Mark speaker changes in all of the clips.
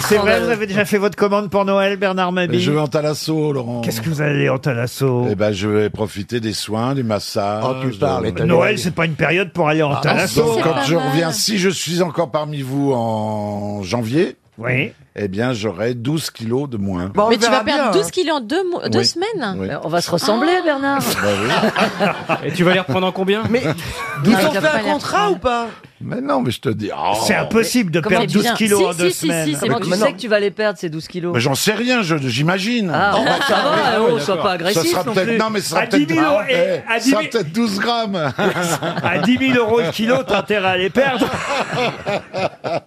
Speaker 1: C'est vrai, vous avez déjà fait votre commande pour Noël, Bernard Mabille
Speaker 2: Je vais en Talasso, Laurent.
Speaker 1: Qu'est-ce que vous allez en Talasso
Speaker 2: Eh ben, je vais profiter des soins, du massage.
Speaker 3: Oh, tu parles,
Speaker 2: euh,
Speaker 3: et t'as
Speaker 1: Noël, c'est pas une période pour aller en
Speaker 2: Ah, donc,
Speaker 1: Talasso.
Speaker 4: c'est
Speaker 2: quand
Speaker 4: pas
Speaker 2: je
Speaker 4: mal.
Speaker 2: reviens, si je suis encore parmi vous en janvier,
Speaker 1: Oui.
Speaker 2: eh bien, j'aurai 12 kilos de moins.
Speaker 3: Bah, on
Speaker 4: Mais
Speaker 3: le
Speaker 4: tu vas
Speaker 3: verra bien,
Speaker 4: perdre
Speaker 3: hein.
Speaker 4: 12 kilos en deux, mois- deux
Speaker 2: Oui.
Speaker 4: semaines Ah.
Speaker 2: Oui.
Speaker 5: On va se ressembler, Bernard.
Speaker 2: Bah oui.
Speaker 6: Et tu vas les reprendre en combien
Speaker 3: Mais ils
Speaker 4: Ah,
Speaker 3: ont
Speaker 4: t'as
Speaker 3: fait
Speaker 4: pas
Speaker 3: un
Speaker 4: l'air
Speaker 3: contrat
Speaker 4: prêt.
Speaker 3: ou pas
Speaker 2: Mais non, mais je te dis. oh.
Speaker 1: C'est impossible de
Speaker 4: Comment
Speaker 1: perdre
Speaker 4: c'est
Speaker 1: 12
Speaker 4: bien.
Speaker 1: kilos
Speaker 4: Si,
Speaker 1: en
Speaker 4: si,
Speaker 1: deux
Speaker 4: si, si,
Speaker 1: semaines.
Speaker 4: c'est
Speaker 5: Comment
Speaker 4: Mais
Speaker 5: tu
Speaker 3: maintenant-
Speaker 5: sais que tu vas les perdre, ces 12 kilos
Speaker 2: Mais j'en sais rien, je- j'imagine.
Speaker 5: Ah,
Speaker 2: Oh,
Speaker 5: bah, ça va, eh oh, sois pas
Speaker 2: ça
Speaker 5: agressif
Speaker 2: sera
Speaker 5: non
Speaker 2: peut-être.
Speaker 5: plus.
Speaker 2: Non, mais ça sera
Speaker 1: À 10
Speaker 2: peut-être.
Speaker 1: 000 euros, et- à
Speaker 2: eh,
Speaker 1: 10
Speaker 2: ça
Speaker 1: 000
Speaker 2: sera peut-être 12 grammes.
Speaker 5: Ah
Speaker 1: À 10 000 euros le kilo, t'as intérêt à les perdre.
Speaker 5: Euh,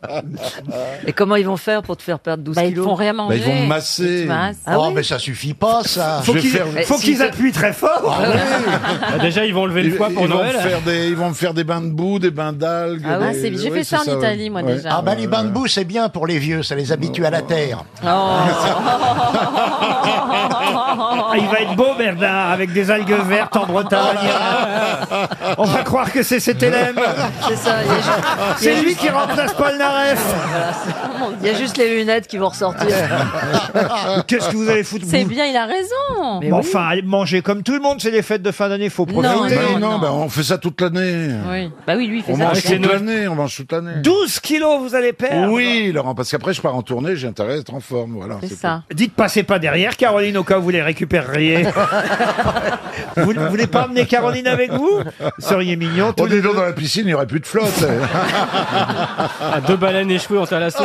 Speaker 5: Et comment ils vont faire pour te faire perdre 12
Speaker 4: Bah, ils te
Speaker 5: kilos
Speaker 4: font rien
Speaker 2: Bah,
Speaker 4: manger.
Speaker 2: ils vont me masser. Ah,
Speaker 4: Tu masses.
Speaker 5: Ah
Speaker 3: Oh,
Speaker 5: oui
Speaker 3: mais ça suffit pas, ça.
Speaker 1: Faut
Speaker 2: Je vais
Speaker 1: qu'ils
Speaker 2: faire-
Speaker 1: faut
Speaker 5: Eh,
Speaker 1: qu'ils
Speaker 5: si-
Speaker 1: appuient très fort.
Speaker 6: Bah, Déjà, ils vont lever
Speaker 2: Ah Ils,
Speaker 6: le poids
Speaker 2: ils
Speaker 6: pour
Speaker 2: vont me
Speaker 6: Noël.
Speaker 2: faire des, ils vont me faire des bains de boue, des bains d'algues.
Speaker 5: Ah ouais,
Speaker 2: des-
Speaker 5: c'est-
Speaker 4: j'ai
Speaker 2: oui,
Speaker 4: fait ça
Speaker 2: c'est
Speaker 4: en
Speaker 2: ouais.
Speaker 4: Italie, moi, déjà.
Speaker 3: Ah bah les bains de boue c'est bien pour les vieux, ça les habitue à la terre.
Speaker 6: Oh,
Speaker 1: Ah, Il va être beau, Bernard, avec des algues vertes en Bretagne. On va croire que c'est cet élève.
Speaker 5: C'est ça, il y, a ju-
Speaker 1: C'est lui qui remplace Paul Naref.
Speaker 5: il y a juste les lunettes qui vont ressortir.
Speaker 1: Qu'est-ce que vous allez foutre
Speaker 4: C'est
Speaker 1: vous
Speaker 4: bien, il a raison.
Speaker 1: Mais enfin, allez manger comme tout le monde, c'est les fêtes de fin d'année, faut
Speaker 2: Bah
Speaker 1: profiter.
Speaker 4: Non,
Speaker 2: oui,
Speaker 4: non,
Speaker 2: non,
Speaker 4: non.
Speaker 2: bah, on fait ça toute l'année.
Speaker 4: Oui. Bah oui, lui, il fait
Speaker 2: On
Speaker 4: ça.
Speaker 2: mange
Speaker 6: Ah, c'est
Speaker 2: toute
Speaker 6: nous.
Speaker 2: l'année, on mange toute l'année.
Speaker 1: 12 kilos, vous allez perdre.
Speaker 2: Oui, Laurent, parce qu'après je pars en tournée, j'ai intérêt à être en forme, voilà.
Speaker 4: C'est
Speaker 2: tout.
Speaker 4: ça.
Speaker 1: Dites passez pas derrière, Caroline, au cas où vous les récupéreriez. vous ne voulez pas emmener Caroline avec vous Vous Seriez mignon. tous
Speaker 2: Oh,
Speaker 1: les
Speaker 2: dis donc,
Speaker 1: deux.
Speaker 2: dans la piscine, il n'y aurait plus de flotte.
Speaker 6: Ah, deux baleines échouées en talasso.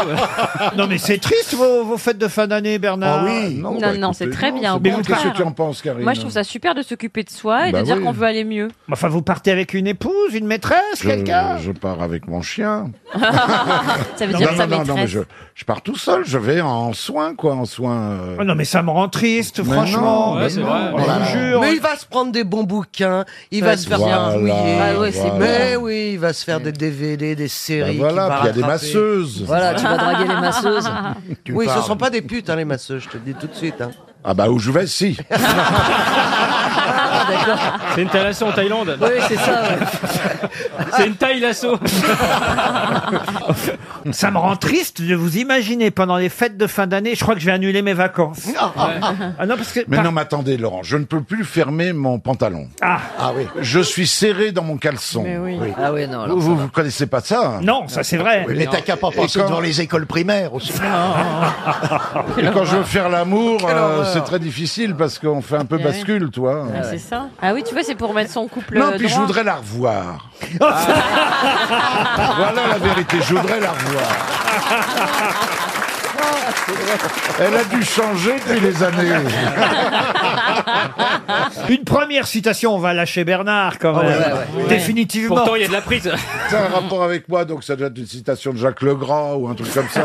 Speaker 1: Non, mais c'est triste vos, vos fêtes de fin d'année, Bernard.
Speaker 4: Non,
Speaker 2: bah,
Speaker 4: non,
Speaker 2: écoutez,
Speaker 4: c'est très bien, au
Speaker 2: Mais vous, qu'est-ce
Speaker 4: contraire.
Speaker 2: que tu en penses, Karine
Speaker 4: Moi, je trouve ça super de s'occuper de soi et
Speaker 2: Bah
Speaker 4: de dire
Speaker 2: oui.
Speaker 4: qu'on veut aller mieux.
Speaker 1: Enfin, vous partez avec une épouse, une maîtresse,
Speaker 2: Je-
Speaker 1: quelqu'un
Speaker 2: Euh, je pars avec mon chien.
Speaker 4: Ça veut
Speaker 2: Non,
Speaker 4: dire
Speaker 2: non,
Speaker 4: sa
Speaker 2: non, non, mais
Speaker 4: maîtresse.
Speaker 2: je, je pars tout seul, je vais en soins, quoi, en soins. euh,
Speaker 1: Oh non, mais ça me rend triste,
Speaker 2: Mais
Speaker 1: franchement.
Speaker 2: non,
Speaker 6: Ouais,
Speaker 2: mais
Speaker 6: c'est
Speaker 2: non.
Speaker 6: vrai.
Speaker 1: Je vous jure.
Speaker 3: Mais il va se prendre des bons bouquins, il va se faire
Speaker 2: Voilà,
Speaker 3: bien fouiller.
Speaker 2: Ah
Speaker 5: ouais, c'est
Speaker 2: voilà.
Speaker 3: Mais oui, il va se faire des DVD, des séries.
Speaker 2: Bah
Speaker 3: qu'il
Speaker 2: voilà,
Speaker 3: va
Speaker 2: puis il y a des
Speaker 3: rattraper.
Speaker 2: masseuses.
Speaker 5: Voilà, tu vas draguer les masseuses.
Speaker 3: Oui, ce sont pas des putes, hein, les masseuses, je te le dis tout de suite. Hein.
Speaker 2: Ah bah où je vais, si.
Speaker 6: ah, C'est une talasso en Thaïlande.
Speaker 5: Oui, c'est ça. ouais.
Speaker 6: C'est une thaïlasso.
Speaker 1: Ça me rend triste de vous imaginer pendant les fêtes de fin d'année. Je crois que je vais annuler mes vacances. Ah non, parce que.
Speaker 2: Mais
Speaker 1: par-
Speaker 2: non, mais attendez, Laurent, je ne peux plus fermer mon pantalon.
Speaker 1: Ah,
Speaker 3: Ah oui.
Speaker 2: Je suis serré dans mon caleçon.
Speaker 5: Ah oui, non. alors.
Speaker 2: Vous, vous, vous connaissez pas ça hein
Speaker 1: non, ça c'est vrai.
Speaker 3: Mais t'as qu'à pas passer
Speaker 2: quand-
Speaker 3: devant les écoles primaires aussi.
Speaker 2: Et quand je veux faire l'amour,
Speaker 3: Quelle
Speaker 2: euh,
Speaker 3: horreur.
Speaker 2: c'est très difficile parce qu'on fait un peu
Speaker 4: Eh oui.
Speaker 2: bascule, toi.
Speaker 4: Ah, C'est ça. Ah oui, tu vois, c'est pour mettre son couple.
Speaker 2: Non,
Speaker 4: euh,
Speaker 2: puis je
Speaker 4: droit. Ah.
Speaker 2: voudrais la Ah, revoir. voilà la vérité, je voudrais la revoir. Elle a dû changer depuis les années.
Speaker 1: Une première citation, on va lâcher Bernard
Speaker 6: Ah
Speaker 1: quand même. Définitivement.
Speaker 6: Pourtant, il y a de la prise.
Speaker 2: C'est un rapport avec moi, donc ça doit être une citation de Jacques Legrand ou un truc comme ça.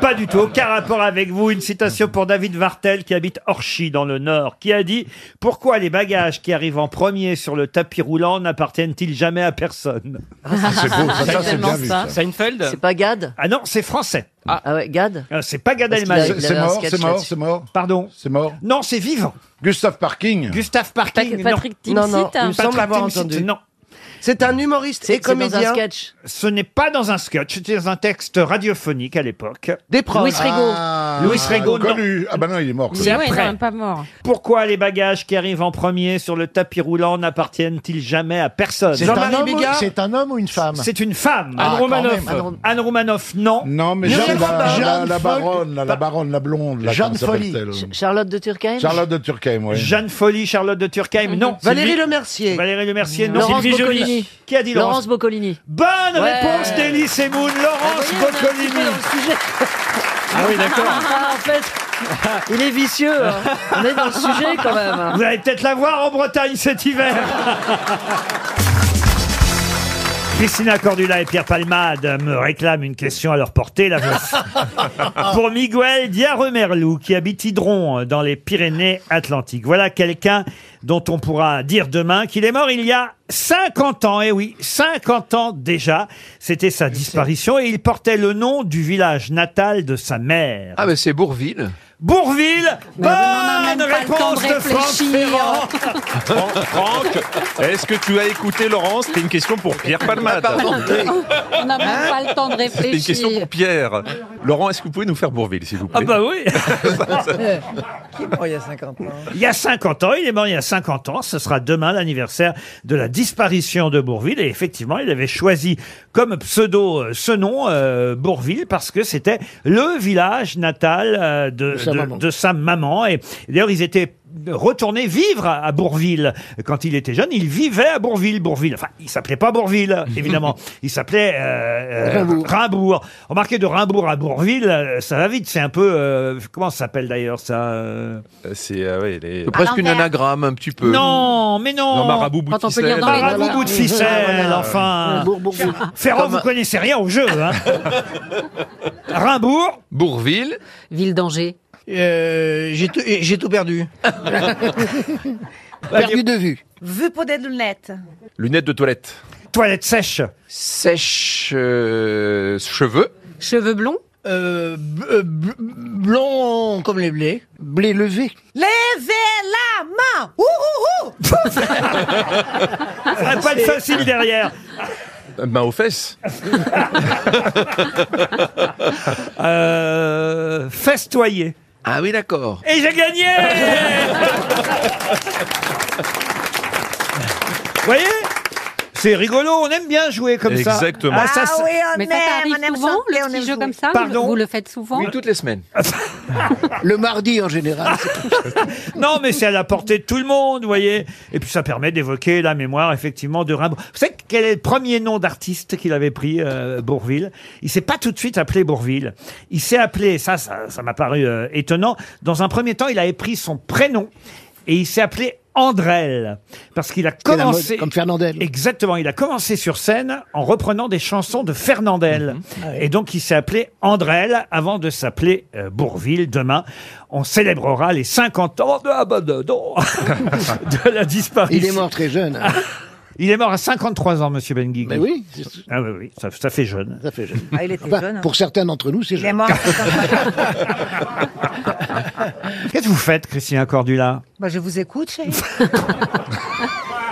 Speaker 1: Pas du tout, aucun rapport avec vous. Une citation pour David Vartel qui habite Orchy dans le Nord, qui a dit « Pourquoi les bagages qui arrivent en premier sur le tapis roulant n'appartiennent-ils jamais à personne
Speaker 2: Ah, c'est beau, ça, ça, c'est
Speaker 4: tellement
Speaker 2: bien vu.
Speaker 4: ça.
Speaker 2: ça.
Speaker 6: Seinfeld
Speaker 5: C'est pas Gad ?»
Speaker 1: Ah non, c'est français.
Speaker 5: Ah ouais, Gad
Speaker 1: Euh, C'est pas Gad
Speaker 5: Parce qu'il
Speaker 1: Elmaleh.
Speaker 2: C'est c'est
Speaker 5: avait un
Speaker 2: mort,
Speaker 5: sketch
Speaker 2: c'est mort,
Speaker 5: là-dessus.
Speaker 2: c'est mort.
Speaker 1: Pardon.
Speaker 2: C'est mort.
Speaker 1: Non, c'est vivant.
Speaker 2: Gustave Parking.
Speaker 1: Gustave Parking.
Speaker 4: Patrick, Patrick
Speaker 3: Non, non, il me
Speaker 4: Timsit.
Speaker 1: Patrick
Speaker 3: semble avoir
Speaker 1: Timsit,
Speaker 3: entendu.
Speaker 1: Non,
Speaker 3: C'est un humoriste
Speaker 5: C'est
Speaker 3: et
Speaker 5: c'est dans un
Speaker 3: comédien.
Speaker 5: sketch.
Speaker 1: ce n'est pas dans un sketch, c'était dans un texte radiophonique à l'époque.
Speaker 3: Des proches.
Speaker 5: Louis Rigaud.
Speaker 2: Ah,
Speaker 1: Louis Rigaud, non.
Speaker 2: Connu. Ah bah non, il est mort.
Speaker 1: C'est
Speaker 4: Ouais,
Speaker 1: après.
Speaker 4: non, pas mort.
Speaker 1: Pourquoi les bagages qui arrivent en premier sur le tapis roulant n'appartiennent-ils jamais à personne
Speaker 3: C'est un, homme ou- c'est un homme ou une femme
Speaker 1: Euh, C'est une femme.
Speaker 3: Ah,
Speaker 1: Anne
Speaker 3: quand
Speaker 1: Romanoff.
Speaker 3: même.
Speaker 5: Anne Rom-
Speaker 1: Anne Romanoff, non.
Speaker 2: Non, mais Jeanne,
Speaker 3: Muriel
Speaker 2: la,
Speaker 3: Robin.
Speaker 2: la- la baronne,
Speaker 3: Jeanne
Speaker 2: la, la
Speaker 3: Folle.
Speaker 2: baronne, la blonde. La
Speaker 3: Jeanne Folie.
Speaker 5: Charlotte de Turckheim
Speaker 2: Euh, Charlotte de Turckheim, oui.
Speaker 1: Jeanne Folly, Charlotte de Turckheim, non.
Speaker 3: Valérie Lemercier.
Speaker 1: Valérie Le Mercier, non.
Speaker 5: Mhm. Laurence
Speaker 6: Sylvie Joly.
Speaker 5: Boccolini.
Speaker 1: Qui a dit Laurence,
Speaker 5: Laurence Boccolini.
Speaker 1: Bonne
Speaker 5: Ouais.
Speaker 1: réponse d'Elie Semoun, Laurence
Speaker 5: Vous voyez, on est un petit peu
Speaker 1: Boccolini.
Speaker 5: dans le sujet.
Speaker 6: Ah oui, d'accord.
Speaker 5: Ah, en fait, il est vicieux. hein. On est dans le sujet quand même. hein.
Speaker 1: Vous allez peut-être la voir en Bretagne cet hiver. Christina Cordula et Pierre Palmade me réclament une question à leur portée, la voici. Pour Miguel Diarremerlou, qui habite Hydron, euh, dans les Pyrénées-Atlantiques. Voilà quelqu'un dont on pourra dire demain qu'il est mort il y a 50 ans. Eh oui, 50 ans déjà. C'était sa disparition et il portait le nom du village natal de sa mère.
Speaker 7: Ah, mais c'est Bourville.
Speaker 1: Bourville.
Speaker 3: Mais on n'a
Speaker 1: Bonne
Speaker 3: même pas le temps
Speaker 1: réponse
Speaker 3: de
Speaker 1: de Franck
Speaker 5: hein.
Speaker 3: réfléchir.
Speaker 1: Ferrand.
Speaker 8: Fran- Franck, est-ce que tu as écouté Laurent C'était une question pour Pierre Palmade.
Speaker 9: Oh,
Speaker 3: On n'a même pas le temps de
Speaker 8: C'était une question
Speaker 3: réfléchir.
Speaker 8: pour Pierre. Laurent, est-ce que vous pouvez nous faire Bourville, s'il vous plaît
Speaker 1: Ah bah oui.
Speaker 6: Oh, il y a 50 ans.
Speaker 1: Il y a 50 ans, oh, il est mort il y a 50 ans, oh, ce sera demain l'anniversaire de la disparition de Bourville et effectivement, il avait choisi comme pseudo euh, ce nom euh, Bourville parce que c'était le village natal euh, de, de,
Speaker 3: sa maman.
Speaker 1: de sa maman et d'ailleurs, ils étaient retournés vivre à à Bourville quand il était jeune, il vivait à Bourville, Bourville. Enfin, il s'appelait pas Bourville, évidemment. Il s'appelait euh, euh,
Speaker 3: Rimbourg.
Speaker 1: Rimbourg. Remarquez de Rimbourg à Bourville, euh, ça va vite. C'est un peu euh, comment ça s'appelle d'ailleurs ça euh,
Speaker 8: Euh, C'est euh, ouais, les...
Speaker 6: C'est presque une anagramme, un petit peu.
Speaker 1: non, mais non.
Speaker 8: Non, marabout bout de
Speaker 3: Quand on peut
Speaker 8: ficelle.
Speaker 3: lire dans les-
Speaker 1: Marabout
Speaker 3: Voilà.
Speaker 1: bout de ficelle,
Speaker 3: Voilà.
Speaker 1: enfin.
Speaker 3: Bourbon.
Speaker 1: Ferrand,
Speaker 6: Comme-
Speaker 1: vous connaissez rien au jeu, hein. Rimbourg,
Speaker 8: Bourville,
Speaker 3: Ville d'Angers.
Speaker 6: Euh, J'ai tout, j'ai tout perdu. perdu de vue.
Speaker 10: Vu pour des lunettes.
Speaker 8: lunettes de toilette,
Speaker 1: toilette sèche,
Speaker 8: sèche, euh, cheveux,
Speaker 9: Cheveux blonds
Speaker 6: Euh,
Speaker 11: Euh,
Speaker 6: blond comme les blés. Blé levé.
Speaker 10: Levez la main. Ouh, ouh, ouh.
Speaker 1: Ah, pas de facile derrière.
Speaker 8: main aux fesses,
Speaker 1: Euh, festoyer.
Speaker 6: Ah oui, d'accord.
Speaker 1: Et j'ai gagné Vous voyez C'est rigolo, on aime bien jouer comme ça.
Speaker 8: Exactement.
Speaker 1: Ah, ça,
Speaker 10: ah
Speaker 1: ça-
Speaker 10: oui, on
Speaker 9: Mais
Speaker 10: aime,
Speaker 9: ça
Speaker 10: on
Speaker 9: t'arrive
Speaker 10: aime
Speaker 9: souvent,
Speaker 10: chanter,
Speaker 9: le
Speaker 10: on aime
Speaker 9: petit jeu
Speaker 10: jouer.
Speaker 9: comme ça
Speaker 1: Pardon
Speaker 9: Vous le faites souvent
Speaker 8: oui, toutes les semaines.
Speaker 6: Le mardi en général.
Speaker 1: Non, mais c'est à la portée de tout le monde, vous voyez. Et puis ça permet d'évoquer la mémoire, effectivement, de Rimbaud. Vous savez quel est le premier nom d'artiste qu'il avait pris, euh, Bourville Il s'est pas tout de suite appelé Bourville. Il s'est appelé, ça, ça ça m'a paru euh, étonnant, dans un premier temps, il avait pris son prénom et il s'est appelé Andrel. Parce qu'il a commencé...
Speaker 6: Fernandel.
Speaker 1: Exactement, il a commencé sur scène en reprenant des chansons de Fernandel. Et donc il s'est appelé Andrel avant de s'appeler euh, Bourville. Demain, on célébrera les 50 ans de, ah bah, de- de- de la disparition.
Speaker 6: très jeune.
Speaker 1: Il est mort à 53 ans, monsieur Ben Guigui.
Speaker 4: oui,
Speaker 1: Ah oui, oui, ça, ça fait jeune.
Speaker 4: ça fait
Speaker 10: Ah, il était jeune. hein.
Speaker 4: Pour certains d'entre nous, c'est
Speaker 10: Il est
Speaker 12: Euh,
Speaker 10: mort.
Speaker 1: Qu'est-ce que vous faites, Christina Cordula
Speaker 10: bah, je vous écoute, chérie.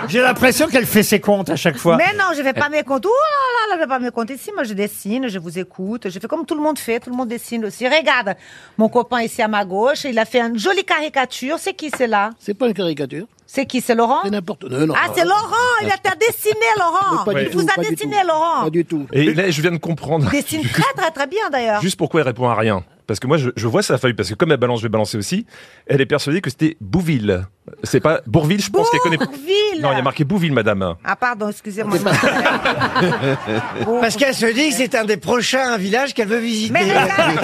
Speaker 1: J'ai l'impression qu'elle fait ses comptes à chaque fois.
Speaker 10: Mais non, je vais pas me compter. Oh là là, là, je vais pas me compter. Si, moi, je dessine, je vous écoute. Je fais comme tout le monde fait. Tout le monde dessine aussi. Regarde, mon copain ici à ma gauche, il a fait une jolie caricature. C'est qui, c'est là
Speaker 4: C'est pas une caricature,
Speaker 10: C'est qui, c'est Laurent
Speaker 4: c'est n'importe quoi. Non, non,
Speaker 10: Ah, c'est Laurent Il a t'a dessiné, Laurent
Speaker 4: Pas du
Speaker 10: Il
Speaker 4: tout,
Speaker 10: Oh, vous a
Speaker 4: pas du
Speaker 10: dessiné,
Speaker 4: tout.
Speaker 10: Laurent
Speaker 4: Pas du tout.
Speaker 8: Et là, je viens de comprendre.
Speaker 10: Il dessine très, très, très bien, d'ailleurs.
Speaker 8: Juste pourquoi elle répond à rien Parce que moi, je, je vois sa feuille, parce que comme elle balance, je vais balancer aussi. Elle est persuadée que c'était Bouville. C'est pas Bourville, je pense qu'elle connaît.
Speaker 10: Bourville
Speaker 8: Non, il y a marqué Bouville, madame.
Speaker 10: Ah, pardon, excusez-moi. Euh,
Speaker 6: Parce qu'elle se dit que c'est un des prochains villages qu'elle veut
Speaker 10: Mais
Speaker 6: visiter.
Speaker 10: regarde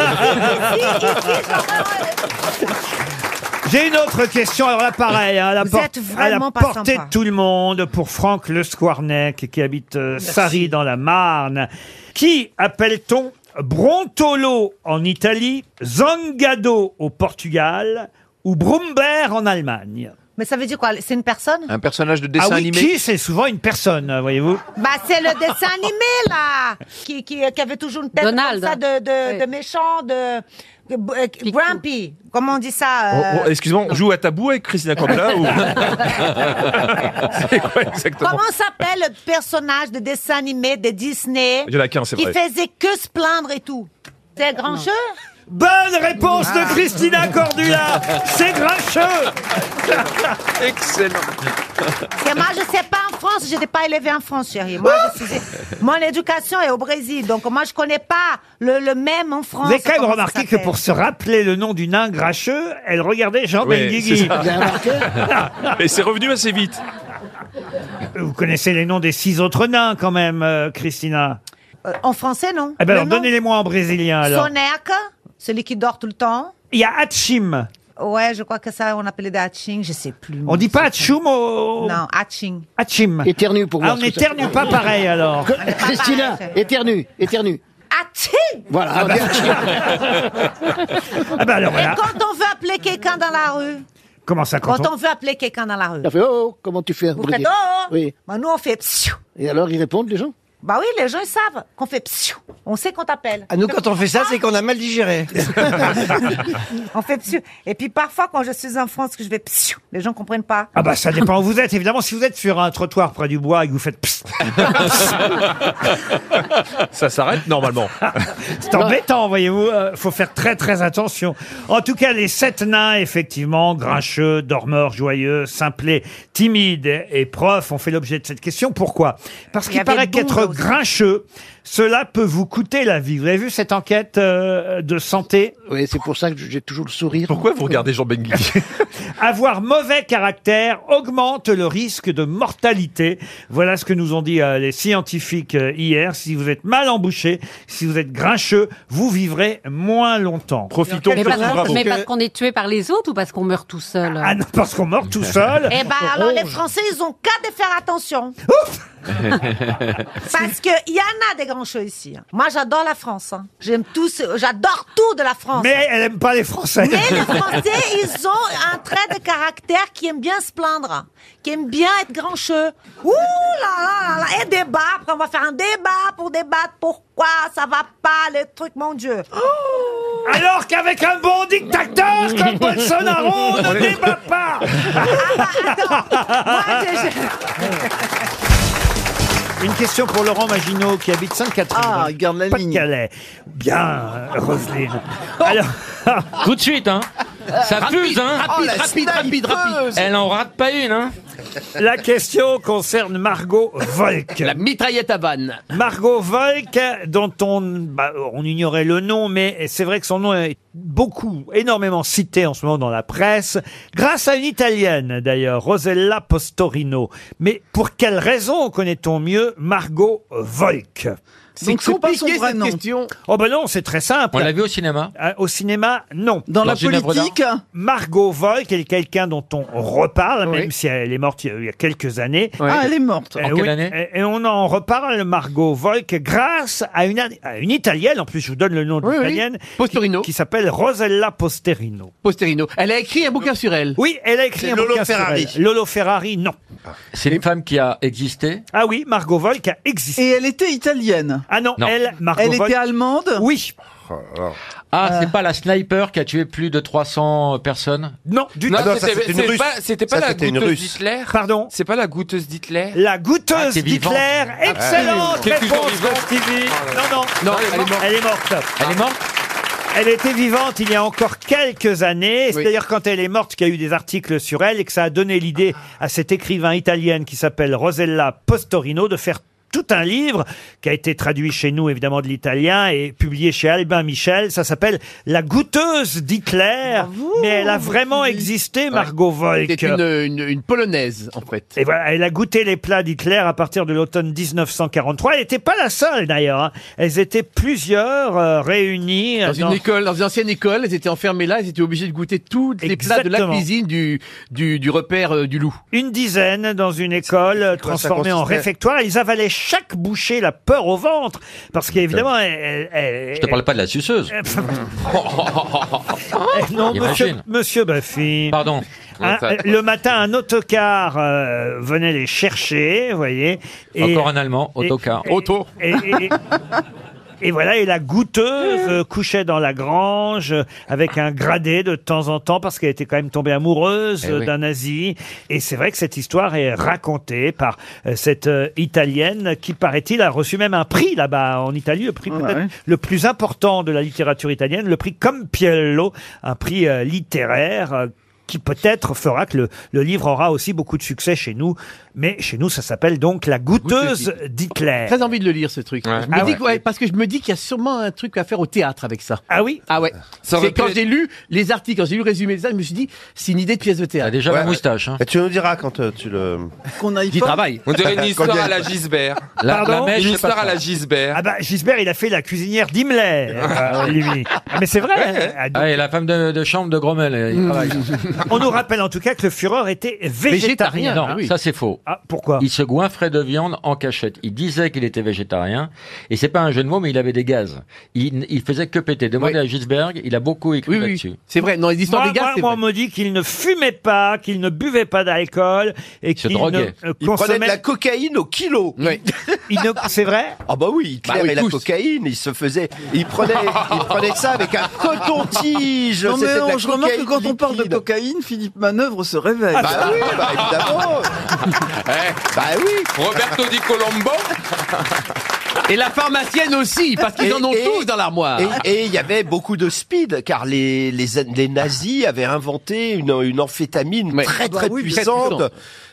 Speaker 10: ici, ici, je-
Speaker 1: J'ai une autre question, alors là pareil, hein, à la,
Speaker 10: Vous
Speaker 1: por-
Speaker 10: êtes
Speaker 1: à la
Speaker 10: vraiment pas
Speaker 1: portée
Speaker 10: sympa.
Speaker 1: de tout le monde pour Franck Le Squarnec qui habite euh, Sarri dans la Marne. Qui appelle-t-on Brontolo en Italie, Zangado au Portugal ou Brumberg en Allemagne
Speaker 10: Mais ça veut dire quoi C'est une personne
Speaker 6: Un personnage de
Speaker 1: Ah oui, qui c'est souvent une personne, voyez-vous.
Speaker 10: Bah, c'est le dessin animé, là qui, qui, qui avait toujours une tête
Speaker 3: Donald.
Speaker 10: comme ça de, de,
Speaker 3: Oui.
Speaker 10: de méchant, de... de- euh, Grumpy, comment on dit ça euh,
Speaker 8: Oh, oh, Excuse-moi, on joue à tabou avec Christina Cordula ou... C'est quoi exactement
Speaker 10: Comment s'appelle le personnage de dessin animé de Disney
Speaker 8: Il y en a qu'un, hein, c'est
Speaker 10: qui
Speaker 8: vrai.
Speaker 10: faisait que se plaindre et tout C'est un grand jeu
Speaker 1: Bonne réponse
Speaker 10: Ah.
Speaker 1: de Christina Cordula C'est grincheux
Speaker 8: Excellent.
Speaker 10: C'est moi, je sais pas en France, j'étais pas élevée en France, chérie. Moi, je suis- Mon éducation est au Brésil, donc moi, je connais pas le, le même en France.
Speaker 1: Vous avez quand même
Speaker 10: comment ça
Speaker 1: remarqué que
Speaker 10: s'appelle.
Speaker 1: pour se rappeler le nom du nain grincheux, elle regardait Jean
Speaker 8: Oui,
Speaker 1: Benguigui.
Speaker 8: c'est ça. Mais c'est revenu assez vite.
Speaker 1: Vous connaissez les noms des six autres nains quand même, euh, Christina.
Speaker 10: Euh, en français, non
Speaker 1: Eh ben
Speaker 10: Le
Speaker 1: alors,
Speaker 10: nom
Speaker 1: donnez-les-moi en brésilien alors.
Speaker 10: Soneca, celui qui dort tout le temps.
Speaker 1: Il y a Hatchim.
Speaker 10: Ouais, je crois que ça, on appelait des hatching, je sais plus.
Speaker 1: On dit pas Hatchoum au...
Speaker 10: Non, hatching.
Speaker 1: Hatchim.
Speaker 4: Éternue pour
Speaker 1: Ah,
Speaker 4: voir
Speaker 1: on
Speaker 4: ce que ça
Speaker 1: n'éternue pas pareil alors.
Speaker 4: fait. Christina,
Speaker 10: pareil, c'est-
Speaker 4: éternue, éternue.
Speaker 10: Hatching
Speaker 4: Voilà.
Speaker 1: bah, Ah ben alors voilà.
Speaker 10: Et quand on veut appeler quelqu'un dans la rue
Speaker 1: Comment ça quand
Speaker 10: Quand
Speaker 1: on...
Speaker 10: on veut appeler quelqu'un dans la rue
Speaker 4: Ça fait oh, comment tu fais
Speaker 10: Vous
Speaker 4: brûler
Speaker 10: faites oh
Speaker 4: Oui.
Speaker 10: Bah, Nous, on fait psiou.
Speaker 4: Et alors, ils répondent, les gens
Speaker 10: Bah oui, les gens ils savent qu'on fait psiou. On sait qu'on t'appelle.
Speaker 6: À Ah, nous, quand on fait ça, c'est qu'on a mal digéré.
Speaker 10: On fait psiou. Et puis parfois, quand je suis en France, que je vais psiou, les gens comprennent pas.
Speaker 1: Ah bah ça dépend où vous êtes. Évidemment, si vous êtes sur un trottoir près du bois et que vous faites psst,
Speaker 8: Ça s'arrête normalement.
Speaker 1: c'est
Speaker 10: Bah.
Speaker 1: embêtant, voyez-vous. Euh, faut faire très très attention. En tout cas, les sept nains, effectivement, grincheux, dormeurs, joyeux, simplés, timides et profs, ont fait l'objet de cette question. Pourquoi Parce
Speaker 10: Il y
Speaker 1: qu'il
Speaker 10: avait
Speaker 1: paraît
Speaker 10: Donda
Speaker 1: qu'être
Speaker 10: aussi.
Speaker 1: grincheux, cela peut vous coûter la vie. Vous avez vu cette enquête euh, de santé
Speaker 4: Oui, c'est pour ça que j'ai toujours le sourire.
Speaker 8: Pourquoi vous regardez Jean Benguigui
Speaker 1: Avoir mauvais caractère augmente le risque de mortalité. Voilà ce que nous ont dit euh, les scientifiques euh, hier. Si vous êtes mal embouché, si vous êtes grincheux, vous vivrez moins longtemps.
Speaker 8: Profitons de
Speaker 9: Mais
Speaker 8: ce
Speaker 9: parce,
Speaker 8: bravo.
Speaker 9: mais parce qu'on est tué par les autres ou parce qu'on meurt tout seul
Speaker 1: Ah non, parce qu'on meurt tout seul.
Speaker 10: Eh ben alors les Français, ils ont qu'à de faire attention. Parce que il y en a des grands cheveux ici. hein. Moi, j'adore la France. hein. J'aime tout, ce- j'adore tout de la France.
Speaker 1: Mais elle aime pas les Français.
Speaker 10: Mais les Français, ils ont un trait de caractère qui aime bien se plaindre, qui aime bien être grincheux. Ouh là là là là, et débat, après on va faire un débat pour débattre pourquoi ça va pas, le truc, mon Dieu.
Speaker 1: Alors qu'avec un bon dictateur comme Bolsonaro, on ne débat pas.
Speaker 10: Moi, j'ai- j'ai-
Speaker 1: Une question pour Laurent Maginot qui habite Sainte-Catherine.
Speaker 6: Ah, il garde la
Speaker 1: pas
Speaker 6: ligne. Oh.
Speaker 1: de Calais. Bien, euh, Roselyne. Alors,
Speaker 13: Tout de suite, hein. Ça fuse, hein.
Speaker 6: Rapide, rapide, rapide, rapide.
Speaker 13: Elle en rate pas une, hein.
Speaker 1: la question concerne Margot Volk.
Speaker 3: La mitraillette à vanne.
Speaker 1: Margot Volk, dont on, bah, on ignorait le nom, mais c'est vrai que son nom est beaucoup, énormément cité en ce moment dans la presse, grâce à une Italienne d'ailleurs, Rosella Postorino. Mais pour quelle raison connaît-on mieux Margot Volk
Speaker 3: C'est compliqué cette question.
Speaker 1: Oh ben non, c'est très simple.
Speaker 13: On l'a vu au cinéma.
Speaker 1: Euh, Au cinéma, non.
Speaker 3: Dans
Speaker 13: la Dans une œuvre politique,
Speaker 1: Margot Volk est quelqu'un dont on reparle,
Speaker 3: Oui.
Speaker 1: même si elle est morte il y a- il y a quelques années.
Speaker 3: ah, elle est morte.
Speaker 1: Eh
Speaker 13: En quelle
Speaker 1: oui,
Speaker 13: année
Speaker 1: et, et on en reparle, Margot Volk, grâce à une, à une Italienne, en plus je vous donne le nom de
Speaker 3: Oui, oui.
Speaker 1: l'Italienne,
Speaker 3: Posterino.
Speaker 1: qui s'appelle Rosella Posterino.
Speaker 3: Posterino. Elle a écrit un bouquin sur elle.
Speaker 1: Oui, elle a écrit
Speaker 6: C'est
Speaker 1: un
Speaker 6: Lolo
Speaker 1: bouquin sur
Speaker 6: Ferrari.
Speaker 1: elle. Lolo Ferrari, non.
Speaker 13: C'est une femme qui a existé.
Speaker 1: Ah oui, Margot Volk a existé.
Speaker 3: Et elle était italienne.
Speaker 1: Ah non,
Speaker 13: Non.
Speaker 1: elle, Margot
Speaker 3: Elle
Speaker 1: Volk...
Speaker 3: était allemande. Euh.
Speaker 1: Oui,
Speaker 13: Ah, c'est pas la sniper qui a tué plus de 300 personnes.
Speaker 1: non, du
Speaker 14: Non,
Speaker 1: tout.
Speaker 3: Ah,
Speaker 2: non, ça,
Speaker 14: c'était
Speaker 2: c'était une
Speaker 14: c'est
Speaker 2: Russe.
Speaker 14: pas, c'était pas
Speaker 2: Ça,
Speaker 14: la
Speaker 2: c'était une
Speaker 14: goutteuse
Speaker 2: Russe.
Speaker 14: d'Hitler.
Speaker 1: Pardon
Speaker 14: C'est pas la goutteuse d'Hitler.
Speaker 1: La goutteuse
Speaker 13: Ah, t'es vivante.
Speaker 1: d'Hitler, excellente
Speaker 14: T'es toujours
Speaker 1: réponse
Speaker 14: vivante.
Speaker 1: de Stevie. Non, non,
Speaker 14: Non, elle est morte.
Speaker 1: elle est morte.
Speaker 13: Elle est morte
Speaker 1: Elle était vivante il y a encore quelques années. C'est
Speaker 6: Oui.
Speaker 1: d'ailleurs quand elle est morte qu'il y a eu des articles sur elle et que ça a donné l'idée à cette écrivain italienne qui s'appelle Rosella Postorino de faire tout un livre qui a été traduit chez nous évidemment de l'italien et publié chez Albin Michel. Ça s'appelle La goûteuse d'Hitler. Mais elle a vraiment existé, Margot Volk.
Speaker 3: C'était une, Euh, une- une polonaise, en fait.
Speaker 1: Et voilà, elle a goûté les plats d'Hitler à partir de l'automne 1943. Elle n'était pas la seule d'ailleurs. hein. Elles étaient plusieurs euh, réunies
Speaker 3: Dans
Speaker 1: dans-
Speaker 3: une école, dans une ancienne école, elles étaient enfermées là, elles étaient obligées de goûter tous les plats de la
Speaker 1: Exactement.
Speaker 3: cuisine du, du, du repère euh, du loup.
Speaker 1: une dizaine dans une école euh,
Speaker 6: quoi, ça
Speaker 1: transformée en
Speaker 6: consistait
Speaker 1: réfectoire. Ils avalaient chaque bouchée la peur au ventre parce qu'évidemment, elle- elle-
Speaker 13: Je te parle pas de la suceuse.
Speaker 1: elle- Eh, non, monsieur,
Speaker 13: Imagine.
Speaker 1: monsieur Buffy.
Speaker 13: Pardon.
Speaker 1: hein,
Speaker 14: Ouais, ça-
Speaker 1: le matin, un autocar euh, venait les chercher, vous voyez.
Speaker 13: Encore un Allemand,
Speaker 1: et-
Speaker 13: autocar.
Speaker 1: et- Et, et- et voilà, et la goûteuse euh, couchait dans la grange euh, avec un gradé de temps en temps parce qu'elle était quand même tombée amoureuse
Speaker 13: Eh
Speaker 1: euh,
Speaker 13: oui.
Speaker 1: d'un nazi. Et c'est vrai que cette histoire est racontée par euh, cette euh, Italienne qui, paraît-il, a reçu même un prix là-bas en Italie, le prix peut-être le plus important de la littérature italienne, le prix Campiello, un prix euh, littéraire. euh, qui peut-être fera que le, le livre aura aussi beaucoup de succès chez nous. Mais chez nous, ça s'appelle donc La goûteuse d'Hitler.
Speaker 3: Très envie de le lire, ce truc.
Speaker 14: Ouais.
Speaker 3: Je me
Speaker 1: Ah
Speaker 3: dis
Speaker 1: ouais.
Speaker 3: que- ouais, parce que je me dis qu'il y a sûrement un truc à faire au théâtre avec ça.
Speaker 1: Ah oui
Speaker 3: Ah ouais.
Speaker 14: Ça aurait
Speaker 3: C'est
Speaker 14: pu
Speaker 3: quand
Speaker 14: être-
Speaker 3: j'ai lu les articles, quand j'ai lu le résumé de ça, je me suis dit, c'est une idée de pièce de
Speaker 13: Elle a
Speaker 3: théâtre.
Speaker 13: déjà la
Speaker 6: Ouais.
Speaker 13: moustache. Hein.
Speaker 6: Et tu nous diras quand euh, tu le.
Speaker 3: Qu'on aille
Speaker 13: Qui travaille
Speaker 14: On dirait une histoire
Speaker 6: Cordial.
Speaker 14: à la Gisbert.
Speaker 13: La,
Speaker 1: Pardon
Speaker 13: la mèche, je
Speaker 14: Une
Speaker 13: sais pas
Speaker 14: histoire à
Speaker 13: quoi.
Speaker 14: la Gisbert.
Speaker 1: Ah bah Gisbert, il a fait la cuisinière d'Himmler, euh, lui. Ah, mais c'est vrai. hein. Ah,
Speaker 13: Ah, et la femme de, de chambre de Grommel, elle y travaille.
Speaker 1: On nous rappelle en tout cas que le Führer était végétarien.
Speaker 3: Végétarien.
Speaker 13: non,
Speaker 3: Ah oui.
Speaker 13: ça c'est faux.
Speaker 1: Ah pourquoi
Speaker 13: Il se goinfrait de viande en cachette. Il disait qu'il était végétarien. Et c'est pas un jeu de mots, mais il avait des gaz. Il, il faisait que péter. Demandez
Speaker 3: Oui.
Speaker 13: à Gisberg, il a beaucoup écrit
Speaker 3: Oui,
Speaker 13: là-dessus.
Speaker 3: oui. C'est vrai. Non, les histoires
Speaker 1: Moi,
Speaker 3: des gars,
Speaker 1: moi,
Speaker 3: c'est
Speaker 1: moi,
Speaker 3: vrai.
Speaker 1: on me dit qu'il ne fumait pas, qu'il ne buvait pas d'alcool et
Speaker 13: se
Speaker 1: qu'il ne
Speaker 13: droguait.
Speaker 1: euh,
Speaker 6: Il prenait de
Speaker 1: consommait.
Speaker 6: la cocaïne au kilo.
Speaker 3: Ouais.
Speaker 1: Il, Ino- C'est vrai
Speaker 14: Ah bah oui, Hitler
Speaker 1: Bah oui,
Speaker 14: et la
Speaker 1: tous.
Speaker 14: cocaïne, il se faisait, il prenait, il prenait ça avec un coton-tige.
Speaker 15: Non
Speaker 14: c'était
Speaker 15: mais
Speaker 14: de la
Speaker 15: on- je remarque que
Speaker 14: cocaïne
Speaker 15: quand on parle de
Speaker 14: liquide.
Speaker 15: cocaïne, Philippe Manœuvre se réveille. Ah
Speaker 14: Bah oui, bah évidemment.
Speaker 13: Oh.
Speaker 3: Eh,
Speaker 14: bah oui.
Speaker 6: Roberto Di Colombo Et la pharmacienne aussi, parce qu'ils
Speaker 14: Et-
Speaker 6: en ont
Speaker 14: et-
Speaker 6: tous dans l'armoire.
Speaker 14: Et et il y avait beaucoup de speed, car les, les, les nazis avaient inventé une, une amphétamine très
Speaker 6: Bah
Speaker 14: très
Speaker 6: oui, très
Speaker 14: puissante
Speaker 6: puissante.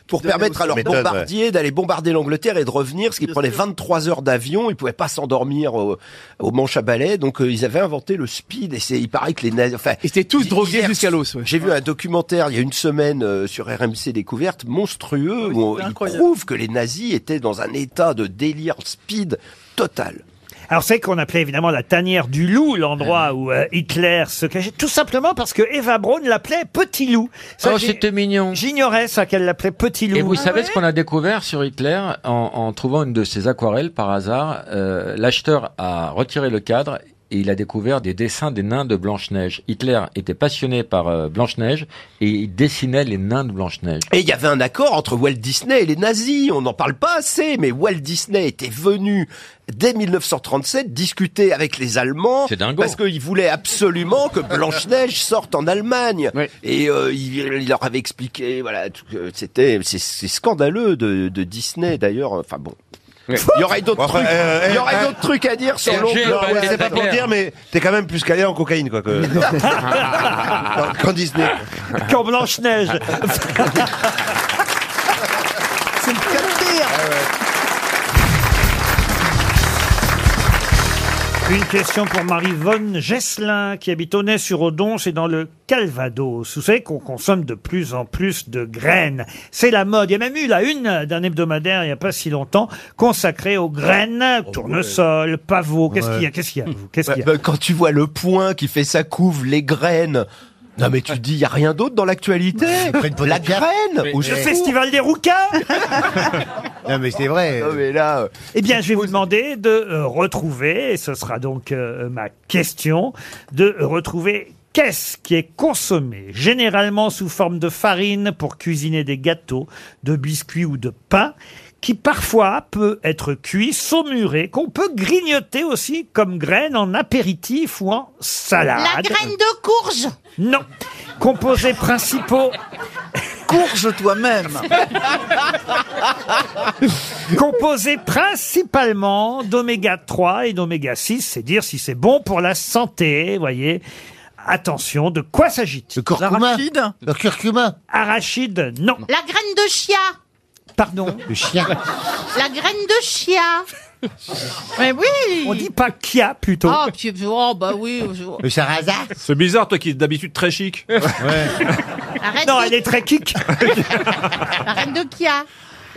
Speaker 14: pour
Speaker 6: Donnée
Speaker 14: permettre
Speaker 6: aux
Speaker 14: à leurs
Speaker 6: Méthode, ouais.
Speaker 14: bombardiers d'aller bombarder l'Angleterre et de revenir, ce qui prenait 23 heures d'avion, ils pouvaient pas s'endormir au, au manche à balai, donc euh, ils avaient inventé le speed, et c'est, il paraît que les nazis... Enfin, ils étaient tous drogués jusqu'à l'os. J'ai vu un documentaire il y a une semaine euh, sur RMC Découverte, monstrueux, où on- il prouve que les nazis étaient dans un état de délire speed total.
Speaker 1: Alors c'est qu'on appelait évidemment la tanière du loup,
Speaker 16: Ah
Speaker 1: l'endroit où euh, Hitler se cachait, tout simplement parce que Eva Braun l'appelait Petit Loup. Ça,
Speaker 16: Oh,
Speaker 1: j'ai-
Speaker 16: c'était mignon.
Speaker 1: J'ignorais ça qu'elle l'appelait Petit Loup.
Speaker 16: Et vous
Speaker 17: Ah
Speaker 16: savez ce qu'on a découvert sur Hitler en, en trouvant une de ses aquarelles par hasard. euh, L'acheteur a retiré le cadre et il a découvert des dessins des nains de Blanche-Neige. Hitler était passionné par euh, Blanche-Neige et il dessinait les nains de Blanche-Neige.
Speaker 14: Et il y avait un accord entre Walt Disney et les nazis, on n'en parle pas assez, mais Walt Disney était venu dès 1937 discuter avec les Allemands parce qu'il voulait absolument que Blanche-Neige sorte en Allemagne. Et euh, il, il leur avait expliqué, voilà, tout- que c'était c'est c'est scandaleux de, de Disney d'ailleurs, enfin bon. Il y aurait d'autres
Speaker 12: Enfin,
Speaker 14: trucs,
Speaker 12: euh,
Speaker 14: il y
Speaker 12: euh,
Speaker 14: aurait
Speaker 12: euh,
Speaker 14: d'autres trucs à dire sur
Speaker 12: Non,
Speaker 14: l'oncle.
Speaker 12: ouais,
Speaker 14: Walt.
Speaker 12: c'est pas pour dire, mais t'es quand même plus calé en cocaïne, quoi. Que... Quand Disney.
Speaker 1: Quand Blanche-Neige.
Speaker 15: C'est le cas de dire.
Speaker 12: Ah
Speaker 1: Une question pour Marie-Vonne Gesselin, qui habite Aunay-sur-Odon, c'est dans le Calvados. Vous savez qu'on consomme de plus en plus de graines. C'est la mode. Il y a même eu la une d'un hebdomadaire, il n'y a pas si longtemps, consacrée aux
Speaker 12: Oh
Speaker 1: graines, tournesol, pavot. Qu'est-ce qu'il y a Qu'est-ce qu'il y a vous Qu'est-ce
Speaker 14: Bah,
Speaker 1: qu'il y a
Speaker 14: bah, quand tu vois le point qui fait sa couve, les graines. Non mais tu te dis, il y a rien d'autre dans l'actualité. La graine au
Speaker 1: Le
Speaker 14: secours.
Speaker 1: festival des rouquins
Speaker 14: Non mais c'est vrai. mais là, euh,
Speaker 1: Eh bien, je vais vous demander de euh, retrouver, et ce sera donc euh, ma question, de retrouver qu'est-ce qui est consommé généralement sous forme de farine pour cuisiner des gâteaux, de biscuits ou de pain, qui parfois peut être cuit, saumuré, qu'on peut grignoter aussi comme graine en apéritif ou en salade.
Speaker 18: La graine de courge
Speaker 1: Non. Composés principaux.
Speaker 15: Courge toi-même
Speaker 1: Composé principalement d'oméga 3 et d'oméga 6, c'est dire si c'est bon pour la santé, voyez. Attention, de quoi s'agit-il Le curcuma L'arachide Le curcuma Arachide, non.
Speaker 18: La graine de chia
Speaker 1: Pardon Le chien.
Speaker 18: La graine de chia Mais oui
Speaker 1: On dit pas kia plutôt.
Speaker 18: Oh, puis- oh, bah oui. je-
Speaker 8: sarrasin C'est bizarre, toi qui es d'habitude très chic.
Speaker 18: Arrête
Speaker 1: Non,
Speaker 18: de-
Speaker 1: elle est très kick.
Speaker 18: La graine de kia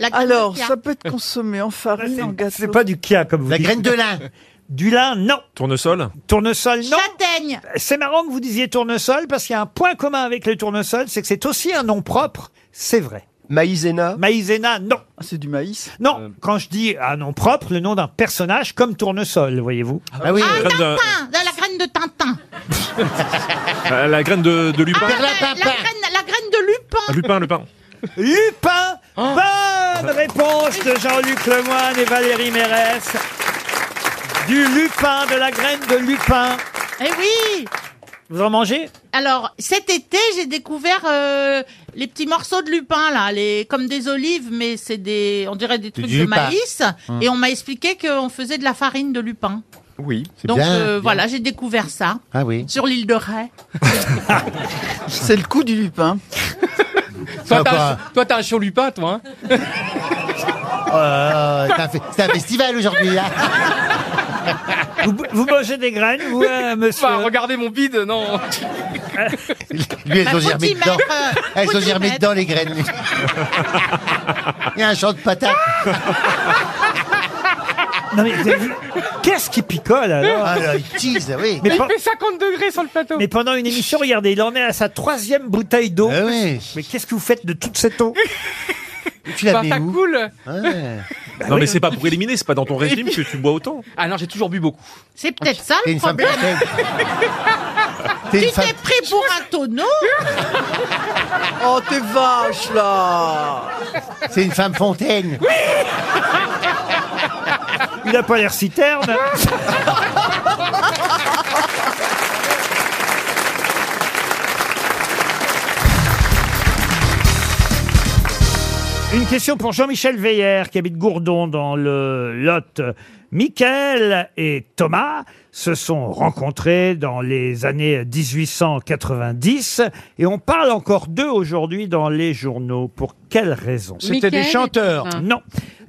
Speaker 18: La graine
Speaker 15: Alors,
Speaker 18: de kia.
Speaker 15: ça peut être consommé en farine, en gâteau.
Speaker 1: C'est pas du kia comme vous
Speaker 15: La
Speaker 1: dites.
Speaker 15: graine de lin.
Speaker 1: Du lin, non.
Speaker 8: Tournesol
Speaker 1: Tournesol, non. Châtaigne. C'est marrant que vous disiez tournesol parce qu'il y a un point commun avec le tournesol, c'est que c'est aussi un nom propre. C'est vrai.
Speaker 14: Maïzena
Speaker 1: Maïzena, non.
Speaker 15: Ah, c'est du maïs
Speaker 1: Non, quand je dis un nom propre, le nom d'un personnage comme tournesol, voyez-vous. Ah oui,
Speaker 18: Ah,
Speaker 14: Euh.
Speaker 18: Tintin La la graine de Tintin
Speaker 8: la graine de, de lupin.
Speaker 18: Ah, la, la graine, la graine de Lupin
Speaker 8: Lupin, lupin.
Speaker 1: Lupin Bonne réponse de Jean-Luc Lemoyne et Valérie Mérès. Du lupin, de la graine de lupin.
Speaker 18: Eh oui
Speaker 1: Vous en mangez
Speaker 18: Alors, cet été, j'ai découvert euh, les petits morceaux de lupin, là, les, comme des olives, mais c'est des, on dirait des trucs
Speaker 14: du
Speaker 18: de
Speaker 14: lupin.
Speaker 18: maïs.
Speaker 14: Hum.
Speaker 18: Et on m'a expliqué qu'on faisait de la farine de lupin.
Speaker 14: oui, c'est
Speaker 18: Donc euh, voilà, j'ai découvert ça
Speaker 14: Ah oui.
Speaker 18: sur l'île de Ré.
Speaker 15: C'est le coup du lupin.
Speaker 6: Toi, t'as un- toi, t'as un chaud lupin, toi. hein
Speaker 12: Euh, t'as fait- c'est un festival aujourd'hui, là.
Speaker 1: Vous, vous mangez des graines, vous, euh, monsieur
Speaker 6: Enfin, Bah, regardez mon bide, non.
Speaker 12: Lui, elles
Speaker 6: Bah,
Speaker 12: ont germé
Speaker 6: faut-il
Speaker 12: dedans.
Speaker 6: mettre, euh,
Speaker 12: Elles ont
Speaker 6: faut-il
Speaker 12: germé
Speaker 6: mettre
Speaker 12: dedans, les graines. lui. Il y a un champ de patates.
Speaker 1: Non mais vous avez vu Qu'est-ce qui picole alors
Speaker 12: Ah, là, il tease, oui.
Speaker 1: Mais pen-
Speaker 6: 50 degrés sur le plateau.
Speaker 1: mais pendant une émission, regardez, il en est à sa troisième bouteille d'eau.
Speaker 12: Ah
Speaker 1: Mais qu'est-ce que vous faites de toute cette eau
Speaker 12: Tu
Speaker 6: Bah, ça coule.
Speaker 1: Bah
Speaker 8: non, mais c'est pas pour éliminer, c'est pas dans ton régime que tu bois autant.
Speaker 6: Ah non, j'ai toujours bu beaucoup.
Speaker 18: C'est peut-être ça le
Speaker 8: une femme
Speaker 18: problème.
Speaker 8: T'es
Speaker 18: Tu t'es
Speaker 8: une femme-
Speaker 18: pris pour un tonneau
Speaker 15: Oh, t'es vache, là
Speaker 12: C'est une femme fontaine.
Speaker 1: Il n'a pas l'air si terne. Une question pour Jean-Michel Veillère, qui habite Gourdon dans le Lot. Michael et Thomas se sont rencontrés dans les années 1890 et on parle encore d'eux aujourd'hui dans les journaux. Pour quelles raisons
Speaker 19: C'était des Michael et chanteurs. Thomas.
Speaker 1: Non.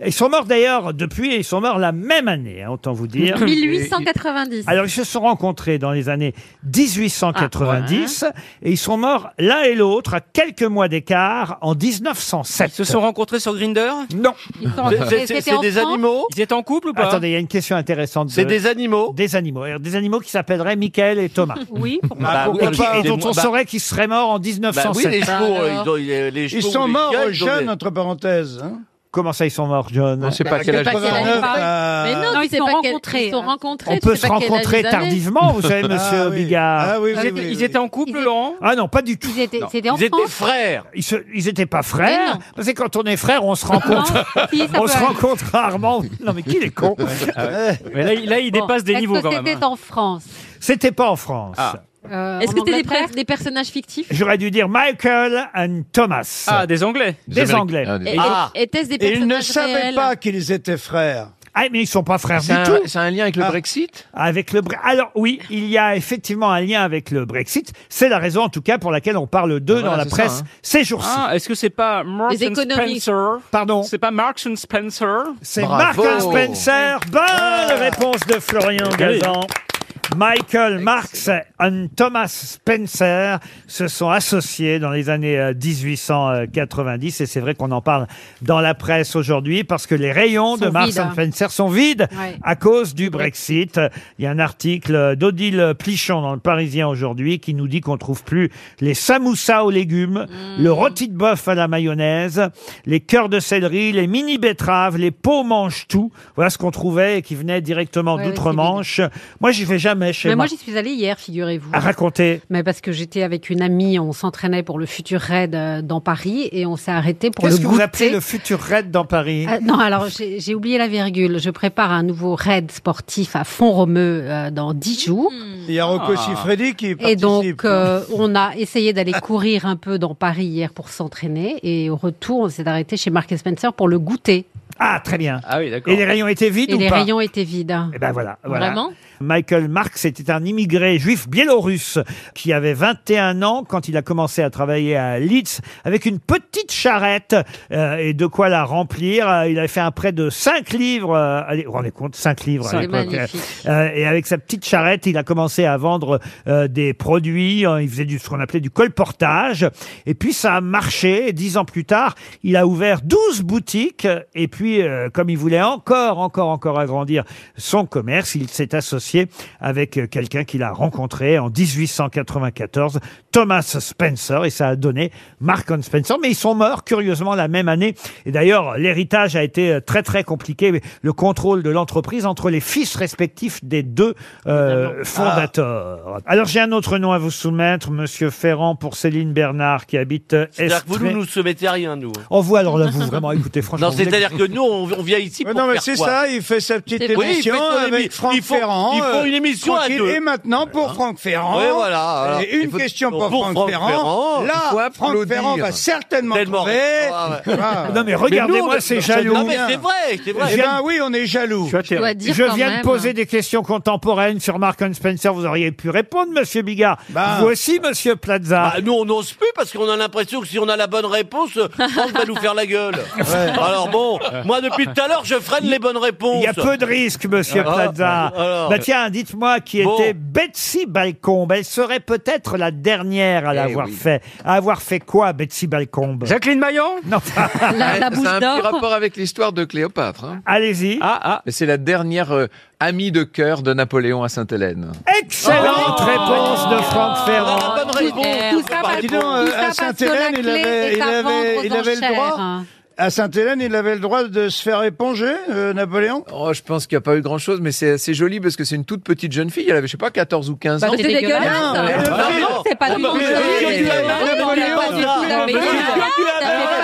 Speaker 1: Ils sont morts d'ailleurs depuis et ils sont morts la même année, hein, autant vous dire.
Speaker 9: 1890.
Speaker 1: Alors, ils se sont rencontrés dans les années
Speaker 19: Ah,
Speaker 1: 1890 et ils sont morts l'un et l'autre à quelques mois d'écart en 1907. Ils se
Speaker 12: sont rencontrés sur Grinder
Speaker 1: Non.
Speaker 12: Ils
Speaker 1: sont rencontrés-
Speaker 12: C'est
Speaker 1: Est-ce qu'ils
Speaker 12: c'est-
Speaker 1: étaient
Speaker 12: c'est des
Speaker 1: enfants
Speaker 12: animaux Ils étaient en couple ou pas
Speaker 1: Attendez, il y a une question intéressante.
Speaker 12: C'est des
Speaker 1: animaux Des animaux. Alors, Des animaux qui s'appelleraient Michael et Thomas. Ah,
Speaker 9: Oui,
Speaker 12: moi. Bah,
Speaker 1: et, qui-
Speaker 12: pourquoi
Speaker 1: et dont
Speaker 12: pas
Speaker 1: on
Speaker 12: Bah-
Speaker 1: saurait qu'ils seraient morts en 1907.
Speaker 12: Bah oui, les chevaux,
Speaker 9: Ah,
Speaker 12: euh, ils ont- ils- les
Speaker 19: Ils sont morts jeunes, entre parenthèses. hein.
Speaker 1: Comment ça, ils sont morts, John
Speaker 9: Bah,
Speaker 19: sait pas quel âge ils ont.
Speaker 1: euh,
Speaker 19: Ah.
Speaker 9: Mais non,
Speaker 3: non,
Speaker 9: ils
Speaker 3: c'est
Speaker 9: sont
Speaker 3: pas quel-
Speaker 9: rencontrés.
Speaker 3: ils sont
Speaker 9: hein.
Speaker 3: rencontrés.
Speaker 1: On peut se rencontrer tardivement, vous savez, monsieur
Speaker 19: Ah oui.
Speaker 1: Bigard.
Speaker 19: Ah oui, oui, oui, oui.
Speaker 1: en couple, Laurent Ah non, pas du tout.
Speaker 9: Ils étaient, c'était
Speaker 1: Ils
Speaker 9: enfants.
Speaker 1: étaient frères. Ils, se- ils étaient pas frères. C'est quand on est frère, on se rencontre.
Speaker 9: si, ça
Speaker 1: on
Speaker 9: peut
Speaker 1: se
Speaker 9: aller.
Speaker 1: rencontre rarement. Non mais qui est con
Speaker 12: Mais là, il-
Speaker 1: Eh,
Speaker 12: là, il
Speaker 9: Bon,
Speaker 12: dépasse des
Speaker 9: est-ce
Speaker 12: niveaux
Speaker 9: que
Speaker 12: quand
Speaker 1: hein.
Speaker 12: même.
Speaker 9: C'était en France.
Speaker 1: C'était pas en France.
Speaker 19: Ah.
Speaker 9: Euh, Est-ce que c'était des, pres- des personnages fictifs
Speaker 1: J'aurais dû dire Michael and Thomas.
Speaker 12: Ah, des Anglais.
Speaker 1: Des
Speaker 12: Américains.
Speaker 1: Anglais.
Speaker 12: Ah,
Speaker 1: des-
Speaker 3: Et-
Speaker 1: Ah.
Speaker 3: et- Étaient-ce des
Speaker 19: Et ils ne
Speaker 3: personnages
Speaker 19: savaient
Speaker 3: réels
Speaker 19: pas qu'ils étaient frères.
Speaker 1: Ah, mais ils sont pas frères du
Speaker 19: C'est un-
Speaker 1: tout.
Speaker 19: c'est un lien avec le
Speaker 1: Brexit Avec le Bre- Alors oui, il y a effectivement un lien avec le Brexit. C'est la raison en tout cas pour laquelle on parle
Speaker 6: Ah,
Speaker 1: d'eux
Speaker 12: Voilà,
Speaker 1: dans la
Speaker 12: c'est
Speaker 1: presse
Speaker 12: ça, hein.
Speaker 1: ces jours-ci.
Speaker 12: Ah, est-ce que c'est pas Marks
Speaker 1: Les
Speaker 12: and
Speaker 1: économistes.
Speaker 12: Spencer
Speaker 1: Pardon
Speaker 12: C'est pas Marks and Spencer Ah.
Speaker 1: C'est Mark Spencer. Bonne réponse de Florian
Speaker 12: Bien
Speaker 1: Gazan. Michael Marx et Thomas Spencer se sont associés dans les années euh, 1890 et c'est vrai qu'on en parle dans la presse aujourd'hui parce que les rayons de
Speaker 12: Sont
Speaker 1: Marx
Speaker 12: vides, hein.
Speaker 1: Spencer sont vides
Speaker 12: Ouais.
Speaker 1: à cause du Brexit. Il y a un article d'Odile Plichon dans le Parisien aujourd'hui qui nous dit qu'on trouve plus les samoussas aux légumes,
Speaker 12: Mm.
Speaker 1: le rôti de bœuf à la mayonnaise, les cœurs de céleri, les mini betteraves, les pots mangent tout. Voilà ce qu'on trouvait et qui venait directement
Speaker 9: Ouais, ouais,
Speaker 1: d'outre-Manche. moi, j'y vais jamais chez
Speaker 9: Mais moi,
Speaker 1: moi.
Speaker 9: j'y suis allée hier, figurez-vous.
Speaker 1: À raconter.
Speaker 9: Mais parce que j'étais avec une amie, on s'entraînait pour le futur raid euh, dans Paris et on s'est arrêté pour le
Speaker 1: Qu'est-ce que vous
Speaker 9: goûter.
Speaker 1: appelez le futur raid dans Paris
Speaker 9: Ah, non, alors j'ai j'ai oublié la virgule. Je prépare un nouveau raid sportif à Font-Romeu euh, dans 10 jours.
Speaker 10: Hmm.
Speaker 19: Mm. Il y a Rocco
Speaker 9: Ah.
Speaker 19: Siffredi qui participe.
Speaker 9: Et donc, euh, on a essayé d'aller courir un peu dans Paris hier pour s'entraîner. Et au retour, on s'est arrêté chez Mark Spencer pour le goûter.
Speaker 1: Ah, très bien.
Speaker 12: Ah oui, d'accord.
Speaker 1: Et les rayons étaient vides
Speaker 9: et
Speaker 1: ou
Speaker 9: les
Speaker 1: pas
Speaker 9: rayons étaient vides. hein.
Speaker 1: Eh ben voilà, voilà.
Speaker 9: Vraiment
Speaker 1: Michael Marx était un immigré juif biélorusse qui avait 21 ans quand il a commencé à travailler à Leeds avec une petite charrette euh, et de quoi la remplir. Euh, Il avait fait un prêt de 5 livres. euh, allez, vous vous rendez compte, 5 livres
Speaker 12: C'est
Speaker 1: à l'époque.
Speaker 12: magnifique.
Speaker 1: Euh, et avec sa petite charrette, il a commencé à vendre euh, des produits. Euh, Il faisait du, ce qu'on appelait du colportage. Et puis ça a marché. Et Dix ans plus tard, il a ouvert 12 boutiques. Et puis, euh, comme il voulait encore, encore, encore agrandir son commerce, il s'est associé avec euh, quelqu'un qu'il a rencontré en 1894, Thomas Spencer. Et ça a donné Mark and Spencer. Mais ils sont morts, curieusement, la même année. Et d'ailleurs, l'héritage a été euh, très, très compliqué. Le contrôle de l'entreprise entre les fils respectifs des deux euh,
Speaker 20: Ah.
Speaker 1: fondateurs. Alors, j'ai un autre nom à vous soumettre, Monsieur Ferrand, pour Céline Bernard, qui habite euh,
Speaker 20: C'est-à-dire que vous, nous,
Speaker 1: Estrée.
Speaker 20: nous soumettez à rien, nous.
Speaker 1: On voit alors là, vous vraiment, écoutez, franchement.
Speaker 20: Non,
Speaker 1: vous voulez-
Speaker 20: c'est-à-dire que nous, on, on vient ici pour
Speaker 19: non, mais
Speaker 20: faire
Speaker 19: c'est
Speaker 20: quoi
Speaker 19: ça, il fait sa petite
Speaker 20: Oui, il fait
Speaker 19: émission
Speaker 20: son émi-
Speaker 19: avec Franck
Speaker 20: ils font-
Speaker 19: Ferrand.
Speaker 20: Ils font
Speaker 19: euh,
Speaker 20: une émission à
Speaker 19: tranquille.
Speaker 20: deux.
Speaker 19: Et maintenant, pour Franck Ferrand,
Speaker 20: Oui, voilà, voilà.
Speaker 19: et une
Speaker 20: Il faut-
Speaker 19: question pour,
Speaker 20: pour
Speaker 19: Franck,
Speaker 20: Franck
Speaker 19: Ferrand.
Speaker 20: Ferrand,
Speaker 19: Là,
Speaker 20: il faut
Speaker 19: Franck
Speaker 20: applaudir.
Speaker 19: Ferrand va certainement
Speaker 20: Tellement-
Speaker 19: trouver.
Speaker 20: Ah, ouais.
Speaker 19: Ah.
Speaker 1: Non, mais regardez-moi ces jaloux.
Speaker 20: Non, mais c'est vrai, c'est vrai.
Speaker 19: Eh ben oui, on est jaloux.
Speaker 1: Je, viens de
Speaker 20: hein.
Speaker 1: poser des questions contemporaines sur Mark and Spencer. Vous auriez pu répondre, monsieur Bigard. Vous aussi, monsieur Plaza.
Speaker 20: Bah, nous, on n'ose plus parce qu'on a l'impression que si on a la bonne réponse, Franck va nous faire la gueule. Alors bon, moi, depuis tout à l'heure, je freine les bonnes réponses.
Speaker 1: Il y a peu de risques, monsieur
Speaker 20: Ah,
Speaker 1: Plaza.
Speaker 20: alors.
Speaker 1: Bah tiens, dites-moi qui
Speaker 20: Bon.
Speaker 1: était Betsy Balcombe. Elle serait peut-être la dernière
Speaker 20: Eh
Speaker 1: à l'avoir fait. À avoir fait quoi, Betsy Balcombe Jacqueline Maillon Non.
Speaker 11: Ouais, Ça a un petit rapport avec l'histoire de Cléopâtre. hein.
Speaker 1: Allez-y.
Speaker 11: Ah, ah, c'est la dernière euh, amie de cœur de Napoléon à Sainte-Hélène.
Speaker 1: Excellente
Speaker 12: Oh.
Speaker 1: réponse de Franck
Speaker 12: Ah,
Speaker 1: Ferrand.
Speaker 20: bonne réponse.
Speaker 19: euh, Dis donc, euh, à Sainte-Hélène, il avait, il avait, il avait le droit. à Sainte-Hélène, il avait le droit de se faire éponger, euh, Napoléon
Speaker 11: Oh, je pense qu'il n'y a pas eu grand chose, mais c'est assez joli parce que c'est une toute petite jeune fille. Elle avait, je sais pas, 14 ou 15
Speaker 9: Bah,
Speaker 11: ans.
Speaker 9: c'est C'est dégueulasse. dégueulasse.
Speaker 11: Et le
Speaker 9: Non,
Speaker 11: film-
Speaker 9: non, c'est pas
Speaker 11: Ah,
Speaker 9: du
Speaker 11: bah,
Speaker 9: tout
Speaker 11: mais-
Speaker 9: joli.
Speaker 11: mais-
Speaker 9: Mais-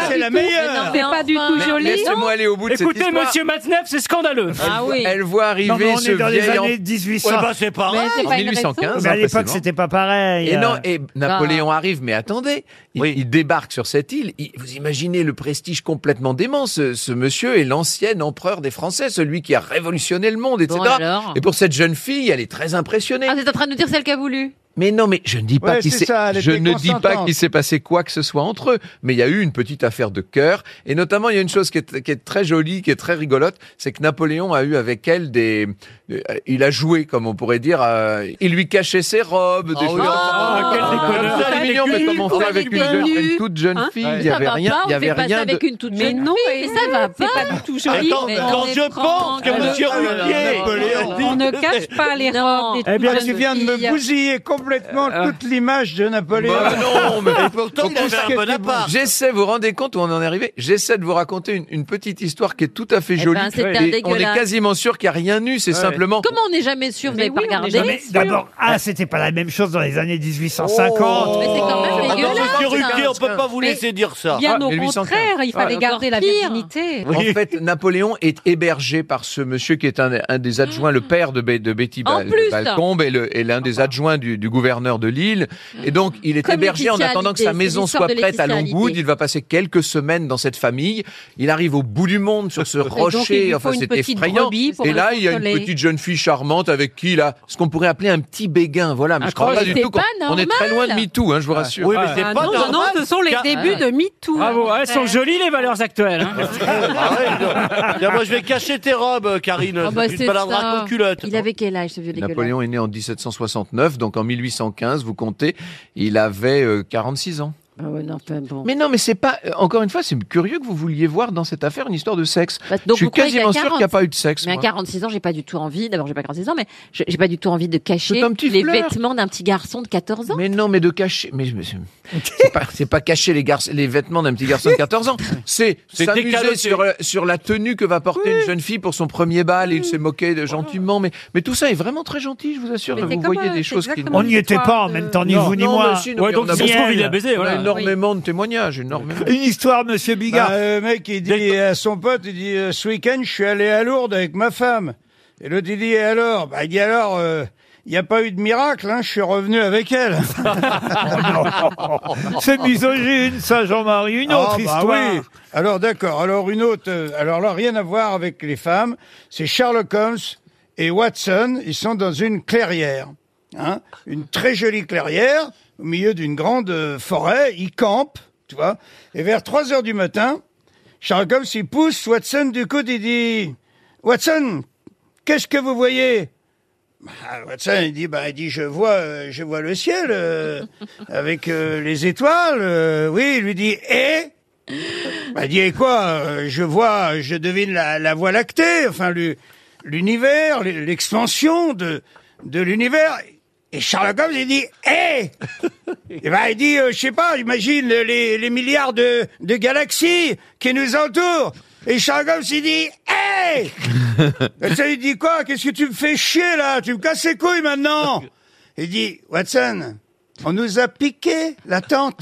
Speaker 11: C'est la meilleure.
Speaker 9: C'est pas du tout
Speaker 11: Mais
Speaker 9: joli.
Speaker 11: Laissez-moi aller au bout de cette
Speaker 21: Écoutez,
Speaker 11: histoire.
Speaker 21: monsieur Matneff, c'est scandaleux.
Speaker 11: Elle voit- Elle
Speaker 21: Non,
Speaker 11: voit
Speaker 21: mais
Speaker 11: arriver
Speaker 21: on
Speaker 11: ce
Speaker 21: est dans les
Speaker 11: vieil
Speaker 21: années
Speaker 11: en-
Speaker 21: 1800. Ouais, bah, c'est pareil. Mais c'est
Speaker 11: En
Speaker 21: pas une
Speaker 11: 1815.
Speaker 1: Mais à
Speaker 11: hein,
Speaker 1: l'époque,
Speaker 11: forcément.
Speaker 1: c'était pas pareil.
Speaker 11: Et non,
Speaker 1: euh.
Speaker 11: et
Speaker 9: Ah.
Speaker 11: Napoléon arrive, mais attendez, il, il débarque sur cette île. Il- vous imaginez le prestige complètement dément. Ce, ce monsieur est l'ancien empereur des Français, celui qui a révolutionné le monde, etc.
Speaker 9: Bon, alors
Speaker 11: et pour cette jeune fille, elle est très impressionnée.
Speaker 9: Ah, vous êtes en train de nous dire celle qu'a voulu
Speaker 11: Mais non, mais je ne dis pas
Speaker 9: Ouais,
Speaker 11: qu'il
Speaker 9: c'est
Speaker 11: s'est,
Speaker 9: ça, elle
Speaker 11: je
Speaker 9: était
Speaker 11: ne dis pas
Speaker 9: consentante.
Speaker 11: qu'il s'est passé quoi que ce soit entre eux, mais il y a eu une petite affaire de cœur, et notamment il y a une chose qui est, qui est très jolie, qui est très rigolote, c'est que Napoléon a eu avec elle des, euh, il a joué comme on pourrait dire, euh, il lui cachait ses robes, des
Speaker 12: Ah oui,
Speaker 11: choses.
Speaker 12: ah, quel
Speaker 11: comme ça.
Speaker 12: déconneur.
Speaker 11: C'est
Speaker 12: Avec
Speaker 11: mignon,
Speaker 12: des
Speaker 11: mais comment
Speaker 12: culs,
Speaker 11: on fait
Speaker 12: avec
Speaker 11: avec
Speaker 12: des
Speaker 11: une jeune,
Speaker 12: nus.
Speaker 11: une toute jeune
Speaker 12: Hein
Speaker 11: fille,
Speaker 12: Ouais.
Speaker 11: il y
Speaker 12: Ça
Speaker 11: avait
Speaker 12: va
Speaker 11: rien,
Speaker 12: pas,
Speaker 11: il y
Speaker 12: on
Speaker 11: avait
Speaker 12: fait pas ça
Speaker 11: rien de.
Speaker 12: avec une toute
Speaker 9: Mais
Speaker 12: jeune
Speaker 9: non,
Speaker 12: fille.
Speaker 9: mais ça va pas.
Speaker 12: C'est pas du tout joli.
Speaker 9: Attends,
Speaker 12: Mais
Speaker 9: quand
Speaker 12: on
Speaker 9: je
Speaker 12: est
Speaker 9: pense que
Speaker 12: prend-
Speaker 9: monsieur
Speaker 12: Ah, non,
Speaker 9: Ruquier-
Speaker 12: non, non, non.
Speaker 9: On ne cache pas les robes des
Speaker 19: Eh bien,
Speaker 9: petites
Speaker 19: tu viens de
Speaker 9: jeunes
Speaker 19: me
Speaker 9: filles.
Speaker 19: bousiller complètement toute l'image de Napoléon.
Speaker 11: Bah non, mais
Speaker 19: Et pourtant, il avait un bon appart.
Speaker 11: J'essaie, vous vous rendez compte où on en est arrivé J'essaie de vous raconter une, une petite histoire qui est tout à fait
Speaker 9: Eh
Speaker 11: jolie.
Speaker 9: ben, c'était
Speaker 11: et on est
Speaker 9: dégueulasse.
Speaker 11: quasiment sûr qu'il n'y a rien eu, c'est simplement.
Speaker 9: Comment on n'est jamais sûr, vous n'avez pas regardé
Speaker 1: Non, mais D'abord, ah, c'était pas la même chose dans les années 1850.
Speaker 20: Oh. Mais c'est quand même Ah, dégueulasse. monsieur Ruquier, on peut pas vous
Speaker 9: Mais
Speaker 20: laisser dire ça.
Speaker 9: Bien
Speaker 11: Ah,
Speaker 9: au
Speaker 11: 1815.
Speaker 9: contraire, il fallait
Speaker 11: Ouais.
Speaker 9: garder la virginité.
Speaker 11: En fait, Napoléon est hébergé par ce monsieur qui est un, un des adjoints, le père de, Bé- de Betty
Speaker 9: Mm-hmm. En
Speaker 11: Ba- de
Speaker 9: plus.
Speaker 11: Balcombe et le- et l'un des adjoints du, du gouverneur de l'île. Et donc, il est
Speaker 9: Mm-hmm. Comme
Speaker 11: hébergé en
Speaker 9: Laetitia
Speaker 11: attendant que sa
Speaker 9: Hallyday,
Speaker 11: maison
Speaker 9: c'est l'histoire
Speaker 11: soit
Speaker 9: de
Speaker 11: prête à
Speaker 9: Laetitia
Speaker 11: Longwood.
Speaker 9: Hallyday.
Speaker 11: Il va passer quelques semaines dans cette famille. Il arrive au bout du monde sur ce
Speaker 9: donc, il lui
Speaker 11: rocher.
Speaker 9: faut
Speaker 11: Enfin,
Speaker 9: une
Speaker 11: c'est
Speaker 9: petite
Speaker 11: effrayant.
Speaker 9: brebis pour
Speaker 11: Et là,
Speaker 9: le
Speaker 11: il y a une
Speaker 9: consoler.
Speaker 11: petite jeune fille charmante avec qui, là, ce qu'on pourrait appeler un petit béguin. Voilà. Mais je crois
Speaker 9: Incroyable.
Speaker 11: pas
Speaker 9: Ah,
Speaker 11: du
Speaker 9: C'est
Speaker 11: tout. qu'on-
Speaker 9: pas
Speaker 11: On est très loin de
Speaker 9: normal.
Speaker 11: MeToo, hein, je vous rassure.
Speaker 21: Oui, mais c'est Ah pas non, non,
Speaker 9: Non, ce sont les
Speaker 21: Car-
Speaker 9: débuts de MeToo.
Speaker 21: Bravo,
Speaker 9: hein,
Speaker 21: elles sont
Speaker 9: frère.
Speaker 21: jolies les valeurs actuelles. hein.
Speaker 1: Ah.
Speaker 20: Tiens, moi, je vais cacher tes robes, Karine.
Speaker 9: Ah bah,
Speaker 20: tu
Speaker 9: c'est
Speaker 20: te baladeras
Speaker 9: ça.
Speaker 20: comme culotte.
Speaker 9: Il avait quel âge ce vieux dégueulasse
Speaker 11: Napoléon est né en 1769, donc en 1815, vous comptez, il avait euh, 46 ans.
Speaker 21: Ah
Speaker 11: Mais non, mais c'est pas. euh, Encore une fois, c'est curieux que vous vouliez voir dans cette affaire une histoire de sexe.
Speaker 9: Donc
Speaker 11: Je suis
Speaker 9: vous croyez
Speaker 11: quasiment
Speaker 9: qu'à
Speaker 11: sûr
Speaker 9: 40
Speaker 11: qu'il n'y a pas eu de sexe.
Speaker 9: Mais à
Speaker 11: moi.
Speaker 9: 46 ans, j'ai pas du tout envie. D'abord, j'ai pas 46 ans, mais je- j'ai pas du tout envie de cacher les
Speaker 11: fleur.
Speaker 9: vêtements d'un petit garçon de 14 ans.
Speaker 11: Mais non, mais de cacher. Mais, mais c'est- c'est pas, Bah, c'est pas cacher les, garçons, les vêtements d'un petit garçon de 14 ans. C'est
Speaker 20: C'est
Speaker 11: s'amuser
Speaker 20: décaloté.
Speaker 11: sur, la- sur la tenue que va porter une jeune fille pour son premier bal. Et il s'est moqué de- gentiment. Mais, mais tout ça est vraiment très gentil, je vous assure.
Speaker 1: Mais c'est
Speaker 11: vous
Speaker 1: comme,
Speaker 11: voyez
Speaker 1: euh,
Speaker 11: des
Speaker 1: c'est
Speaker 11: choses qui.
Speaker 1: exactement On n'y était l'histoire pas en de- même temps, ni vous ni moi.
Speaker 11: mais si, non,
Speaker 1: Ouais,
Speaker 11: mais
Speaker 1: donc
Speaker 11: on a
Speaker 1: si ça se
Speaker 11: beaucoup-
Speaker 1: trouve, il a baisé,
Speaker 11: on a
Speaker 1: voilà.
Speaker 11: énormément de témoignages, énormément.
Speaker 1: Une histoire, monsieur Bigard.
Speaker 19: Bah, euh, mec, il dit à son pote, il dit, euh, ce week-end, je suis allé à Lourdes avec ma femme. Et l'autre, il dit, et alors Bah, il dit, alors, euh, il n'y a pas eu de miracle, hein, je suis revenu avec elle.
Speaker 1: C'est misogyne, ça, Jean-Marie. Une autre
Speaker 19: Ah, bah
Speaker 1: histoire.
Speaker 19: oui. Alors d'accord, alors une autre, euh, alors là rien à voir avec les femmes, c'est Sherlock Holmes et Watson, ils sont dans une clairière, hein, une très jolie clairière, au milieu d'une grande euh, forêt, ils campent, tu vois, et vers 3 heures du matin, Sherlock Holmes il pousse Watson du coude, il dit, Watson, qu'est-ce que vous voyez ah, Watson, il dit, bah, il dit, je vois, euh, je vois le ciel euh, avec euh, les étoiles. euh, oui, il lui dit, et bah, il dit, et quoi euh, Je vois, je devine la, la Voie lactée, enfin l'u- l'univers, l'e- l'expansion de de l'univers. Et Sherlock Holmes, il dit, hé Et ben, il dit, euh, je sais pas, imagine les, les milliards de, de galaxies qui nous entourent. Et Sherlock Holmes, il dit, hé et ça lui dit quoi Qu'est-ce que tu me fais chier là Tu me casses les couilles maintenant Il dit Watson, on nous a piqué la tente.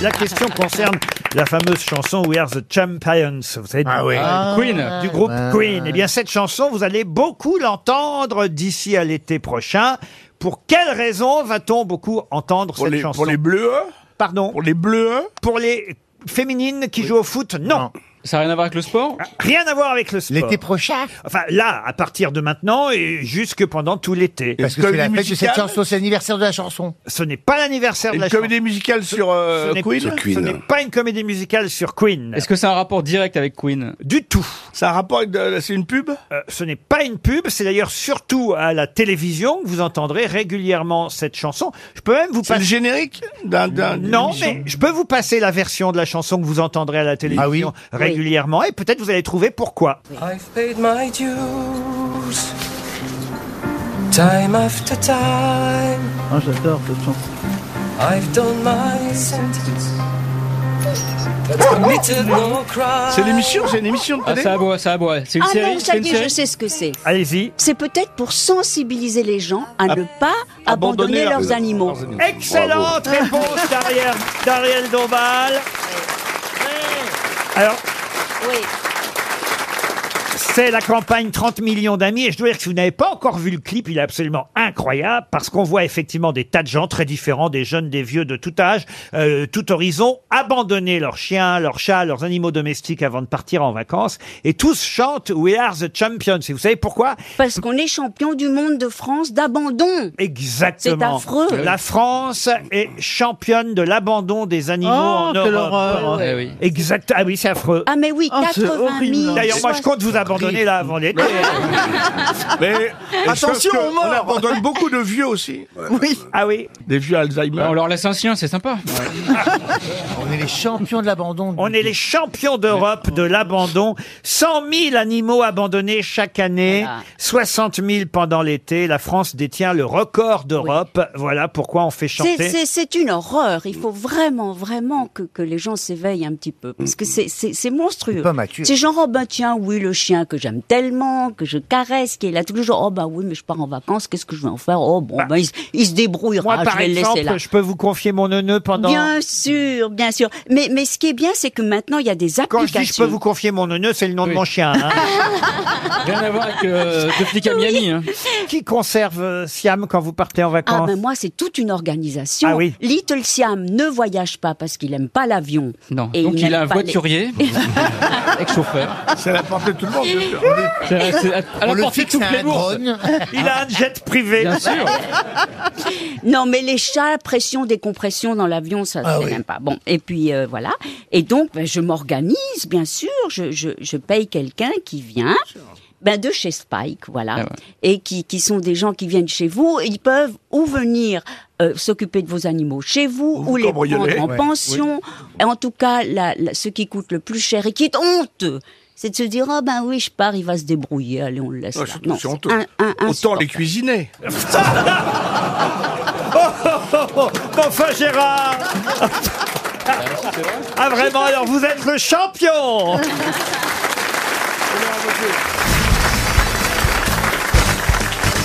Speaker 1: La question concerne la fameuse chanson We Are the Champions. Vous savez,
Speaker 19: Ah
Speaker 1: du,
Speaker 19: oui. Ah,
Speaker 1: Queen, du groupe
Speaker 19: ouais.
Speaker 1: Queen. Eh bien, cette chanson, vous allez beaucoup l'entendre d'ici à l'été prochain. Pour quelle raison va-t-on beaucoup entendre cette
Speaker 22: les-
Speaker 1: chanson
Speaker 22: pour les
Speaker 1: bleus Pardon Pour les bleus Pour les féminines qui jouent au foot Non. Ah,
Speaker 21: Ça n'a rien à voir avec le sport
Speaker 1: Rien à voir avec le sport.
Speaker 21: L'été
Speaker 1: prochain Enfin, là, à partir de maintenant et jusque pendant tout l'été.
Speaker 23: Parce que c'est la fête de cette chanson, c'est l'anniversaire de la chanson.
Speaker 1: Ce n'est pas l'anniversaire de
Speaker 23: Une
Speaker 1: la
Speaker 23: comédie
Speaker 1: chanson.
Speaker 23: musicale
Speaker 1: Ce-
Speaker 23: sur, euh,
Speaker 1: ce n'est-
Speaker 23: Queen
Speaker 1: ce
Speaker 23: Sur Queen.
Speaker 1: n'est pas une comédie musicale sur Queen.
Speaker 21: Est-ce que c'est un rapport direct avec Queen
Speaker 1: Du tout. Euh,
Speaker 23: Ça a un rapport avec. C'est une pub
Speaker 1: Ce n'est pas une pub, c'est d'ailleurs surtout à la télévision que vous entendrez régulièrement cette chanson. Je peux même vous passer.
Speaker 23: le générique d'un- d'un- d'une
Speaker 1: Non,
Speaker 23: émission
Speaker 1: mais je peux vous passer la version de la chanson que vous entendrez
Speaker 21: Ah
Speaker 1: à la télévision
Speaker 23: oui
Speaker 1: régulièrement et peut-être vous allez trouver pourquoi.
Speaker 17: I've paid my dues time after time.
Speaker 15: Ah, j'adore cette chanson.
Speaker 17: I've done my sentence. Committed no crime.
Speaker 21: C'est l'émission, c'est une émission
Speaker 17: de
Speaker 21: Ah,
Speaker 17: télé
Speaker 21: ça aboie, ça aboie. C'est une
Speaker 24: ah
Speaker 21: série
Speaker 24: non,
Speaker 21: c'est
Speaker 24: ça
Speaker 21: une
Speaker 24: y est, je
Speaker 21: série
Speaker 24: sais ce que c'est.
Speaker 1: Allez-y.
Speaker 24: C'est peut-être pour sensibiliser les gens à
Speaker 1: Ah.
Speaker 24: ne pas abandonner, leurs animaux.
Speaker 1: Excellente réponse d'Ariel, d'Ariel Dombal. Alors, c'est la campagne 30 millions d'amis. Et je dois dire que si vous n'avez pas encore vu le clip, il est absolument incroyable parce qu'on voit effectivement des tas de gens très différents, des jeunes, des vieux, de tout âge, euh, tout horizon, abandonner leurs chiens, leurs chats, leurs animaux domestiques avant de partir en vacances. Et tous chantent We are the champions. Et vous savez pourquoi
Speaker 24: Parce qu'on est champion du monde de France d'abandon.
Speaker 1: Exactement.
Speaker 24: C'est affreux.
Speaker 1: La France est championne de l'abandon des animaux
Speaker 24: Oh,
Speaker 1: en
Speaker 24: quelle
Speaker 1: Europe.
Speaker 24: horreur. Eh oui.
Speaker 1: Exact. Ah oui, c'est affreux.
Speaker 24: Ah mais oui, 80
Speaker 23: hein.
Speaker 24: 000.
Speaker 1: D'ailleurs, moi, je compte vous abandonner là avant l'été.
Speaker 23: Mais
Speaker 21: Attention
Speaker 23: sauf que
Speaker 21: aux morts.
Speaker 23: On abandonne beaucoup de vieux aussi.
Speaker 21: Oui.
Speaker 1: Ah oui.
Speaker 23: Des vieux Alzheimer.
Speaker 21: On leur laisse un chien, c'est sympa.
Speaker 1: On est les champions de l'abandon. On est les champions d'Europe de l'abandon. 100 000 animaux abandonnés chaque année, 60 000 pendant l'été. La France détient le record d'Europe. Voilà pourquoi on fait
Speaker 24: C'est-
Speaker 1: chanter.
Speaker 24: C'est c'est une horreur. Il faut vraiment, vraiment que, que les gens s'éveillent un petit peu. Parce que c'est- c'est c'est monstrueux.
Speaker 1: C'est pas mature.
Speaker 24: C'est genre, oh ben tiens, oui, le chien que j'aime tellement, que je caresse, qui est là tous les jours. Oh ben oui, mais je pars en vacances, qu'est-ce que je vais en faire Oh bon, ben il, se- il se débrouillera,
Speaker 1: Moi, par
Speaker 24: Ah, je vais le laisser là.
Speaker 1: exemple, je peux vous confier mon neveu pendant.
Speaker 24: Bien sûr, bien sûr. Mais, mais ce qui est bien, c'est que maintenant, il y a des
Speaker 1: Quand je
Speaker 24: applications.
Speaker 1: dis je peux vous confier mon neveu, c'est le nom de mon chien. hein.
Speaker 21: Rien à voir avec euh, deux flics à Miami. hein.
Speaker 1: Qui conserve euh, Siam quand vous partez en
Speaker 24: Ah
Speaker 1: vacances
Speaker 24: ben moi, c'est toute une organisation.
Speaker 1: Ah oui.
Speaker 24: Little Siam ne voyage pas parce qu'il aime pas l'avion.
Speaker 21: Non.
Speaker 24: Et
Speaker 21: Donc
Speaker 24: il
Speaker 21: il
Speaker 24: n'aime
Speaker 21: a un
Speaker 24: pas les-
Speaker 21: voiturier, ex-chauffeur.
Speaker 23: C'est la portée de tout le monde. bien sûr. On est-
Speaker 21: C'est vrai, c'est à- à la portée de toutes les bourses.
Speaker 1: Il a un jet privé.
Speaker 21: Bien sûr.
Speaker 24: Non, mais les chats, pression, décompression dans l'avion, ça,
Speaker 1: Ah
Speaker 24: je
Speaker 1: oui.
Speaker 24: n'aime pas. Bon, et puis euh, voilà. Et donc, ben, je m'organise, bien sûr. Je, je, je paye quelqu'un qui
Speaker 17: Ah,
Speaker 24: vient. Ben de chez Spike, voilà, et qui, qui sont des gens qui viennent chez vous. Ils peuvent ou venir euh, s'occuper de vos animaux chez vous, ou,
Speaker 23: vous
Speaker 24: les prendre
Speaker 23: cambrioler.
Speaker 24: en
Speaker 23: Ouais.
Speaker 24: pension. Et En tout cas, la- la- ce qui coûte le plus cher et qui est honteux, c'est de se dire ah ben oui, je pars, il va se débrouiller, allez, on le laisse.
Speaker 23: Ouais, Ah,
Speaker 24: là.
Speaker 23: surtout,
Speaker 24: Non,
Speaker 23: c'est honteux.
Speaker 24: un- un-
Speaker 23: Autant les cuisiner.
Speaker 1: Oh, oh, oh, oh, enfin Gérard Ah vraiment, alors vous êtes le champion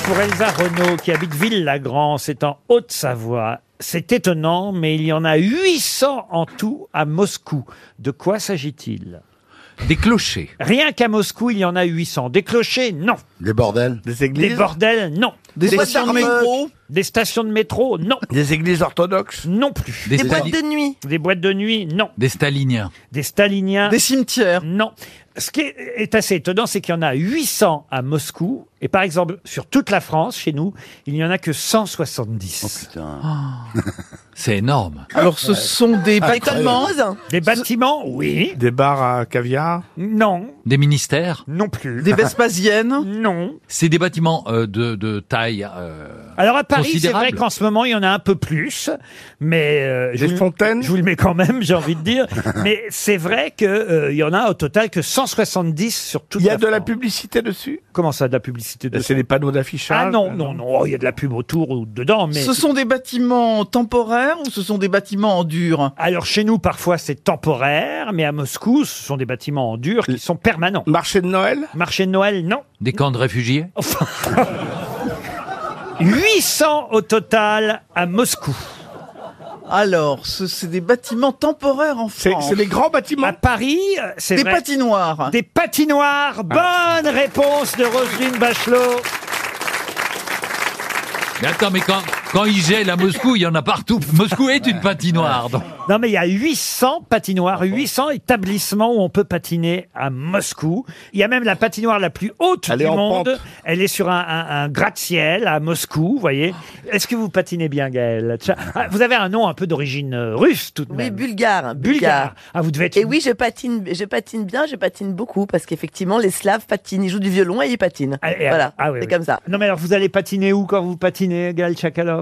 Speaker 1: Pour Elsa Renault, qui habite Ville-la-Grand, c'est en Haute-Savoie. C'est étonnant, mais il y en a 800 en tout à Moscou. De quoi s'agit-il
Speaker 12: Des clochers.
Speaker 1: Rien qu'à Moscou, il y en a 800. Des clochers, non. Des bordels Des
Speaker 23: églises
Speaker 1: Des bordels, non.
Speaker 23: Des Des stations de charmeuses métro
Speaker 1: Des stations de métro, non. Des églises orthodoxes Non plus.
Speaker 12: Des Des boîtes stali-
Speaker 1: nuit Des boîtes de nuit, non.
Speaker 12: Des staliniens.
Speaker 1: Des staliniens Des cimetières Non. Ce qui est- est assez étonnant, c'est qu'il y en a 800 à Moscou. Et par exemple, sur toute la France, chez nous, il n'y en a que 170.
Speaker 10: Ah.
Speaker 12: C'est énorme.
Speaker 1: Alors, ce sont des
Speaker 12: Ah, bâtiments-
Speaker 1: Des bâtiments, oui.
Speaker 23: Des bars à caviar.
Speaker 1: Non.
Speaker 12: Des ministères
Speaker 1: Non plus.
Speaker 12: Des
Speaker 1: Vespasiennes Non.
Speaker 12: C'est des bâtiments euh, de, de taille.
Speaker 10: euh,
Speaker 1: Alors à Paris, c'est vrai qu'en ce moment, il y en a un peu plus, mais euh, je, vous le- je vous le mets quand même, j'ai envie de dire. mais c'est vrai qu'il y en a au total que 170 sur toute Il y a de la publicité dessus Ben, Comment ça, de la publicité dessus
Speaker 23: C'est des panneaux d'affichage.
Speaker 1: Ah non, non, non, oh, il y a de la pub autour ou
Speaker 2: Oh,
Speaker 1: dedans, mais...
Speaker 15: Ce sont des bâtiments temporaires ou ce sont des bâtiments en dur
Speaker 1: Alors chez nous, parfois, c'est temporaire, mais à Moscou, ce sont des bâtiments en dur qui sont permanents. Marché de Noël Marché de Noël, non.
Speaker 12: Des camps de réfugiés
Speaker 1: 800 au total à Moscou.
Speaker 15: Alors, ce- c'est des bâtiments temporaires en France.
Speaker 1: c'est des grands bâtiments. À Paris, euh, c'est
Speaker 15: Des
Speaker 1: vrai.
Speaker 15: patinoires.
Speaker 1: Des patinoires.
Speaker 12: Ah.
Speaker 1: Bonne réponse de Roselyne Bachelot.
Speaker 12: Mais attends, mais quand, quand ils gèlent à Moscou, il y en a partout. Moscou est une patinoire. donc.
Speaker 1: Non, mais il y a 800 patinoires, 800 établissements où on peut patiner à Moscou. Il y a même la patinoire la plus haute
Speaker 23: Elle
Speaker 1: du
Speaker 23: est en
Speaker 1: monde.
Speaker 23: pente.
Speaker 1: Elle est sur un, un- un gratte-ciel à Moscou, vous voyez. Est-ce que vous patinez bien, Gaël Tcha- Ah, Vous avez un nom un peu d'origine euh, russe, tout de
Speaker 25: Oui,
Speaker 1: même.
Speaker 25: bulgare.
Speaker 1: Bulgare. Ah, vous devez être
Speaker 25: Et oui, je patine, je patine bien, je patine beaucoup parce qu'effectivement, les Slaves patinent. Ils jouent du violon et ils patinent.
Speaker 1: Et-
Speaker 25: voilà,
Speaker 1: ah oui,
Speaker 25: c'est
Speaker 1: oui.
Speaker 25: comme ça.
Speaker 1: Non, mais alors, vous allez patiner où quand vous patinez, Gaël Tchakalov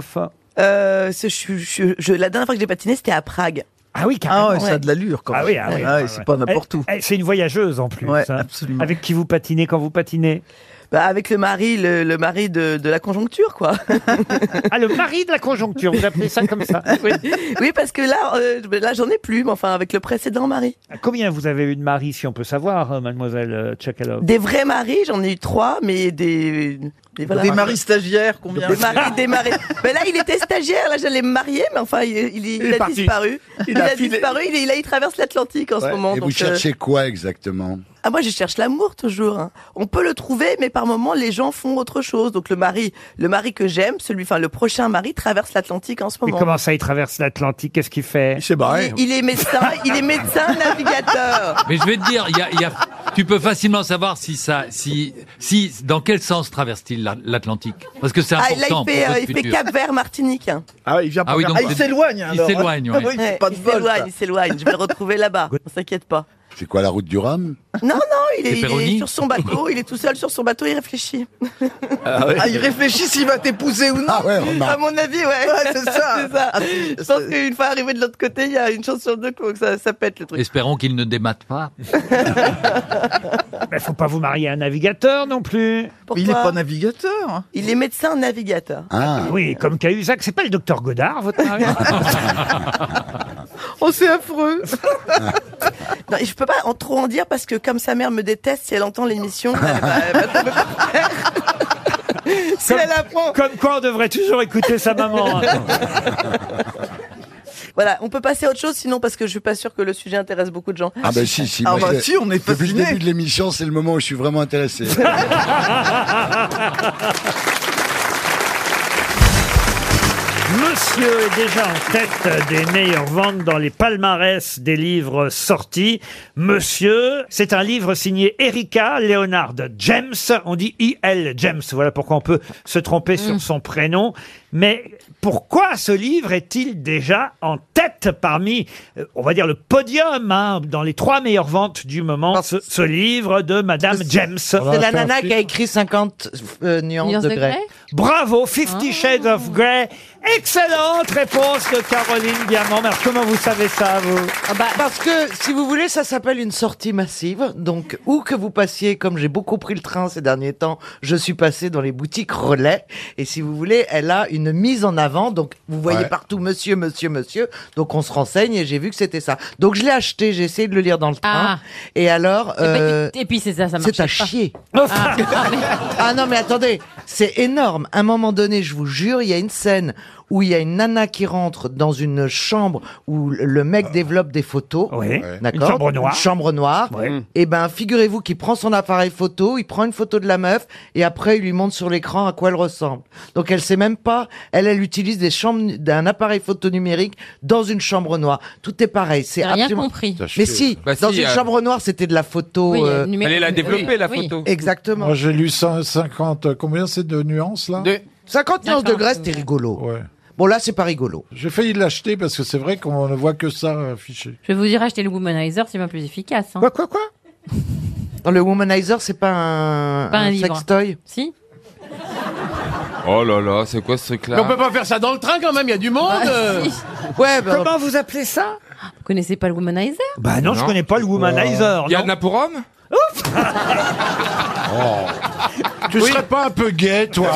Speaker 25: Euh, ce- je- je- je- la dernière fois que j'ai patiné, c'était à Prague.
Speaker 1: Ah oui, carrément.
Speaker 15: Oh,
Speaker 25: Ah ouais, ça a de
Speaker 1: l'allure quand Ah oui, ah oui. ah ouais.
Speaker 25: c'est pas n'importe
Speaker 1: Elle- elle- C'est une voyageuse en plus. hein, Avec qui vous patinez quand vous patinez
Speaker 25: bah, avec le mari, le, le mari de, de la conjoncture, quoi.
Speaker 1: ah, le mari de la conjoncture, vous appelez ça comme ça
Speaker 25: Oui, Oui, parce que là, euh, là j'en ai plus, mais enfin, avec le précédent mari.
Speaker 1: Ah, Combien vous avez eu de maris, si on peut savoir, euh, mademoiselle euh, Tchakalov
Speaker 25: Des vrais maris, j'en ai eu trois, mais des. Des,
Speaker 15: Des maris stagiaires, combien
Speaker 25: Des maris, des maris. Ben là, il était stagiaire, là, j'allais me marier, mais enfin, il, il- il
Speaker 15: Il est
Speaker 25: a
Speaker 15: parti.
Speaker 25: disparu.
Speaker 15: Il
Speaker 25: Il,
Speaker 15: a
Speaker 25: a,
Speaker 15: filé.
Speaker 25: disparu, il, est- là, il traverse l'Atlantique en ce moment.
Speaker 2: Et vous
Speaker 25: donc, euh,
Speaker 2: cherchez quoi exactement
Speaker 25: Ah moi je cherche l'amour toujours. hein. On peut le trouver, mais par moments les gens font autre chose. Donc le mari, le mari que j'aime, celui, enfin le prochain mari traverse l'Atlantique en ce
Speaker 1: Mais
Speaker 25: moment.
Speaker 1: comment ça, il traverse l'Atlantique Qu'est-ce qu'il fait Il s'est
Speaker 25: il, est, il est médecin, il est médecin navigateur.
Speaker 10: Mais je vais te dire, il y a- il y a- tu peux facilement savoir si ça, si, si, dans quel sens traverse-t-il la- l'Atlantique Parce que c'est
Speaker 25: Ah,
Speaker 10: important.
Speaker 25: là il fait,
Speaker 10: pour
Speaker 25: euh,
Speaker 10: votre
Speaker 25: il fait
Speaker 10: futur.
Speaker 25: Cap Vert, Martinique. hein.
Speaker 23: Ah oui, il vient
Speaker 10: Ah oui, donc c'est- il s'éloigne,
Speaker 15: Ah
Speaker 10: ouais.
Speaker 25: Ouais, il s'éloigne, il s'éloigne. Je vais le retrouver là-bas. On s'inquiète pas.
Speaker 2: C'est quoi la route du Rhum
Speaker 25: Non non, il
Speaker 2: C'est
Speaker 25: est, il est
Speaker 2: Péroni
Speaker 25: sur son bateau, il est tout seul sur son bateau, il réfléchit.
Speaker 2: Ah ouais.
Speaker 15: Ah, il réfléchit s'il va t'épouser ou non.
Speaker 2: Ah ouais, remarque.
Speaker 25: À mon avis, ouais.
Speaker 15: Ouais, c'est ça.
Speaker 25: C'est ça. Je pense qu'une fois arrivé de l'autre côté, il y a une chance sur deux que ça, ça pète le truc.
Speaker 10: Espérons qu'il ne démate pas.
Speaker 1: faut pas vous marier à un navigateur non plus.
Speaker 25: il est Pourquoi pas
Speaker 1: navigateur.
Speaker 25: Il est médecin navigateur.
Speaker 1: Ah. Oui, comme Cahuzac, c'est pas le docteur Godard, Ah, votre mari
Speaker 25: Oh, c'est affreux.
Speaker 10: Ah.
Speaker 25: non, je peux pas en trop en dire parce que comme sa mère me déteste, si elle entend l'émission, elle va- elle va tomber par terre. si elle apprend.
Speaker 1: Comme quoi, on devrait toujours écouter sa maman. hein.
Speaker 25: Voilà, on peut passer à autre chose sinon parce que je suis pas sûr que le sujet intéresse beaucoup de gens.
Speaker 2: Ah bah si, si. moi, je- Depuis le début de l'émission, c'est le moment où je suis vraiment intéressé.
Speaker 1: Monsieur est déjà en tête des meilleures ventes dans les palmarès des livres sortis. Monsieur, c'est un livre signé Erika Leonard James. On dit I.L. James. Voilà pourquoi on peut se tromper
Speaker 3: Mm.
Speaker 1: sur son prénom. Mais pourquoi ce livre est-il déjà en tête parmi, euh, on va dire, le podium hein, dans les trois meilleures ventes du moment ce, ce livre de Madame James.
Speaker 3: C'est la nana qui a écrit 50 euh, nuances,
Speaker 1: Nuances
Speaker 3: de,
Speaker 1: de
Speaker 3: grey.
Speaker 1: grey Bravo,
Speaker 4: Ah.
Speaker 1: Fifty Shades of Grey. Excellente réponse de Caroline Diamant. Mais alors, comment vous savez ça, vous
Speaker 3: Ah bah, Parce que, si vous voulez, ça s'appelle une sortie massive. Donc, où que vous passiez, comme j'ai beaucoup pris le train ces derniers temps, je suis passé dans les boutiques relais. Et si vous voulez, elle a une mise en avant. Donc, vous voyez
Speaker 22: Ouais.
Speaker 3: partout monsieur, monsieur, monsieur. Donc, on se renseigne et j'ai vu que c'était ça. Donc, je l'ai acheté, j'ai essayé de le lire dans le
Speaker 4: Ah.
Speaker 3: train. Et alors... euh,
Speaker 4: Et puis c'est ça, ça marche.
Speaker 3: C'est à chier. Ah, non, mais attendez, c'est énorme. À un moment donné, je vous jure, il y a une scène où il y a une nana qui rentre dans une chambre où le mec développe des photos.
Speaker 1: Oui.
Speaker 3: D'accord.
Speaker 1: Une chambre noire.
Speaker 3: Une chambre noire.
Speaker 1: Ouais.
Speaker 3: Et ben, figurez-vous qu'il prend son appareil photo, il prend une photo de la meuf et après il lui montre sur l'écran à quoi elle ressemble. Donc elle sait même pas. Elle, elle utilise des chambres nu- d'un appareil photo numérique dans une chambre noire. Tout est pareil. C'est
Speaker 4: J'ai rien
Speaker 3: absolument-
Speaker 4: compris. Ça, je
Speaker 3: Mais
Speaker 4: sais.
Speaker 3: si,
Speaker 4: Bah
Speaker 3: dans
Speaker 4: si,
Speaker 3: une
Speaker 4: euh,
Speaker 3: chambre noire, c'était de la photo.
Speaker 4: Oui,
Speaker 3: euh,
Speaker 4: numérique. Fallait la développer, Oui, la oui. photo.
Speaker 3: Exactement.
Speaker 23: Moi, j'ai lu 150. Combien c'est de nuances là
Speaker 3: 51 degrés, c'était rigolo. Bon, là, c'est pas rigolo.
Speaker 23: J'ai failli l'acheter parce que c'est vrai qu'on ne voit que ça affiché.
Speaker 4: Je vais vous dire, acheter le Womanizer, c'est bien plus efficace. Hein.
Speaker 23: Quoi, quoi, quoi
Speaker 3: Non, Le Womanizer, c'est pas un,
Speaker 4: Pas un livre.
Speaker 3: sextoy
Speaker 4: Si.
Speaker 26: Oh là là, c'est quoi ce truc-là
Speaker 3: Mais on peut pas
Speaker 4: faire ça dans le train quand même, il y a du monde.
Speaker 25: Ah,
Speaker 3: Ouais,
Speaker 26: bah,
Speaker 1: Comment vous appelez ça
Speaker 4: Vous connaissez pas le Womanizer
Speaker 1: Bah non, je connais pas le Womanizer.
Speaker 26: Il y en a pour hommes
Speaker 2: Oh.
Speaker 23: Tu serais pas un peu gay, toi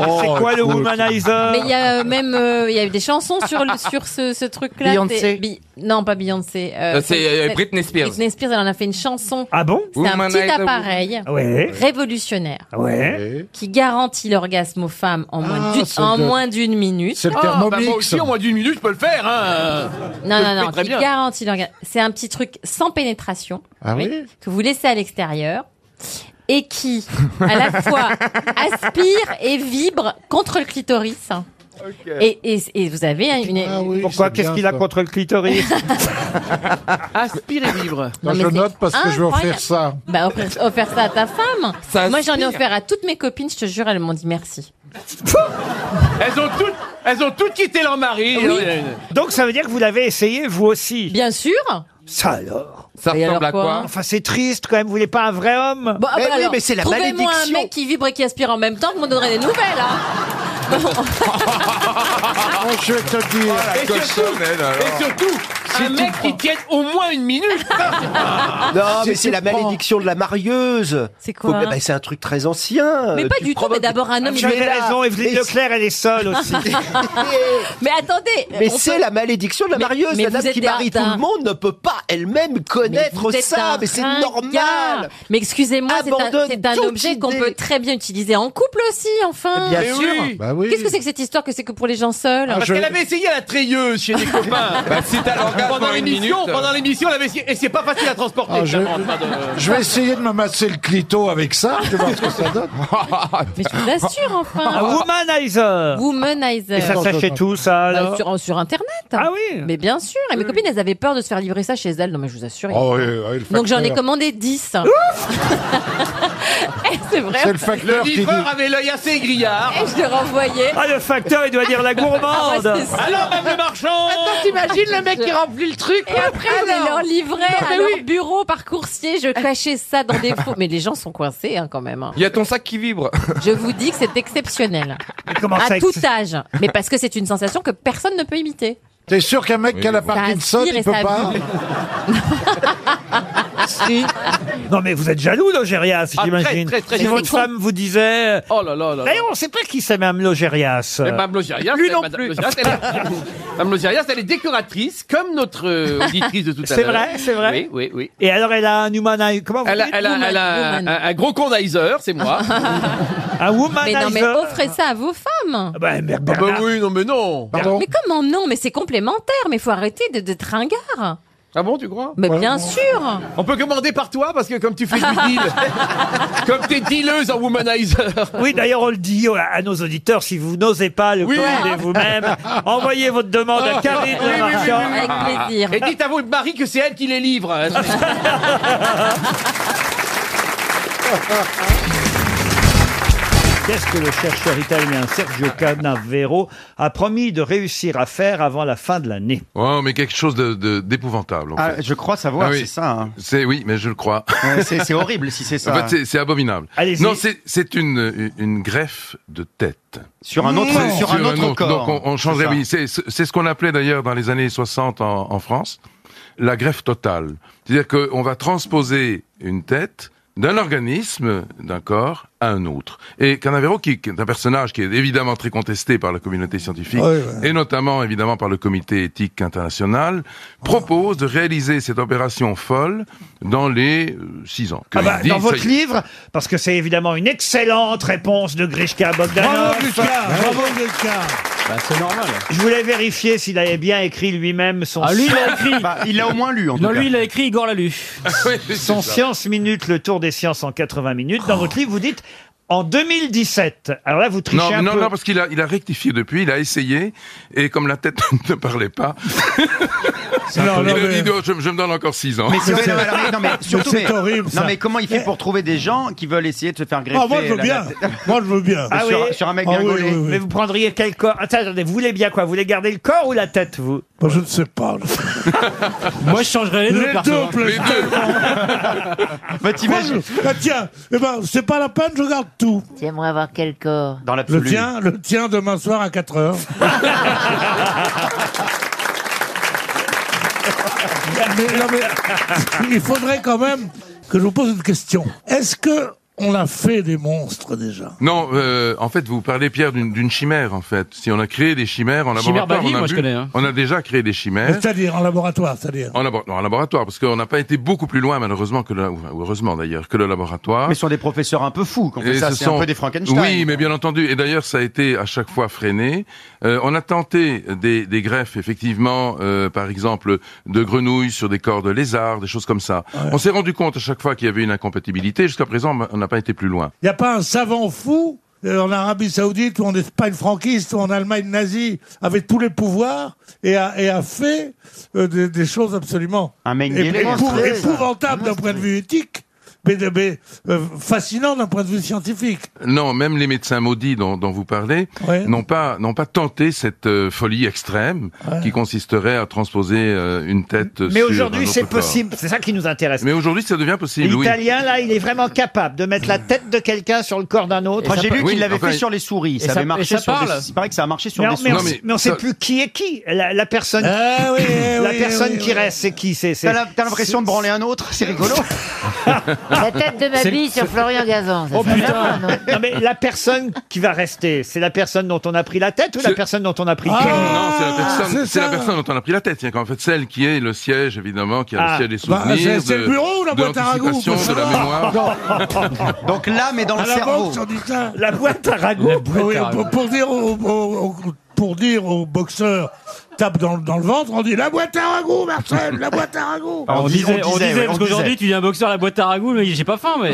Speaker 2: Oh,
Speaker 1: C'est quoi le Womanizer
Speaker 4: Mais il y a euh, même euh, il y a eu des chansons sur le- sur ce, ce truc-là.
Speaker 26: Beyoncé.
Speaker 4: C'est- Bi- Non, pas Beyoncé.
Speaker 26: Euh, c'est, euh, Britney Spears.
Speaker 4: Britney Spears, elle en a fait une chanson.
Speaker 1: Ah bon
Speaker 4: C'est un petit
Speaker 26: Womanizer.
Speaker 4: appareil
Speaker 26: Ouais.
Speaker 4: révolutionnaire
Speaker 1: Ah
Speaker 26: Ouais.
Speaker 4: qui garantit l'orgasme aux femmes en moins
Speaker 26: Ah,
Speaker 4: d'une-
Speaker 26: c'est
Speaker 4: en
Speaker 26: le-
Speaker 4: moins d'une minute.
Speaker 23: C'est
Speaker 26: Ah, bah, moi aussi, en moins d'une minute, je peux le faire. Hein.
Speaker 4: Non,
Speaker 26: Je
Speaker 4: non,
Speaker 26: le fais
Speaker 4: non,
Speaker 26: très
Speaker 4: qui
Speaker 26: bien.
Speaker 4: garantit l'orgasme. C'est un petit truc sans pénétration.
Speaker 26: Ah oui
Speaker 4: Que vous laissez à l'extérieur. Et qui, à la fois, aspire et vibre contre le clitoris. Et, et, et vous avez une.
Speaker 23: Ah
Speaker 1: Pourquoi Qu'est-ce qu'il a contre le clitoris
Speaker 4: Aspire et vibre.
Speaker 23: Moi, je note parce que je vais offrir ça.
Speaker 4: Bah, offrir, offrir ça à ta femme.
Speaker 23: Ça
Speaker 4: Moi, j'en ai
Speaker 23: aspire.
Speaker 4: offert à toutes mes copines, je te jure, elles m'ont dit merci.
Speaker 1: Elles ont toutes, elles ont toutes quitté leur mari. Donc ça veut dire que vous l'avez essayé vous aussi.
Speaker 4: Bien sûr.
Speaker 1: Ça alors.
Speaker 26: Ça Et ressemble alors à quoi quoi
Speaker 1: Enfin c'est triste quand même. Vous voulez pas un vrai homme
Speaker 4: Bon, ah, bah, alors, Trouvez-moi un mec qui vibre et qui aspire en même temps, vous me donnerez des nouvelles. hein.
Speaker 1: Ah,
Speaker 23: je vais te dire.
Speaker 26: Et surtout, un mec qui tienne au moins une minute.
Speaker 14: Non,
Speaker 26: Si
Speaker 14: mais
Speaker 26: tu
Speaker 14: c'est la
Speaker 26: prends-
Speaker 14: malédiction de la marieuse.
Speaker 4: Ah, C'est quoi
Speaker 14: Faut- bah, C'est un truc très ancien.
Speaker 4: Mais
Speaker 14: Euh,
Speaker 4: pas
Speaker 14: tu
Speaker 4: du tout,
Speaker 14: provoques-
Speaker 4: mais d'abord
Speaker 23: Ah,
Speaker 4: un homme.
Speaker 14: Tu
Speaker 4: il est
Speaker 14: es
Speaker 4: là.
Speaker 14: là. Mais-
Speaker 1: elle est seule aussi.
Speaker 4: mais attendez.
Speaker 14: Mais
Speaker 4: on
Speaker 14: c'est
Speaker 4: peut-
Speaker 14: la malédiction de la
Speaker 4: Mais-
Speaker 14: marieuse.
Speaker 4: mais
Speaker 14: la
Speaker 4: vous
Speaker 14: dame
Speaker 4: êtes
Speaker 14: qui
Speaker 4: des
Speaker 14: marie tout
Speaker 4: radins.
Speaker 14: le monde ne peut pas elle-même connaître
Speaker 4: vous êtes
Speaker 14: ça.
Speaker 4: un
Speaker 14: Mais c'est
Speaker 4: ringard.
Speaker 14: normal.
Speaker 4: Mais excusez-moi, Ah, c'est un,
Speaker 14: Abandonne
Speaker 4: c'est un
Speaker 14: toute
Speaker 4: objet qu'on
Speaker 14: idée.
Speaker 4: peut très bien utiliser en couple aussi, enfin.
Speaker 14: Bien Mais sûr. oui. Bah oui.
Speaker 4: Qu'est-ce que c'est que cette histoire que c'est que pour les gens seuls
Speaker 26: Ah, Parce qu'elle avait essayé à la treilleuse chez des copains.
Speaker 2: Bah, si t'as l'orgasme
Speaker 26: pendant
Speaker 2: en une
Speaker 26: l'émission,
Speaker 2: minute.
Speaker 26: pendant l'émission, elle avait essayé. Et c'est pas facile à transporter.
Speaker 23: Ah, je,
Speaker 26: évidemment, pas de-
Speaker 23: je vais essayer de me masser le clito avec ça, je vais voir ce que ça donne.
Speaker 4: Mais je vous assure, enfin.
Speaker 2: Ah,
Speaker 1: Un
Speaker 14: Euh.
Speaker 1: womanizer.
Speaker 4: Womanizer.
Speaker 1: Et ça sachez tout ça.
Speaker 4: Bah,
Speaker 1: alors
Speaker 4: sur, sur internet. Ah
Speaker 1: oui.
Speaker 4: Mais bien sûr. Et mes copines, elles avaient peur de se faire livrer ça chez elles. Non, mais je vous assure.
Speaker 23: Oh, oui, oui, le
Speaker 4: Donc j'en ai
Speaker 23: facteur.
Speaker 4: commandé 10. Eh, c'est vrai.
Speaker 23: C'est le facteur
Speaker 26: Le
Speaker 23: qui dit.
Speaker 26: livreur avait l'œil assez grillard.
Speaker 4: Et je le renvoyais.
Speaker 1: Ah, le facteur, il doit dire la gourmande.
Speaker 4: Ah ouais, c'est ça.
Speaker 26: Alors, même le marchand
Speaker 4: Attends,
Speaker 26: t'imagines le mec qui
Speaker 4: remplit le truc Et après, on les leur livrait
Speaker 26: Non, mais
Speaker 4: à leur
Speaker 26: oui.
Speaker 4: bureau par coursier. Je cachais ça dans des faux. Mais les gens sont coincés hein, quand même. hein.
Speaker 2: Il y a ton sac qui vibre.
Speaker 4: Je vous dis que c'est exceptionnel.
Speaker 1: comment
Speaker 4: à
Speaker 1: ça ex-
Speaker 4: tout âge. Mais parce que c'est une sensation que personne ne peut imiter.
Speaker 23: T'es sûr qu'un mec qui a la Parkinson,
Speaker 4: aspire
Speaker 23: il
Speaker 4: et
Speaker 23: peut
Speaker 4: ça
Speaker 23: pas
Speaker 4: vibre.
Speaker 1: Non, mais vous êtes jaloux, Logérias,
Speaker 26: Ah, très,
Speaker 1: j'imagine.
Speaker 26: très, très
Speaker 1: Si
Speaker 26: jaloux.
Speaker 1: votre femme vous disait.
Speaker 26: Oh là là là. là.
Speaker 1: D'ailleurs, on sait pas qui c'est, Mme Logérias.
Speaker 26: Mais Mme Logérias,
Speaker 1: Lui
Speaker 26: elle-
Speaker 1: non
Speaker 26: Madame
Speaker 1: plus.
Speaker 26: Logérias, elle est- Madame Logérias, elle est décoratrice, comme notre euh, auditrice de tout à
Speaker 1: C'est
Speaker 26: l'heure.
Speaker 1: vrai, c'est
Speaker 26: Oui,
Speaker 1: vrai.
Speaker 26: oui, oui.
Speaker 1: Et alors, elle a un humanizer. Comment vous
Speaker 26: Elle a,
Speaker 1: dites
Speaker 26: elle a- elle a un,
Speaker 4: Woman.
Speaker 26: un gros condizer, c'est moi.
Speaker 1: Un
Speaker 4: Mais
Speaker 1: womanizer.
Speaker 4: non, mais
Speaker 26: oh.
Speaker 4: offrez ça à vos femmes.
Speaker 1: Bah, mais
Speaker 27: Ah bah
Speaker 1: Bernard-
Speaker 27: oui, non mais non.
Speaker 4: Mais comment non Mais c'est complémentaire. Mais faut arrêter de, de tringard.
Speaker 26: Ah bon, tu crois
Speaker 4: Mais bien sûr.
Speaker 26: On peut commander par toi parce que comme tu fais du deal, comme t'es dealeuse en womanizer.
Speaker 1: Oui, d'ailleurs, on le dit à nos auditeurs, si vous n'osez pas le
Speaker 26: Oui. Ah.
Speaker 1: commander vous-même, envoyez votre demande à Karine
Speaker 26: Oui, oui,
Speaker 1: Le
Speaker 26: oui,
Speaker 1: Marchand.
Speaker 26: oui,
Speaker 4: Avec plaisir.
Speaker 26: Et dites à votre mari que c'est elle qui les livre.
Speaker 1: Qu'est-ce que le chercheur italien Sergio Canavero a promis de réussir à faire avant la fin de l'année
Speaker 13: Ouais, Oh, mais quelque chose de- de- d'épouvantable. en fait.
Speaker 6: je crois savoir,
Speaker 13: Ah oui.
Speaker 6: c'est ça. hein.
Speaker 13: C'est oui, mais je le crois.
Speaker 6: Ouais, c'est- c'est horrible si c'est ça.
Speaker 13: En fait, c'est- c'est abominable.
Speaker 6: Allez-y.
Speaker 13: Non, c'est- c'est une, une greffe de tête.
Speaker 6: Sur un autre-
Speaker 13: Non.
Speaker 6: sur un autre corps.
Speaker 13: Donc on, on changerait,
Speaker 6: C'est ça.
Speaker 13: oui. C'est c'est ce qu'on appelait d'ailleurs dans les années 60 en, en France, la greffe totale. C'est-à-dire qu'on va transposer une tête d'un organisme, d'un corps, à un autre. Et Canavero, qui, qui est un personnage qui est évidemment très contesté par la communauté scientifique,
Speaker 23: Ouais, ouais.
Speaker 13: et notamment évidemment par le comité éthique international, propose de réaliser cette opération folle dans les 6 ans. Que
Speaker 1: Ah bah,
Speaker 13: il dit,
Speaker 1: dans
Speaker 13: ça
Speaker 1: votre
Speaker 13: y est.
Speaker 1: livre, parce que c'est évidemment une excellente réponse de Grishka Bogdanov.
Speaker 6: Bravo, Lucas C'est normal.
Speaker 1: Je voulais vérifier s'il avait bien écrit lui-même son
Speaker 6: Ah, lui, il l'a écrit.
Speaker 1: Bah,
Speaker 6: il l'a au moins lu, en
Speaker 1: Non,
Speaker 6: tout cas.
Speaker 1: lui, il
Speaker 6: a écrit Igor l'a lu.
Speaker 1: Son Science Minute, le tour des sciences en 80 minutes. Dans votre livre, vous dites en 2017. Alors là, vous trichez
Speaker 13: Non,
Speaker 1: un
Speaker 13: non,
Speaker 1: peu.
Speaker 13: non, parce qu'il a, il a rectifié depuis, il a essayé, et comme la tête ne parlait pas,
Speaker 6: Non,
Speaker 13: il
Speaker 6: non,
Speaker 13: a
Speaker 6: mais-
Speaker 13: dit, Oh, je, je me donne encore 6 ans.
Speaker 6: Mais c'est non, mais alors, non, mais surtout,
Speaker 13: c'est
Speaker 6: mais-
Speaker 13: horrible,
Speaker 6: Non,
Speaker 13: ça.
Speaker 6: mais comment il fait pour trouver des gens qui veulent essayer de se faire greffer
Speaker 1: Ah, moi, je veux
Speaker 6: la-
Speaker 1: bien.
Speaker 6: la-
Speaker 1: Moi, je veux bien. Ah
Speaker 6: Sur-
Speaker 1: oui.
Speaker 6: sur un mec
Speaker 1: Ah
Speaker 6: bien
Speaker 1: oui,
Speaker 6: gaulé.
Speaker 1: oui, oui. Mais vous prendriez quel corps Attends, attendez, vous voulez bien quoi Vous voulez garder le corps ou la tête, vous
Speaker 23: Moi, je ne sais
Speaker 1: Ah,
Speaker 23: pas.
Speaker 6: Moi, je changerais
Speaker 23: les deux, Les perso, deux, hein. plus
Speaker 6: Bah, t'imagines-
Speaker 23: Ah, tiens, eh ben, c'est pas la peine, je garde tout.
Speaker 4: J'aimerais avoir quel corps
Speaker 6: Dans
Speaker 23: Le
Speaker 6: l'absolu.
Speaker 23: tien, le tien demain soir à 4 heures. Mais, non, mais, il faudrait quand même que je vous pose une question. Est-ce que on a fait des monstres déjà
Speaker 13: Non, euh, en fait, vous parlez, Pierre, d'une d'une chimère, en fait. Si on a créé des chimères en
Speaker 6: Chimère
Speaker 13: laboratoire,
Speaker 6: Bali,
Speaker 13: on, a
Speaker 6: moi, je
Speaker 13: vu-
Speaker 6: connais, hein.
Speaker 13: on a déjà créé des chimères.
Speaker 23: C'est-à-dire en laboratoire, c'est-à-dire.
Speaker 13: En, labo- non, en laboratoire, parce qu'on n'a pas été beaucoup plus loin, malheureusement, que le, ou heureusement d'ailleurs, que le laboratoire.
Speaker 6: Mais ce sont des professeurs un peu fous. Quand
Speaker 13: Et
Speaker 6: ça,
Speaker 13: ce
Speaker 6: c'est
Speaker 13: sont-
Speaker 6: un peu des Frankenstein.
Speaker 13: Oui, mais bien entendu. Et d'ailleurs, ça a été à chaque fois freiné. Euh, on a tenté des, des greffes, effectivement, euh, par exemple, de grenouilles sur des corps de lézards, des choses comme ça. On s'est rendu compte à chaque fois qu'il y avait une incompatibilité. Jusqu'à présent, on n'a pas été plus loin.
Speaker 23: Il n'y a pas un savant fou euh, en Arabie Saoudite ou en Espagne franquiste ou en Allemagne nazie avec tous les pouvoirs et a, et a fait euh, des, des choses absolument
Speaker 6: Un
Speaker 23: épou-
Speaker 6: Mengele.
Speaker 23: épou- épouvantables d'un point de vue éthique mais, de- mais, euh, fascinant d'un point de vue scientifique.
Speaker 13: Non, même les médecins maudits dont, dont vous parlez
Speaker 23: Ouais.
Speaker 13: n'ont pas n'ont pas tenté cette euh, folie extrême
Speaker 1: Ouais.
Speaker 13: qui consisterait à transposer euh, une tête.
Speaker 1: Mais
Speaker 13: sur un
Speaker 1: aujourd'hui,
Speaker 13: autre
Speaker 1: c'est
Speaker 13: corps.
Speaker 1: possible. C'est ça qui nous intéresse.
Speaker 13: Mais aujourd'hui, ça devient possible. oui.
Speaker 1: L'Italien, là, il est vraiment capable de mettre la tête de quelqu'un sur le corps d'un autre.
Speaker 8: Moi, j'ai lu qu'il l'avait fait sur les souris.
Speaker 1: Et
Speaker 8: Ça, avait marché
Speaker 1: et ça
Speaker 8: sur
Speaker 1: parle.
Speaker 8: des... Il paraît que ça a marché sur
Speaker 1: mais,
Speaker 8: des
Speaker 1: on-
Speaker 8: souris.
Speaker 1: mais on, mais on sait plus qui est qui. La, la personne,
Speaker 8: Ah oui, eh
Speaker 1: la
Speaker 8: oui,
Speaker 1: personne
Speaker 8: oui,
Speaker 1: qui
Speaker 8: oui.
Speaker 1: reste, c'est qui C'est c'est-
Speaker 8: T'as la- t'as l'impression de branler un autre C'est rigolo.
Speaker 14: La tête de ma
Speaker 1: C'est-
Speaker 14: bille sur Florian Gazan. ça,
Speaker 1: Oh
Speaker 14: c'est
Speaker 1: putain
Speaker 14: vraiment, non
Speaker 1: Non mais la personne qui va rester, c'est la personne dont on a pris la tête ou la personne dont on a
Speaker 8: Ah,
Speaker 1: pris le
Speaker 13: Non,
Speaker 1: corps
Speaker 13: c'est la personne, c'est la personne dont on a pris la tête. En fait, celle qui est le siège, évidemment, qui a
Speaker 1: Ah.
Speaker 13: le siège des
Speaker 1: Bah,
Speaker 13: souvenirs.
Speaker 1: c'est- c'est
Speaker 13: de-
Speaker 1: le bureau ou la
Speaker 13: de
Speaker 1: boîte à ragoûts,
Speaker 13: l'anticipation,
Speaker 1: faut
Speaker 13: de la
Speaker 1: savoir.
Speaker 13: mémoire.
Speaker 8: Donc l'âme est dans le
Speaker 23: À la
Speaker 8: cerveau.
Speaker 23: banque, on dit ça.
Speaker 1: La boîte à ragoûts.
Speaker 23: Ah Oui, pour, pour dire au, au- au- pour dire au boxeur, tape dans, le- dans le ventre, on dit la boîte à ragoûts, Marcel, la boîte à ragoûts.
Speaker 21: on, disait, on disait, parce qu'aujourd'hui, tu dis un boxeur à la boîte à ragoût, mais j'ai pas faim, mais.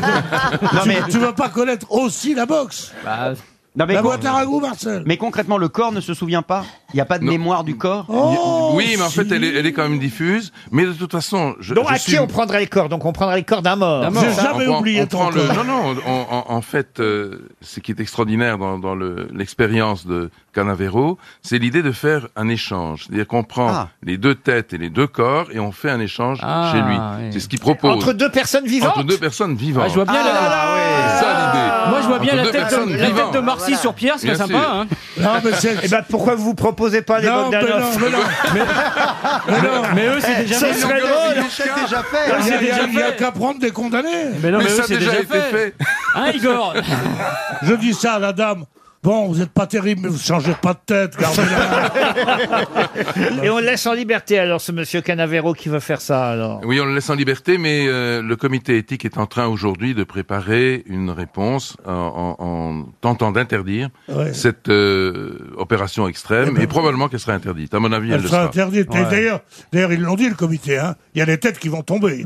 Speaker 23: non, mais... tu vas pas connaître aussi la boxe.
Speaker 8: Bah, non, mais
Speaker 23: La
Speaker 8: con-
Speaker 23: boîte à ragoûts, Marcel.
Speaker 8: Mais concrètement, le corps ne se souvient pas. Il n'y a pas de mémoire du corps.
Speaker 1: Oh,
Speaker 13: oui, mais en fait, elle est, elle est quand même diffuse. Mais de toute façon, je,
Speaker 1: Donc
Speaker 13: je
Speaker 1: à
Speaker 13: suis-
Speaker 1: qui on prendrait le corps Donc on prendrait le corps d'un mort.
Speaker 13: On prend- on prend le- Non, non, on- on- en, en fait, euh, ce qui est extraordinaire dans, dans le- l'expérience de Canavero, c'est l'idée de faire un échange. C'est-à-dire qu'on prend
Speaker 1: Ah.
Speaker 13: les deux têtes et les deux corps et on fait un échange
Speaker 1: Ah,
Speaker 13: chez lui. C'est ce qu'il propose.
Speaker 1: Entre deux personnes vivantes
Speaker 13: Entre deux personnes vivantes.
Speaker 1: Ah, je vois bien la-
Speaker 13: C'est ça l'idée.
Speaker 21: Moi, je vois bien
Speaker 13: Entre
Speaker 21: la
Speaker 13: deux
Speaker 21: tête de-
Speaker 13: personnes
Speaker 21: la tête de
Speaker 13: vivantes.
Speaker 21: Marcy Voilà. sur Pierre, ce serait
Speaker 13: Bien
Speaker 21: sympa,
Speaker 13: sûr.
Speaker 21: hein. Non, mais c'est-
Speaker 1: Eh ben pourquoi vous vous proposez pas les
Speaker 21: Non, mais
Speaker 1: Bogdanov
Speaker 21: non, mais non. Mais non, mais eux, c'est
Speaker 1: Eh,
Speaker 21: déjà
Speaker 1: ce
Speaker 21: fait.
Speaker 1: serait
Speaker 21: Ils ont
Speaker 1: drôle.
Speaker 21: déjà- déjà fait.
Speaker 23: Il y a-
Speaker 21: C'est
Speaker 23: il y a-
Speaker 21: déjà
Speaker 23: il y a
Speaker 21: fait.
Speaker 23: qu'à prendre des condamnés.
Speaker 21: Mais non, Mais mais eux, ça a c'est déjà déjà été fait. fait. Hein, Igor
Speaker 23: Je dis ça à la dame. Bon, vous n'êtes pas terrible, mais vous changez pas de tête, gardez-la.
Speaker 1: Et on le laisse en liberté alors ce monsieur Canavero qui va faire ça alors.
Speaker 13: Oui, on le laisse en liberté, mais euh, le comité éthique est en train aujourd'hui de préparer une réponse en, en- en tentant d'interdire
Speaker 23: Ouais. Eh ben,
Speaker 13: cette euh, opération extrême, et, probablement qu'elle sera interdite. À mon avis, elle,
Speaker 23: Elle
Speaker 13: le
Speaker 23: sera
Speaker 13: sera.
Speaker 23: interdite. Et D'ailleurs, d'ailleurs, ils l'ont dit, le comité. hein. Il y a des têtes qui vont tomber.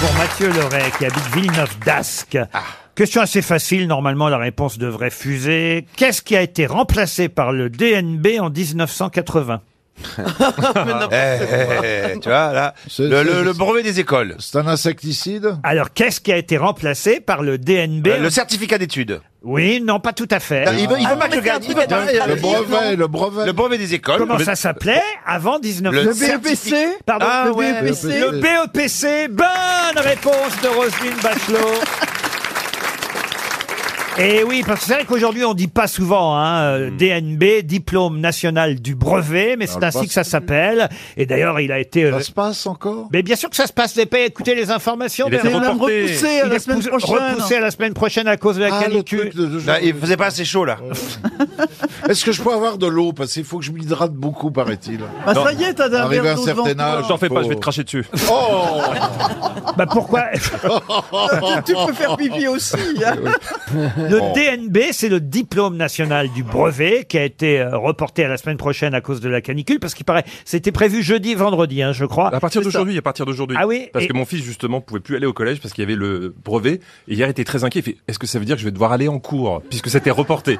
Speaker 1: Pour Mathieu Loret qui habite Villeneuve d'Ascq. Question assez facile, normalement la réponse devrait fuser. Qu'est-ce qui a été remplacé par le DNB en 1980
Speaker 22: Eh, eh, tu vois, là, le, le- le brevet des écoles.
Speaker 2: C'est un insecticide
Speaker 1: Alors qu'est-ce qui a été remplacé par le DNB
Speaker 22: Euh, le Euh,
Speaker 1: certificat d'études. Oui, non, pas tout à fait. Ah,
Speaker 22: Il veut, il veut pas que le gars- il veut pas-
Speaker 1: brevet.
Speaker 22: Le brevet des écoles.
Speaker 1: Comment
Speaker 22: Le-
Speaker 1: ça s'appelait avant 19
Speaker 22: Le
Speaker 1: certificat- Pardon,
Speaker 22: Ah
Speaker 1: le
Speaker 22: ouais,
Speaker 1: BEPC.
Speaker 22: le
Speaker 1: Le BEPC. Bonne réponse de Roselyne Bachelot. Et oui, parce que c'est vrai qu'aujourd'hui on dit pas souvent hein,
Speaker 22: Hmm.
Speaker 1: euh, DNB, diplôme national du brevet, mais c'est
Speaker 2: le
Speaker 1: ainsi
Speaker 2: passe-
Speaker 1: que ça s'appelle. Et d'ailleurs, il a été. euh,
Speaker 2: Ça se passe encore
Speaker 1: Mais bien sûr que ça se passe. Vous n'avez pas écouté les informations.
Speaker 2: Il a été
Speaker 1: Bernard.
Speaker 2: reporté. repoussé à
Speaker 1: Il
Speaker 2: la
Speaker 1: est
Speaker 2: semaine
Speaker 1: repoussé-
Speaker 2: prochaine.
Speaker 1: repoussé à la semaine prochaine à cause de la
Speaker 2: Ah, le
Speaker 1: canicule.
Speaker 2: truc de deux
Speaker 22: Là,
Speaker 2: jours.
Speaker 22: il faisait pas assez chaud, là.
Speaker 2: Est-ce que je peux avoir de l'eau Parce qu'il faut que je m'hydrate beaucoup, paraît-il.
Speaker 15: Ah, ça y est, t'as un
Speaker 2: Arrivé à
Speaker 15: verre
Speaker 2: un
Speaker 15: d'eau devant
Speaker 2: certain
Speaker 15: toi.
Speaker 2: âge. faut-
Speaker 22: dessus.
Speaker 2: Oh
Speaker 1: Bah pourquoi
Speaker 15: tu peux faire pipi aussi. hein.
Speaker 1: Le DNB, c'est le diplôme national du brevet qui a été euh, reporté à la semaine prochaine à cause de la canicule, parce qu'il paraît, c'était prévu jeudi, vendredi, hein, je crois.
Speaker 28: À partir
Speaker 1: C'est ça.
Speaker 28: d'aujourd'hui, à partir d'aujourd'hui.
Speaker 1: Ah oui,
Speaker 28: Parce
Speaker 1: et-
Speaker 28: que mon fils justement pouvait plus aller au collège parce qu'il y avait le brevet. Et hier, il était très inquiet. Il fait Est-ce que ça veut dire que je vais devoir aller en cours puisque c'était reporté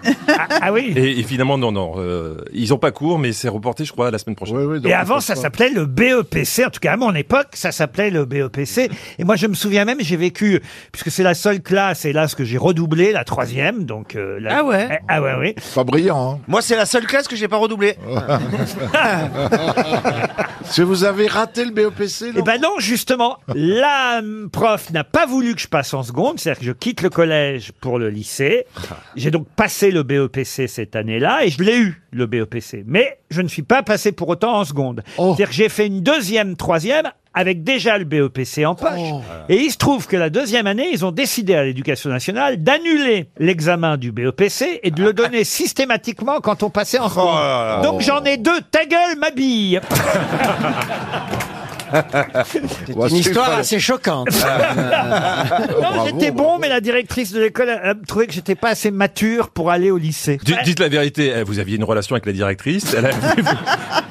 Speaker 1: ah, oui.
Speaker 28: Et, et finalement, non, non, euh, ils ont pas cours, mais c'est reporté, je crois, à la semaine prochaine.
Speaker 1: Et avant, ça s'appelait le BEPC. En tout cas, à mon époque, ça s'appelait le BEPC. Et moi, je me souviens même, j'ai vécu, puisque c'est la seule classe, hélas, que j'ai redoublé, la troisième. Donc, euh, la-
Speaker 22: Ah ouais.
Speaker 1: Eh, Ah ouais, oui.
Speaker 2: Pas brillant, hein.
Speaker 22: Moi, c'est la seule classe que j'ai pas redoublée.
Speaker 2: Si vous avez raté le BEPC,
Speaker 1: Eh ben non, justement, la euh, prof n'a pas voulu que je passe en seconde, c'est-à-dire que je quitte le collège pour le lycée.
Speaker 22: Ah.
Speaker 1: J'ai donc passé le BEPC cette année-là et je l'ai eu, le BEPC. Mais je ne suis pas passé pour autant en seconde.
Speaker 2: Oh.
Speaker 1: C'est-à-dire que j'ai fait une deuxième, troisième avec déjà le BEPC en poche. Et il se trouve que la deuxième année, ils ont décidé à l'éducation nationale d'annuler l'examen du BEPC et de le donner systématiquement quand on passait en seconde.
Speaker 22: Oh là.
Speaker 1: Donc j'en ai deux. Ta gueule, ma bille
Speaker 22: une histoire assez
Speaker 1: choquante.
Speaker 22: Ah. Bravo,
Speaker 1: non, j'étais bon, mais la directrice de l'école euh, trouvait que j'étais pas assez mature pour aller au lycée.
Speaker 28: D- Dites la vérité, eh, vous aviez une relation avec la directrice, elle a voulu, vous-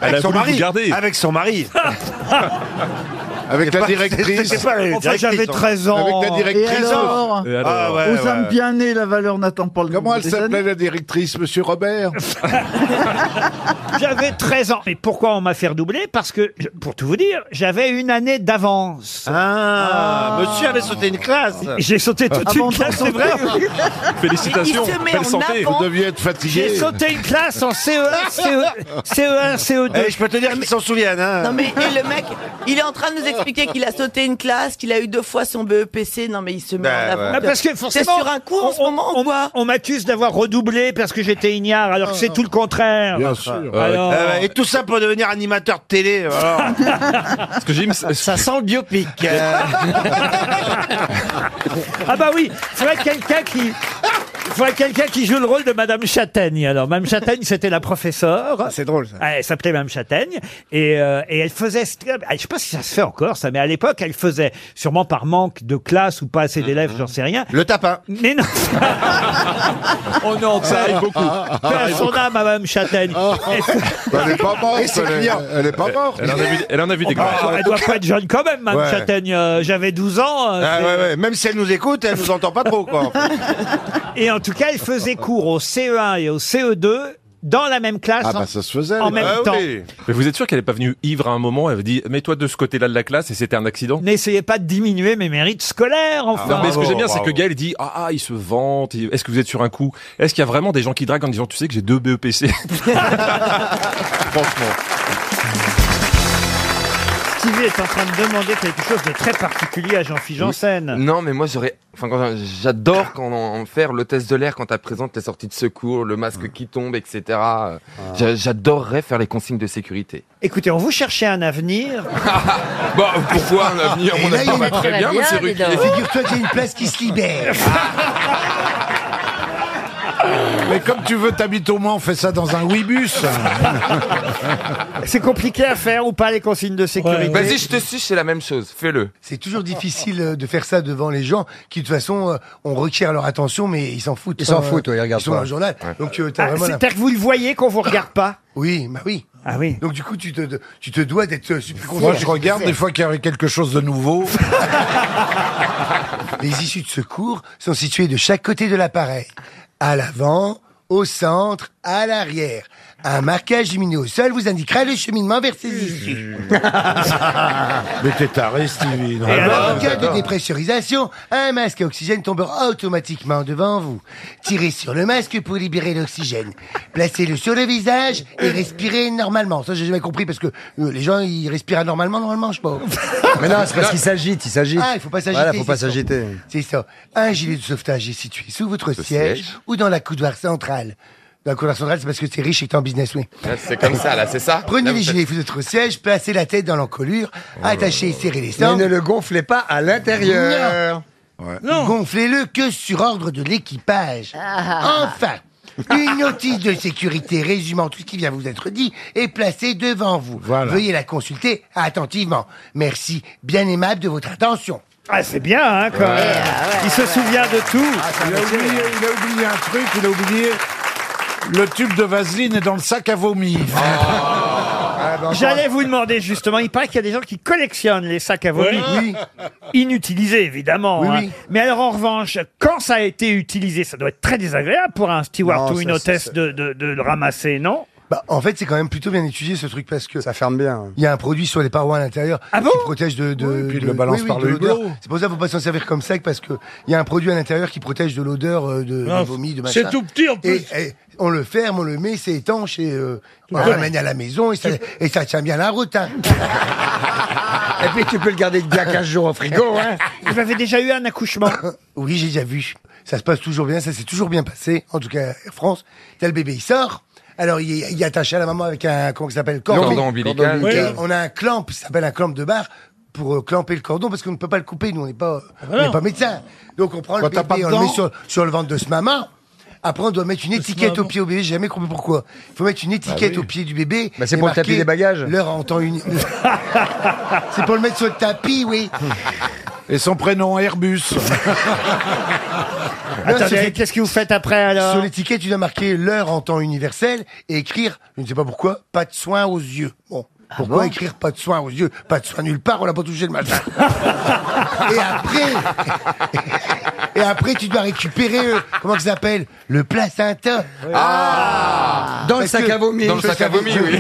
Speaker 28: elle a
Speaker 22: Avec son
Speaker 28: voulu
Speaker 22: mari.
Speaker 28: vous garder.
Speaker 22: Avec son mari.
Speaker 2: Avec
Speaker 22: la directrice.
Speaker 1: Enfin, j'avais 13 ans.
Speaker 2: hein. Avec la directrice.
Speaker 15: Et alors
Speaker 2: Et alors Ah ouais,
Speaker 15: Aux
Speaker 2: ouais,
Speaker 15: âmes
Speaker 2: ouais.
Speaker 15: bien nées, la valeur n'attend pas le
Speaker 2: Comment
Speaker 15: nombre
Speaker 2: elle
Speaker 15: des
Speaker 2: s'appelait
Speaker 15: années.
Speaker 2: la directrice, monsieur Robert
Speaker 1: J'avais 13 ans. Et pourquoi on m'a fait redoubler Parce que, je- pour tout vous dire, j'avais une année d'avance.
Speaker 6: Ah, monsieur avait sauté une classe.
Speaker 1: J'ai sauté toute
Speaker 6: Ah
Speaker 1: une
Speaker 6: bon,
Speaker 1: classe,
Speaker 6: t'en
Speaker 1: c'est vrai.
Speaker 6: sortais. Félicitations,
Speaker 2: Il se met belle en santé. avant. Vous deviez être fatigué.
Speaker 1: J'ai sauté une classe en E CE1, CE1, CO2.
Speaker 6: Eh, je peux te dire qu'ils s'en souviennent. Hein.
Speaker 25: Non mais et le mec, il est en train de nous expliquer qu'il a sauté une classe, qu'il a eu deux fois son BEPC. Non mais il se met
Speaker 2: Bah,
Speaker 1: Ben,
Speaker 25: en avant.
Speaker 1: ouais. Ah, parce que
Speaker 25: c'est
Speaker 1: forcément,
Speaker 25: sur un coup en ce moment.
Speaker 1: On, on m'accuse d'avoir redoublé parce que j'étais ignare, alors que
Speaker 6: Ah.
Speaker 1: c'est tout le contraire.
Speaker 6: Bien
Speaker 1: sûr.
Speaker 6: Euh, et tout ça pour devenir animateur de télé. alors.
Speaker 8: Parce que Jim, ça
Speaker 6: sent le biopic. euh.
Speaker 1: Ah bah oui, il faudrait quelqu'un qui... il faudrait quelqu'un qui joue le rôle de Madame Châtaigne. Alors, Madame Châtaigne, c'était la professeure. Ah, C'est drôle, ça. Elle s'appelait Madame Châtaigne. Et, euh, et elle faisait... c'était- ah, Je sais pas si ça se fait encore, ça, mais à l'époque, elle faisait, sûrement par manque de classe ou pas assez d'élèves, j'en sais rien. Mhm. Le tapin. Mais non Oh non,
Speaker 2: ça arrive beaucoup.
Speaker 1: Paix à son âme à Madame Châtaigne.
Speaker 2: Elle est pas morte. Elle est, elle est pas morte.
Speaker 1: Elle en a vu-
Speaker 8: elle en a vu
Speaker 1: Oh, bah, elle doit pas être jeune quand même, Madame
Speaker 6: Ah, Ouais.
Speaker 1: Châtaigne. Euh, J'avais 12 ans. euh,
Speaker 6: Ah
Speaker 1: c'est-
Speaker 6: ouais, ouais. Même si elle nous écoute, elle nous entend pas trop. Quoi.
Speaker 1: Et en tout cas, elle faisait cours au CE1 et au CE2 dans la même classe.
Speaker 8: Ah
Speaker 1: en-
Speaker 8: bah, ça se faisait,
Speaker 1: En même
Speaker 6: Ah
Speaker 1: temps.
Speaker 8: Mais vous êtes sûr qu'elle n'est pas venue ivre à un moment Elle vous dit mets-toi de ce côté-là de la classe et c'était un accident
Speaker 1: N'essayez pas de diminuer mes mérites scolaires, enfin.
Speaker 8: Non, mais ce que j'aime bien, c'est que
Speaker 1: Bravo.
Speaker 8: Gaël dit ah, ah, il se vante. il- Est-ce que vous êtes sur un coup Est-ce qu'il y a vraiment des gens qui draguent en disant tu sais que j'ai deux BEPC Franchement.
Speaker 1: Stevie est en train de demander quelque chose de très particulier à Jean-Philippe Janssen.
Speaker 9: Non, mais moi j'aurais. Enfin, quand- j'adore quand on, on faire le test de l'air quand elle présente les sorties de secours, le masque qui tombe, etc. Euh, j'a- J'adorerais faire les consignes de sécurité.
Speaker 1: Écoutez, on vous cherchait un avenir.
Speaker 9: Bah, pourquoi un avenir
Speaker 1: Et
Speaker 9: Mon
Speaker 1: là, il
Speaker 9: avenir
Speaker 1: est
Speaker 9: va
Speaker 1: très
Speaker 9: très bien,
Speaker 1: bien,
Speaker 9: monsieur
Speaker 1: dis
Speaker 9: Ruquier.
Speaker 1: donc.
Speaker 6: Figure-toi qu'il y a une place qui se libère.
Speaker 2: Mais comme tu veux, t'habites au Mans, on fait ça dans un Ouibus.
Speaker 1: C'est compliqué à faire ou pas les consignes de sécurité
Speaker 9: Vas-y, je te suis, c'est la même chose. Fais-le.
Speaker 12: C'est toujours difficile euh, de faire ça devant les gens qui, de toute façon, euh, on requiert leur attention, mais ils s'en foutent.
Speaker 9: Ils s'en
Speaker 12: Euh,
Speaker 9: foutent, ouais, ils regardent
Speaker 12: Ils sont
Speaker 9: pas.
Speaker 12: dans le journal.
Speaker 9: Ouais.
Speaker 12: Donc, euh, t'as
Speaker 1: Ah,
Speaker 12: vraiment la-
Speaker 1: C'est-à-dire que vous le voyez qu'on vous regarde pas
Speaker 12: Oui, bah oui.
Speaker 1: Ah oui.
Speaker 12: Donc, du coup, tu te, tu te dois d'être euh, super
Speaker 2: Moi, je regarde des fois qu'il y avait quelque chose de nouveau.
Speaker 12: Les issues de secours sont situées de chaque côté de l'appareil. À l'avant, au centre, à l'arrière. Un marquage illuminé au sol vous indiquera le cheminement vers ces issues.
Speaker 2: Ah, Mais t'es taré, Stevie. non.
Speaker 28: Ah,
Speaker 12: en cas de dépressurisation, un masque à oxygène tombera automatiquement devant vous. Tirez sur le masque pour libérer l'oxygène. Placez-le sur le visage et respirez normalement. Ça, j'ai jamais compris parce que euh, les gens, ils respirent anormalement, normalement, je sais pas.
Speaker 28: Mais non, c'est parce qu'il s'agite, il s'agite.
Speaker 12: Ah, il faut pas s'agiter.
Speaker 28: Voilà, faut pas
Speaker 12: c'est ça.
Speaker 28: s'agiter.
Speaker 12: C'est ça. Un gilet de sauvetage est situé sous votre siège,
Speaker 9: siège.
Speaker 12: ou dans la coudoir centrale. Dans la coudoir centrale, c'est parce que c'est riche et que t'es en business, oui.
Speaker 9: Là, C'est comme ça, là, c'est ça
Speaker 12: Prenez
Speaker 9: Là, vous
Speaker 12: les
Speaker 9: faites-
Speaker 12: gilets sous votre siège, placez la tête dans l'encolure, attachez et serrez les
Speaker 28: Oh Mais
Speaker 12: sangs.
Speaker 28: ne le gonflez pas à l'intérieur.
Speaker 12: Gonflez-le que sur ordre de l'équipage.
Speaker 22: Ah.
Speaker 12: Enfin, une notice de sécurité résumant tout ce qui vient vous être dit est placée devant vous. Veuillez la consulter attentivement. Merci, bien aimable de votre attention. ah
Speaker 1: Ah, c'est bien, hein, quand même. Il se souvient de tout.
Speaker 2: Il a, oublié, il a oublié un truc, il a oublié. Le tube de vaseline est dans le sac à vomi. Ah.
Speaker 12: Ah, ben,
Speaker 1: J'allais vous demander justement, il paraît qu'il y a des gens qui collectionnent les sacs à vomi.
Speaker 2: Oui.
Speaker 1: Inutilisés évidemment.
Speaker 2: Oui,
Speaker 1: hein.
Speaker 2: oui.
Speaker 1: Mais alors en revanche, quand ça a été utilisé, ça doit être très désagréable pour un steward
Speaker 12: Non,
Speaker 1: ou
Speaker 12: ça,
Speaker 1: une
Speaker 12: ça,
Speaker 1: hôtesse
Speaker 12: ça-
Speaker 1: de, de- de le ramasser, non
Speaker 12: Bah, en fait, c'est quand même plutôt bien étudié ce truc parce que ça
Speaker 28: ferme bien.
Speaker 12: Il y a un produit sur les parois à l'intérieur
Speaker 23: Ah
Speaker 12: qui protège de, de,
Speaker 2: Oui, puis il
Speaker 12: de-
Speaker 2: le balance
Speaker 12: oui, oui,
Speaker 2: par
Speaker 12: de
Speaker 2: le
Speaker 12: l'odeur.
Speaker 2: hublot.
Speaker 12: C'est pour ça qu'il faut pas s'en servir comme sac parce que il y a un produit à l'intérieur qui protège de l'odeur euh, de,
Speaker 23: Non,
Speaker 12: de vomi, de machin.
Speaker 23: Ah, c'est tout petit, en plus.
Speaker 12: Et, et on le ferme, on le met, c'est étanche et euh, on
Speaker 23: Ouais.
Speaker 12: le ramène à la maison et ça, et ça tient bien la route. hein.
Speaker 28: Et puis tu peux le garder bien 15 jours au frigo. Hein.
Speaker 1: Vous avez déjà eu un accouchement
Speaker 12: Oui, j'ai déjà vu. Ça se passe toujours bien, ça s'est toujours bien passé. En tout cas, Air France, là, le bébé, il sort. Alors, il est, il est attaché à la maman avec un, comment ça s'appelle
Speaker 9: Cordon ombilical.
Speaker 12: Et
Speaker 9: Oui.
Speaker 12: On a un clamp, ça s'appelle un clamp de barre, pour euh, clamper le cordon, parce qu'on ne peut pas le couper, nous, on n'est pas,
Speaker 1: Ah bah
Speaker 12: on n'est pas médecin. Donc, on prend
Speaker 2: Quand
Speaker 12: le
Speaker 2: t'as pas
Speaker 12: bébé,
Speaker 2: de
Speaker 12: on le
Speaker 2: dents
Speaker 12: met sur, sur le ventre de ce maman. Après, on doit mettre une étiquette
Speaker 2: maman.
Speaker 12: au pied au bébé. J'ai jamais compris pourquoi. Il faut mettre une étiquette
Speaker 2: oui.
Speaker 12: au pied du bébé.
Speaker 28: Bah, c'est
Speaker 12: et
Speaker 28: pour le tapis
Speaker 12: marquer
Speaker 28: des bagages.
Speaker 12: L'heure en temps une. c'est pour le mettre sur le tapis, oui.
Speaker 2: Et son prénom, Airbus.
Speaker 12: Non,
Speaker 1: Attendez,
Speaker 12: Ah. sur les-
Speaker 1: qu'est-ce que vous faites après alors
Speaker 12: Sur l'étiquette, tu dois marquer l'heure en temps universel et écrire, je ne sais pas pourquoi, pas de soins aux yeux. Bon. Pourquoi écrire pas de soins aux
Speaker 22: Ah,
Speaker 12: yeux Pas de soins nulle part, on l'a pas touché le matin. et après, Et après, tu dois récupérer, euh, comment que ça s'appelle Le placenta.
Speaker 22: Ah. Dans le
Speaker 12: Parce
Speaker 22: sac
Speaker 12: que-
Speaker 22: à vomi. Dans le
Speaker 12: je
Speaker 22: sac à
Speaker 12: savais-
Speaker 22: vomi,
Speaker 12: je-
Speaker 22: oui.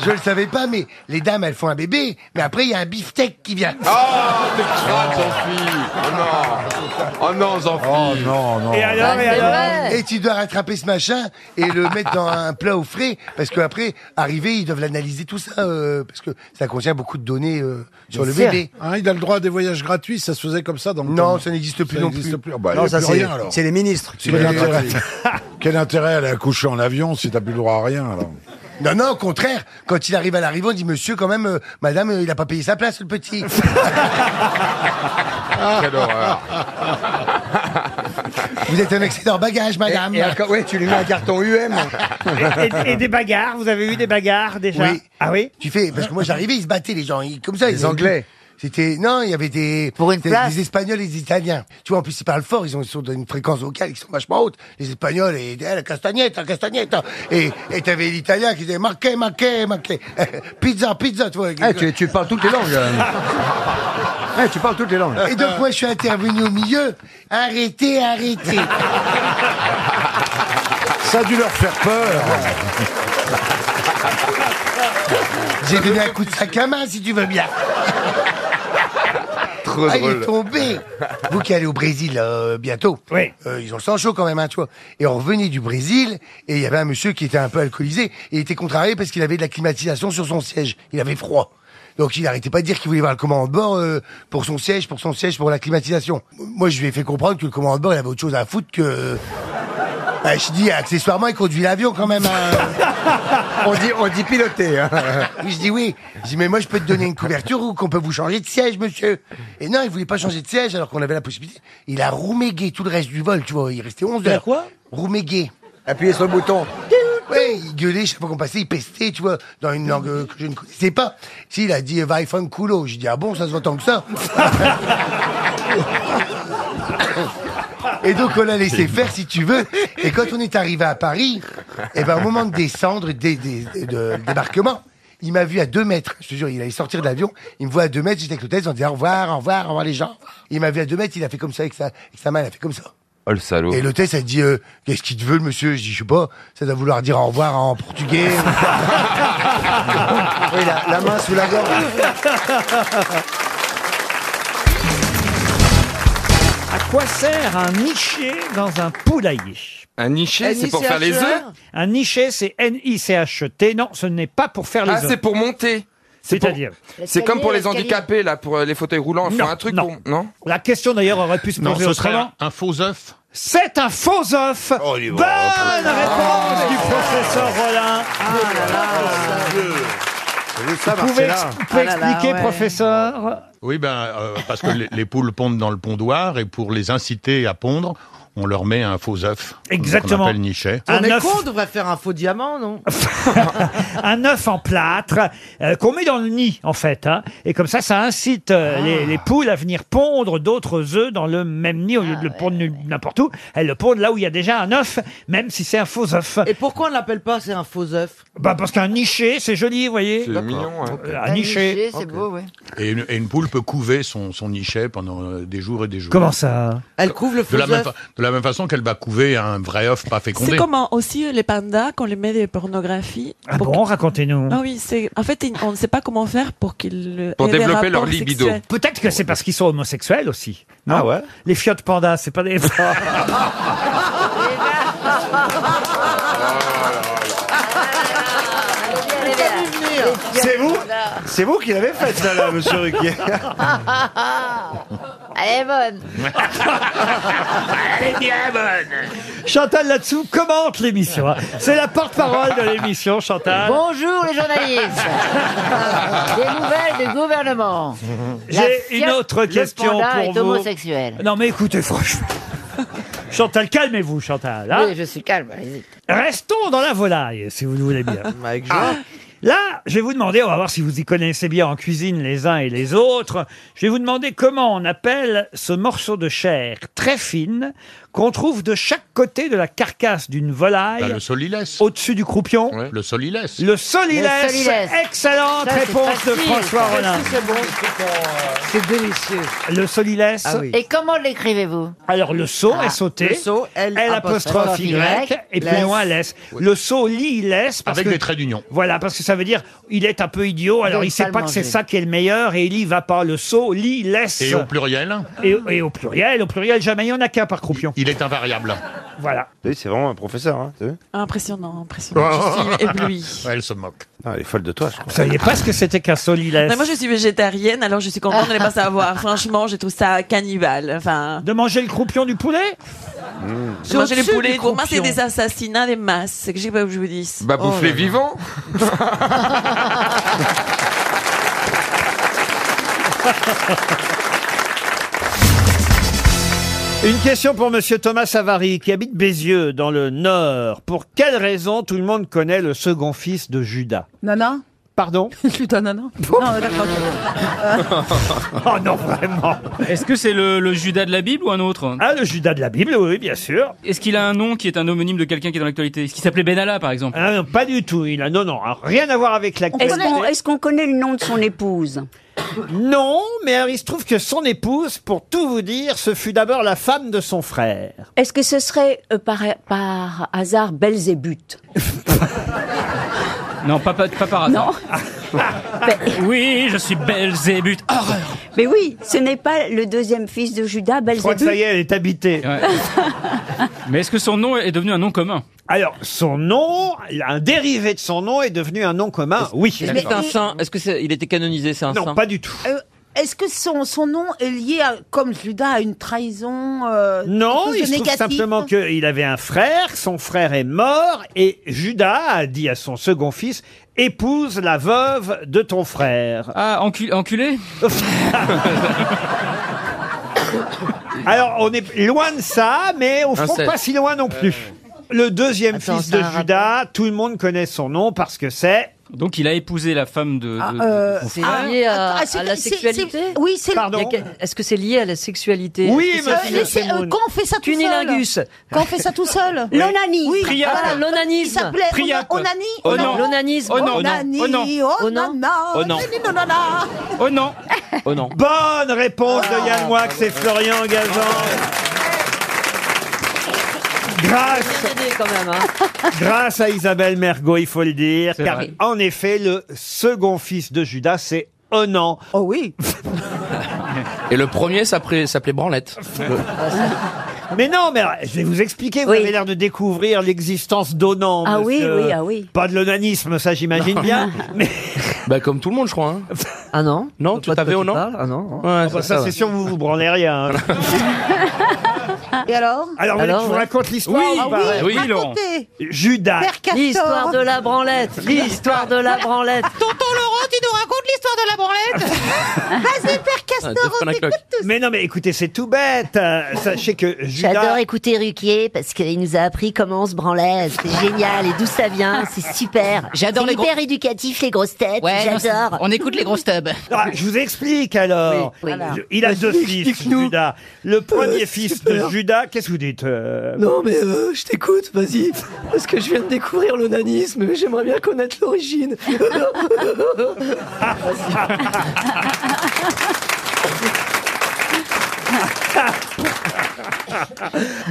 Speaker 12: Je, je le savais pas, mais les dames, elles font un bébé, mais après, il y a un beefsteak qui vient.
Speaker 9: Ah, t'es crade,
Speaker 22: Oh
Speaker 9: Jean-Philippe. Oh non. Oh non, Jean-Philippe. Oh non, non.
Speaker 22: Ah,
Speaker 12: Et alors,
Speaker 22: bah,
Speaker 12: et alors
Speaker 9: Et-
Speaker 12: Et tu dois rattraper ce machin et le mettre dans un plat au frais, parce qu'après, arrivé, ils doivent l'analyser tout ça, euh, parce que ça contient beaucoup de données euh, sur le bébé.
Speaker 29: Hein, il a le droit à des voyages gratuits, ça se faisait comme ça dans le
Speaker 12: Non,
Speaker 29: temps.
Speaker 12: ça n'existe plus
Speaker 29: Ça
Speaker 12: non
Speaker 29: n'existe
Speaker 12: plus.
Speaker 29: plus. Ah bah, il y a plus rien, alors.
Speaker 22: qui
Speaker 29: Quel
Speaker 22: veulent
Speaker 29: intérêt,
Speaker 22: gratuit.
Speaker 29: quel intérêt à aller accoucher en avion si t'as plus le droit à rien alors
Speaker 12: Non, non, au contraire, quand il arrive à l'arrivée, on dit Monsieur, quand même, euh, madame, euh, il n'a pas payé sa place, le petit.
Speaker 9: Quelle horreur.
Speaker 12: Vous êtes un excédent bagage, madame.
Speaker 22: Et encore- ouais, tu lui mets un carton UM.
Speaker 1: et, et des bagarres, vous avez eu des bagarres déjà
Speaker 12: Oui.
Speaker 1: Ah oui
Speaker 12: Tu fais, parce que moi j'arrivais, ils se battaient, les gens. Ils- comme ça,
Speaker 22: Les
Speaker 12: ils-
Speaker 22: Anglais.
Speaker 12: C'était, non, il y avait des, des,
Speaker 22: place.
Speaker 12: des Espagnols et des Italiens. Tu vois, en plus, ils parlent fort, ils ont, ils sont dans une fréquence vocale qui sont vachement haute. Les Espagnols et, eh, la castagnette, la castagnette. Et, et t'avais l'Italien qui disait, marqué, marqué, marqué. pizza, pizza, tu vois.
Speaker 22: Eh, tu, tu parles toutes les langues. euh. Eh, tu parles toutes les langues.
Speaker 12: Et donc, moi, je suis intervenu au milieu. Arrêtez, arrêtez.
Speaker 29: Ça a dû leur faire peur.
Speaker 12: J'ai donné un coup de sac à main, si tu veux bien.
Speaker 9: Trop
Speaker 12: ah, il
Speaker 9: drôle.
Speaker 12: est tombé. Vous qui allez au Brésil euh, bientôt, euh, ils ont le sang chaud quand même, hein, tu vois. Et on revenait du Brésil, et il y avait un monsieur qui était un peu alcoolisé, et il était contrarié parce qu'il avait de la climatisation sur son siège. Il avait froid. Donc il arrêtait pas de dire qu'il voulait voir le commandant de bord euh, pour son siège, pour son siège, pour la climatisation. Moi, je lui ai fait comprendre que le commandant de bord, il avait autre chose à foutre que... Bah, je dis, accessoirement, il conduit l'avion quand même. on, dit, on dit piloter. hein. je dis oui. Je dis, mais moi, je peux te donner une couverture ou qu'on peut vous changer de siège, monsieur. Et non, il voulait pas changer de siège alors qu'on avait la possibilité. Il a roumégué tout le reste du vol, tu vois. Il restait 11
Speaker 22: Il a
Speaker 12: heures.
Speaker 22: quoi
Speaker 12: Roumégué.
Speaker 22: Appuyez sur le bouton.
Speaker 12: Ouais, il gueulait chaque fois qu'on passait, il pestait, tu vois, dans une langue euh, que je ne connaissais pas. S'il a dit va un culo, j'ai dit ah bon, ça se voit tant que ça. Et donc on l'a laissé faire si tu veux. Et quand on est arrivé à Paris, et ben au moment de descendre, des, des- de, le débarquement, il m'a vu à deux mètres. Je te jure, il allait sortir de l'avion. Il me voit à deux mètres, j'étais avec l'hôtesse, on disait au revoir, au revoir, au revoir les gens. Il m'a vu à deux mètres, il a fait comme ça avec sa, avec sa main, il a fait comme ça.
Speaker 9: Oh le salaud.
Speaker 12: Et l'hôtesse, elle dit, euh, qu'est-ce qu'il te veut, le monsieur Je dis, je sais pas, ça doit vouloir dire au revoir en portugais.
Speaker 22: Oui, la, la main sous la gorge.
Speaker 1: À quoi sert un nichet dans un poulailler
Speaker 9: Un nichet, Eh, c'est pour faire les œufs
Speaker 1: Un nichet, c'est N-I-C-H-T. Non, ce n'est pas pour faire les
Speaker 9: Ah,
Speaker 1: œufs.
Speaker 9: c'est pour monter. pour-
Speaker 1: C'est-à-dire
Speaker 9: C'est comme pour les handicapés, là, pour euh, les fauteuils roulants. Ils font
Speaker 1: Non,
Speaker 9: un truc,
Speaker 1: non.
Speaker 9: pour- non
Speaker 1: La question d'ailleurs aurait pu se
Speaker 9: Non,
Speaker 1: poser
Speaker 9: ce serait
Speaker 1: autrement.
Speaker 2: Un faux œuf.
Speaker 1: C'est un faux œuf. Bonne Ah,
Speaker 23: Ah,
Speaker 1: réponse du professeur Rollin. Ah,
Speaker 23: Ah,
Speaker 2: ça,
Speaker 1: Vous pouvez,
Speaker 2: Marcella.
Speaker 1: ex- vous pouvez
Speaker 2: Ah là là,
Speaker 1: expliquer,
Speaker 2: ouais.
Speaker 1: professeur
Speaker 2: Oui, ben, euh, parce que les, les poules pondent dans le pondoir et pour les inciter à pondre, on leur met un faux œuf.
Speaker 1: Exactement.
Speaker 2: Qu'on appelle nichet.
Speaker 29: Ah,
Speaker 3: On est
Speaker 1: œuf.
Speaker 3: con, on devrait faire un faux diamant, non
Speaker 1: un œuf en plâtre euh, qu'on met dans le nid en fait. hein. Et comme ça, ça incite euh, les, les poules à venir pondre d'autres œufs dans le même nid au lieu de le pondre nul- n'importe où. Elles le pondent là où il y a déjà un œuf, même si c'est un faux œuf.
Speaker 3: Et pourquoi on l'appelle pas c'est un faux œuf
Speaker 1: Bah parce qu'un niché, c'est joli, vous voyez.
Speaker 2: C'est mignon, hein.
Speaker 1: Euh, Un niché.
Speaker 3: beau, ouais.
Speaker 2: Et une, et une poule peut couver son, son nichet pendant euh, des jours et des jours.
Speaker 1: Comment ça
Speaker 3: Elle couvre le
Speaker 2: de la,
Speaker 3: faux
Speaker 2: même
Speaker 3: œuf.
Speaker 2: fa- de la même façon qu'elle va couver un vrai œuf pas fécondé.
Speaker 21: C'est comment aussi euh, les pandas quand on les met des pornographies.
Speaker 1: Ah bon, racontez-nous.
Speaker 21: Ah oui, c'est en fait ils- on ne sait pas comment faire pour qu'ils euh,
Speaker 1: Pour
Speaker 21: aient des
Speaker 1: développer
Speaker 21: rapports
Speaker 1: leur libido.
Speaker 21: sexuels.
Speaker 1: Peut-être que c'est parce qu'ils sont homosexuels aussi. ah ouais Les fiottes pandas, c'est pas des.
Speaker 30: C'est vous C'est vous qui l'avez faite, ça, là, monsieur Ruquier.
Speaker 18: Elle est bonne.
Speaker 1: Elle est bien bonne. Chantal là-dessous commente l'émission. hein. C'est la porte-parole de l'émission, Chantal.
Speaker 18: Bonjour les journalistes. Des nouvelles du gouvernement. La
Speaker 1: J'ai une
Speaker 18: Fiat,
Speaker 1: autre question
Speaker 18: le panda
Speaker 1: pour
Speaker 18: est
Speaker 1: vous.
Speaker 18: homosexuel.
Speaker 1: Non mais écoutez, franchement. Chantal, calmez-vous, Chantal. hein.
Speaker 18: Oui, je suis calme, allez-y.
Speaker 1: Restons dans la volaille, si vous le voulez bien.
Speaker 18: joie.
Speaker 1: Ah. Là, je vais vous demander, on va voir si vous y connaissez bien en cuisine les uns et les autres, je vais vous demander comment on appelle ce morceau de chair très fine qu'on trouve de chaque côté de la carcasse d'une volaille.
Speaker 6: Bah, le solilès.
Speaker 1: Au-dessus du croupion.
Speaker 6: Le solilès.
Speaker 1: Le solilès. Excellente
Speaker 6: Ça, c'est
Speaker 1: réponse de
Speaker 6: facile.
Speaker 1: François
Speaker 6: Ça,
Speaker 1: Rollin.
Speaker 6: c'est
Speaker 31: C'est bon,
Speaker 1: C'est délicieux. Ah Le solilès.
Speaker 30: Ah
Speaker 32: Et comment l'écrivez-vous
Speaker 1: Alors le saut
Speaker 32: Ah,
Speaker 1: est sauté.
Speaker 32: le saut, L
Speaker 1: L apostrophe Y. Et plus
Speaker 32: laisse.
Speaker 1: loin, laisse. Le saut, lit, laisse. parce
Speaker 6: Avec
Speaker 1: que-
Speaker 6: des traits d'union.
Speaker 1: Voilà, parce que ça veut dire, il est un peu idiot, alors
Speaker 6: veut
Speaker 1: il sait
Speaker 6: pas le
Speaker 1: pas que c'est
Speaker 6: manger.
Speaker 1: ça qui est le meilleur, et il y va pas. Le saut, lit, laisse.
Speaker 6: Et au pluriel
Speaker 1: Et, et au pluriel, au pluriel, jamais il y en a qu'un par croupion.
Speaker 6: Il est invariable.
Speaker 1: Voilà.
Speaker 33: Oui, c'est vraiment un professeur, hein, t'as vu
Speaker 21: Ah, Impressionnant, impressionnant. Je suis éblouie.
Speaker 6: Ouais, Elle se moque.
Speaker 33: Non, Ah, elle est folle de toi, je crois.
Speaker 1: Vous saviez pas ce que c'était qu'un solilès
Speaker 21: Non, moi, je suis végétarienne, alors je suis contente de ne pas savoir. Franchement, je trouve ça cannibale. Enfin,
Speaker 1: De manger le croupion du poulet
Speaker 21: de manger les
Speaker 1: au-dessus
Speaker 21: poulets,
Speaker 1: du
Speaker 21: pour moi, c'est
Speaker 1: croupion.
Speaker 21: des assassinats des masses. C'est que j'ai pas que je vous Oh dis.
Speaker 22: Bah, bouffe-les vivants.
Speaker 1: Une question pour Monsieur Thomas Savary, qui habite Bézieux, dans le Nord. Pour quelle raison tout le monde connaît le second fils de Judas
Speaker 24: Nana
Speaker 1: Pardon
Speaker 24: Putain, nana. non, d'accord.
Speaker 1: Oh non, vraiment
Speaker 17: Est-ce que c'est le, le Judas de la Bible ou un autre
Speaker 1: Ah, le Judas de la Bible, oui, bien sûr.
Speaker 17: Est-ce qu'il a un nom qui est un homonyme de quelqu'un qui est dans l'actualité Est-ce qu'il s'appelait Benalla, par exemple
Speaker 1: Ah non, pas du tout, il a... Non, non, alors, rien à voir avec la
Speaker 24: Est-ce qu'on est-ce qu'on connaît le nom de son épouse
Speaker 1: Non, mais alors, il se trouve que son épouse, pour tout vous dire, ce fut d'abord la femme de son frère.
Speaker 24: Est-ce que ce serait euh, par, par hasard Belzébuth
Speaker 17: Non, pas, pas, pas par hasard. oui, je suis Belzébuth. Horreur
Speaker 24: Mais oui, ce n'est pas le deuxième fils de Judas,
Speaker 1: Je crois que ça y
Speaker 24: Belzébuth.
Speaker 1: est, elle est habitée.
Speaker 17: Mais est-ce que son nom est devenu un nom commun
Speaker 1: Alors, son nom, un dérivé de son nom est devenu un nom commun, oui.
Speaker 5: Est-ce que c'est un saint Est-ce que c'est- il était canonisé, c'est un
Speaker 1: Non,
Speaker 5: saint
Speaker 1: pas du tout.
Speaker 10: Euh, Est-ce que son, son nom est lié, à, comme Judas, à une trahison euh,
Speaker 1: Non,
Speaker 10: quelque chose
Speaker 1: il
Speaker 10: de
Speaker 1: se trouve
Speaker 10: négatif
Speaker 1: simplement qu'il avait un frère, son frère est mort, et Judas a dit à son second fils, épouse la veuve de ton frère.
Speaker 17: Ah, enculé
Speaker 1: Alors, on est loin de ça, mais au fond,
Speaker 17: Inceste.
Speaker 1: pas si loin non plus.
Speaker 17: Euh.
Speaker 1: Le deuxième fils de Judas, tout le monde connaît son nom parce que c'est...
Speaker 17: Donc il a épousé la femme de. de- de-
Speaker 5: C'est
Speaker 10: Ah,
Speaker 5: lié à,
Speaker 10: attends, ah, c'est-
Speaker 5: à la
Speaker 10: c'est-
Speaker 5: sexualité
Speaker 10: c'est- oui, c'est- Pardon
Speaker 5: Il y a que- Est-ce que c'est lié à la sexualité
Speaker 10: Oui,
Speaker 5: Est-ce que c'est-
Speaker 10: monsieur Euh, laissez- euh, Semoun. quand on fait ça tout seul
Speaker 5: Cunilingus.
Speaker 10: Quand on fait ça tout seul
Speaker 5: Oui.
Speaker 10: L'onanisme
Speaker 5: Oui. Priape.
Speaker 10: Voilà,
Speaker 5: L'onanisme.
Speaker 10: Il s'appelait
Speaker 5: Priape.
Speaker 10: ona- onani
Speaker 5: Oh non. L'onanisme. Oh non, oh non,
Speaker 10: Onani,
Speaker 5: oh non, oh non,
Speaker 10: onana,
Speaker 5: oh non.
Speaker 10: onani, nonana.
Speaker 17: Oh non
Speaker 5: Oh non. Ah,
Speaker 1: Bonne réponse de Yann Moix et Florian Gazan.
Speaker 10: Ah,
Speaker 1: Grâce
Speaker 5: quand même. hein.
Speaker 1: Grâce à Isabelle Mergot, il faut le dire,
Speaker 5: C'est
Speaker 1: car
Speaker 5: vrai.
Speaker 1: en effet, le second fils de Judas, c'est Onan.
Speaker 10: Oh oui
Speaker 5: Et le premier s'appelait s'appelait Branlette.
Speaker 1: Mais non, mais alors, je vais vous expliquer, vous avez l'air de découvrir l'existence d'Onan.
Speaker 24: Ah oui,
Speaker 1: monsieur.
Speaker 24: oui, ah oui.
Speaker 1: Pas de l'onanisme, ça j'imagine
Speaker 5: Non.
Speaker 1: bien, mais...
Speaker 5: bah comme tout le monde, je crois. Ah non Non, tu t'avais au nom Ah non.
Speaker 1: Ah bah, ça, c'est sûr, vous vous branlez rien. hein.
Speaker 10: Et alors
Speaker 1: Alors, vous voulez que je vous raconte l'histoire
Speaker 5: Oui,
Speaker 1: ou pas
Speaker 5: ah oui,
Speaker 10: oui, Laurent. racontez.
Speaker 1: Judas.
Speaker 10: Père Castor. Bah,
Speaker 5: L'histoire de la branlette. L'histoire de la branlette.
Speaker 10: Tonton Laurent, tu nous racontes l'histoire de la branlette Vas-y, Père Castor, on t'écoute.
Speaker 1: Mais non, mais écoutez, c'est tout bête. Euh, Sachez que
Speaker 18: J'adore
Speaker 1: Judas...
Speaker 18: écouter Ruquier parce qu'il nous a appris comment on se branlait. C'est génial. Et d'où ça vient C'est super.
Speaker 34: J'adore
Speaker 18: C'est
Speaker 34: les gros-
Speaker 18: hyper éducatif, les grosses têtes.
Speaker 34: Ouais,
Speaker 18: J'adore.
Speaker 34: On écoute les grosses tubs.
Speaker 1: Ah, je vous explique alors.
Speaker 18: Oui, Euh, oui.
Speaker 1: Alors. Il a deux fils, Judas. Le premier fils de Judas, qu'est-ce que vous dites euh,
Speaker 25: Non mais euh, je t'écoute, vas-y, parce que je viens de découvrir l'onanisme, mais j'aimerais bien connaître l'origine.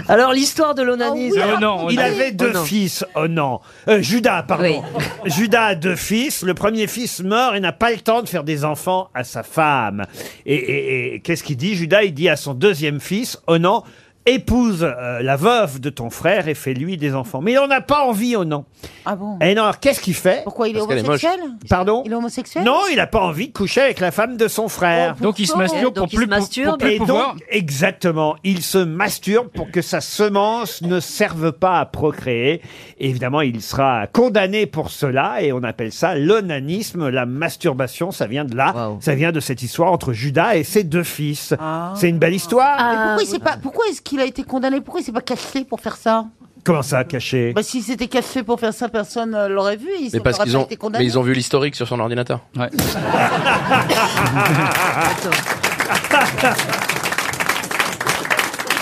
Speaker 5: Alors l'histoire de
Speaker 1: Ah
Speaker 5: l'onanisme.
Speaker 1: Il avait deux fils, oh non. Euh, Judas, pardon. Judas a deux fils. Le premier fils meurt et n'a pas le temps de faire des enfants à sa femme. Et, et- et qu'est-ce qu'il dit Judas, il dit à son deuxième fils, oh non, épouse euh, la veuve de ton frère et fais-lui des enfants. Mais il n'en a pas envie, oh non.
Speaker 10: Ah bon
Speaker 1: Et non, alors qu'est-ce qu'il fait
Speaker 10: Pourquoi il est
Speaker 1: Parce qu'elle est moche.
Speaker 10: homosexuel
Speaker 1: Pardon
Speaker 10: Il est homosexuel
Speaker 1: Non, il n'a pas envie de coucher avec la femme de son frère.
Speaker 10: Oh, Donc il se pourquoi masturbe pour Donc il plus se pou- pour masturbe. plus
Speaker 1: Et
Speaker 10: pouvoir.
Speaker 1: donc, exactement, il se masturbe pour que sa semence ne serve pas à procréer. Et évidemment, il sera condamné pour cela et on appelle ça l'onanisme, la masturbation. Ça vient de là, ça vient de cette histoire entre Judas et ses deux fils.
Speaker 10: Ah.
Speaker 1: C'est une belle histoire.
Speaker 18: Ah,
Speaker 10: Mais pourquoi il s'est pas- pourquoi est-ce qu'il a été condamné Pourquoi il s'est pas caché pour faire ça
Speaker 1: Comment ça, caché
Speaker 18: Bah, si c'était caché pour faire ça, personne euh, l'aurait vu. Ils
Speaker 6: Mais parce
Speaker 18: n'auraient
Speaker 6: qu'ils
Speaker 18: pas
Speaker 6: ont,
Speaker 18: été
Speaker 6: mais
Speaker 18: condamnés.
Speaker 6: ils ont vu l'historique sur son ordinateur. Ouais.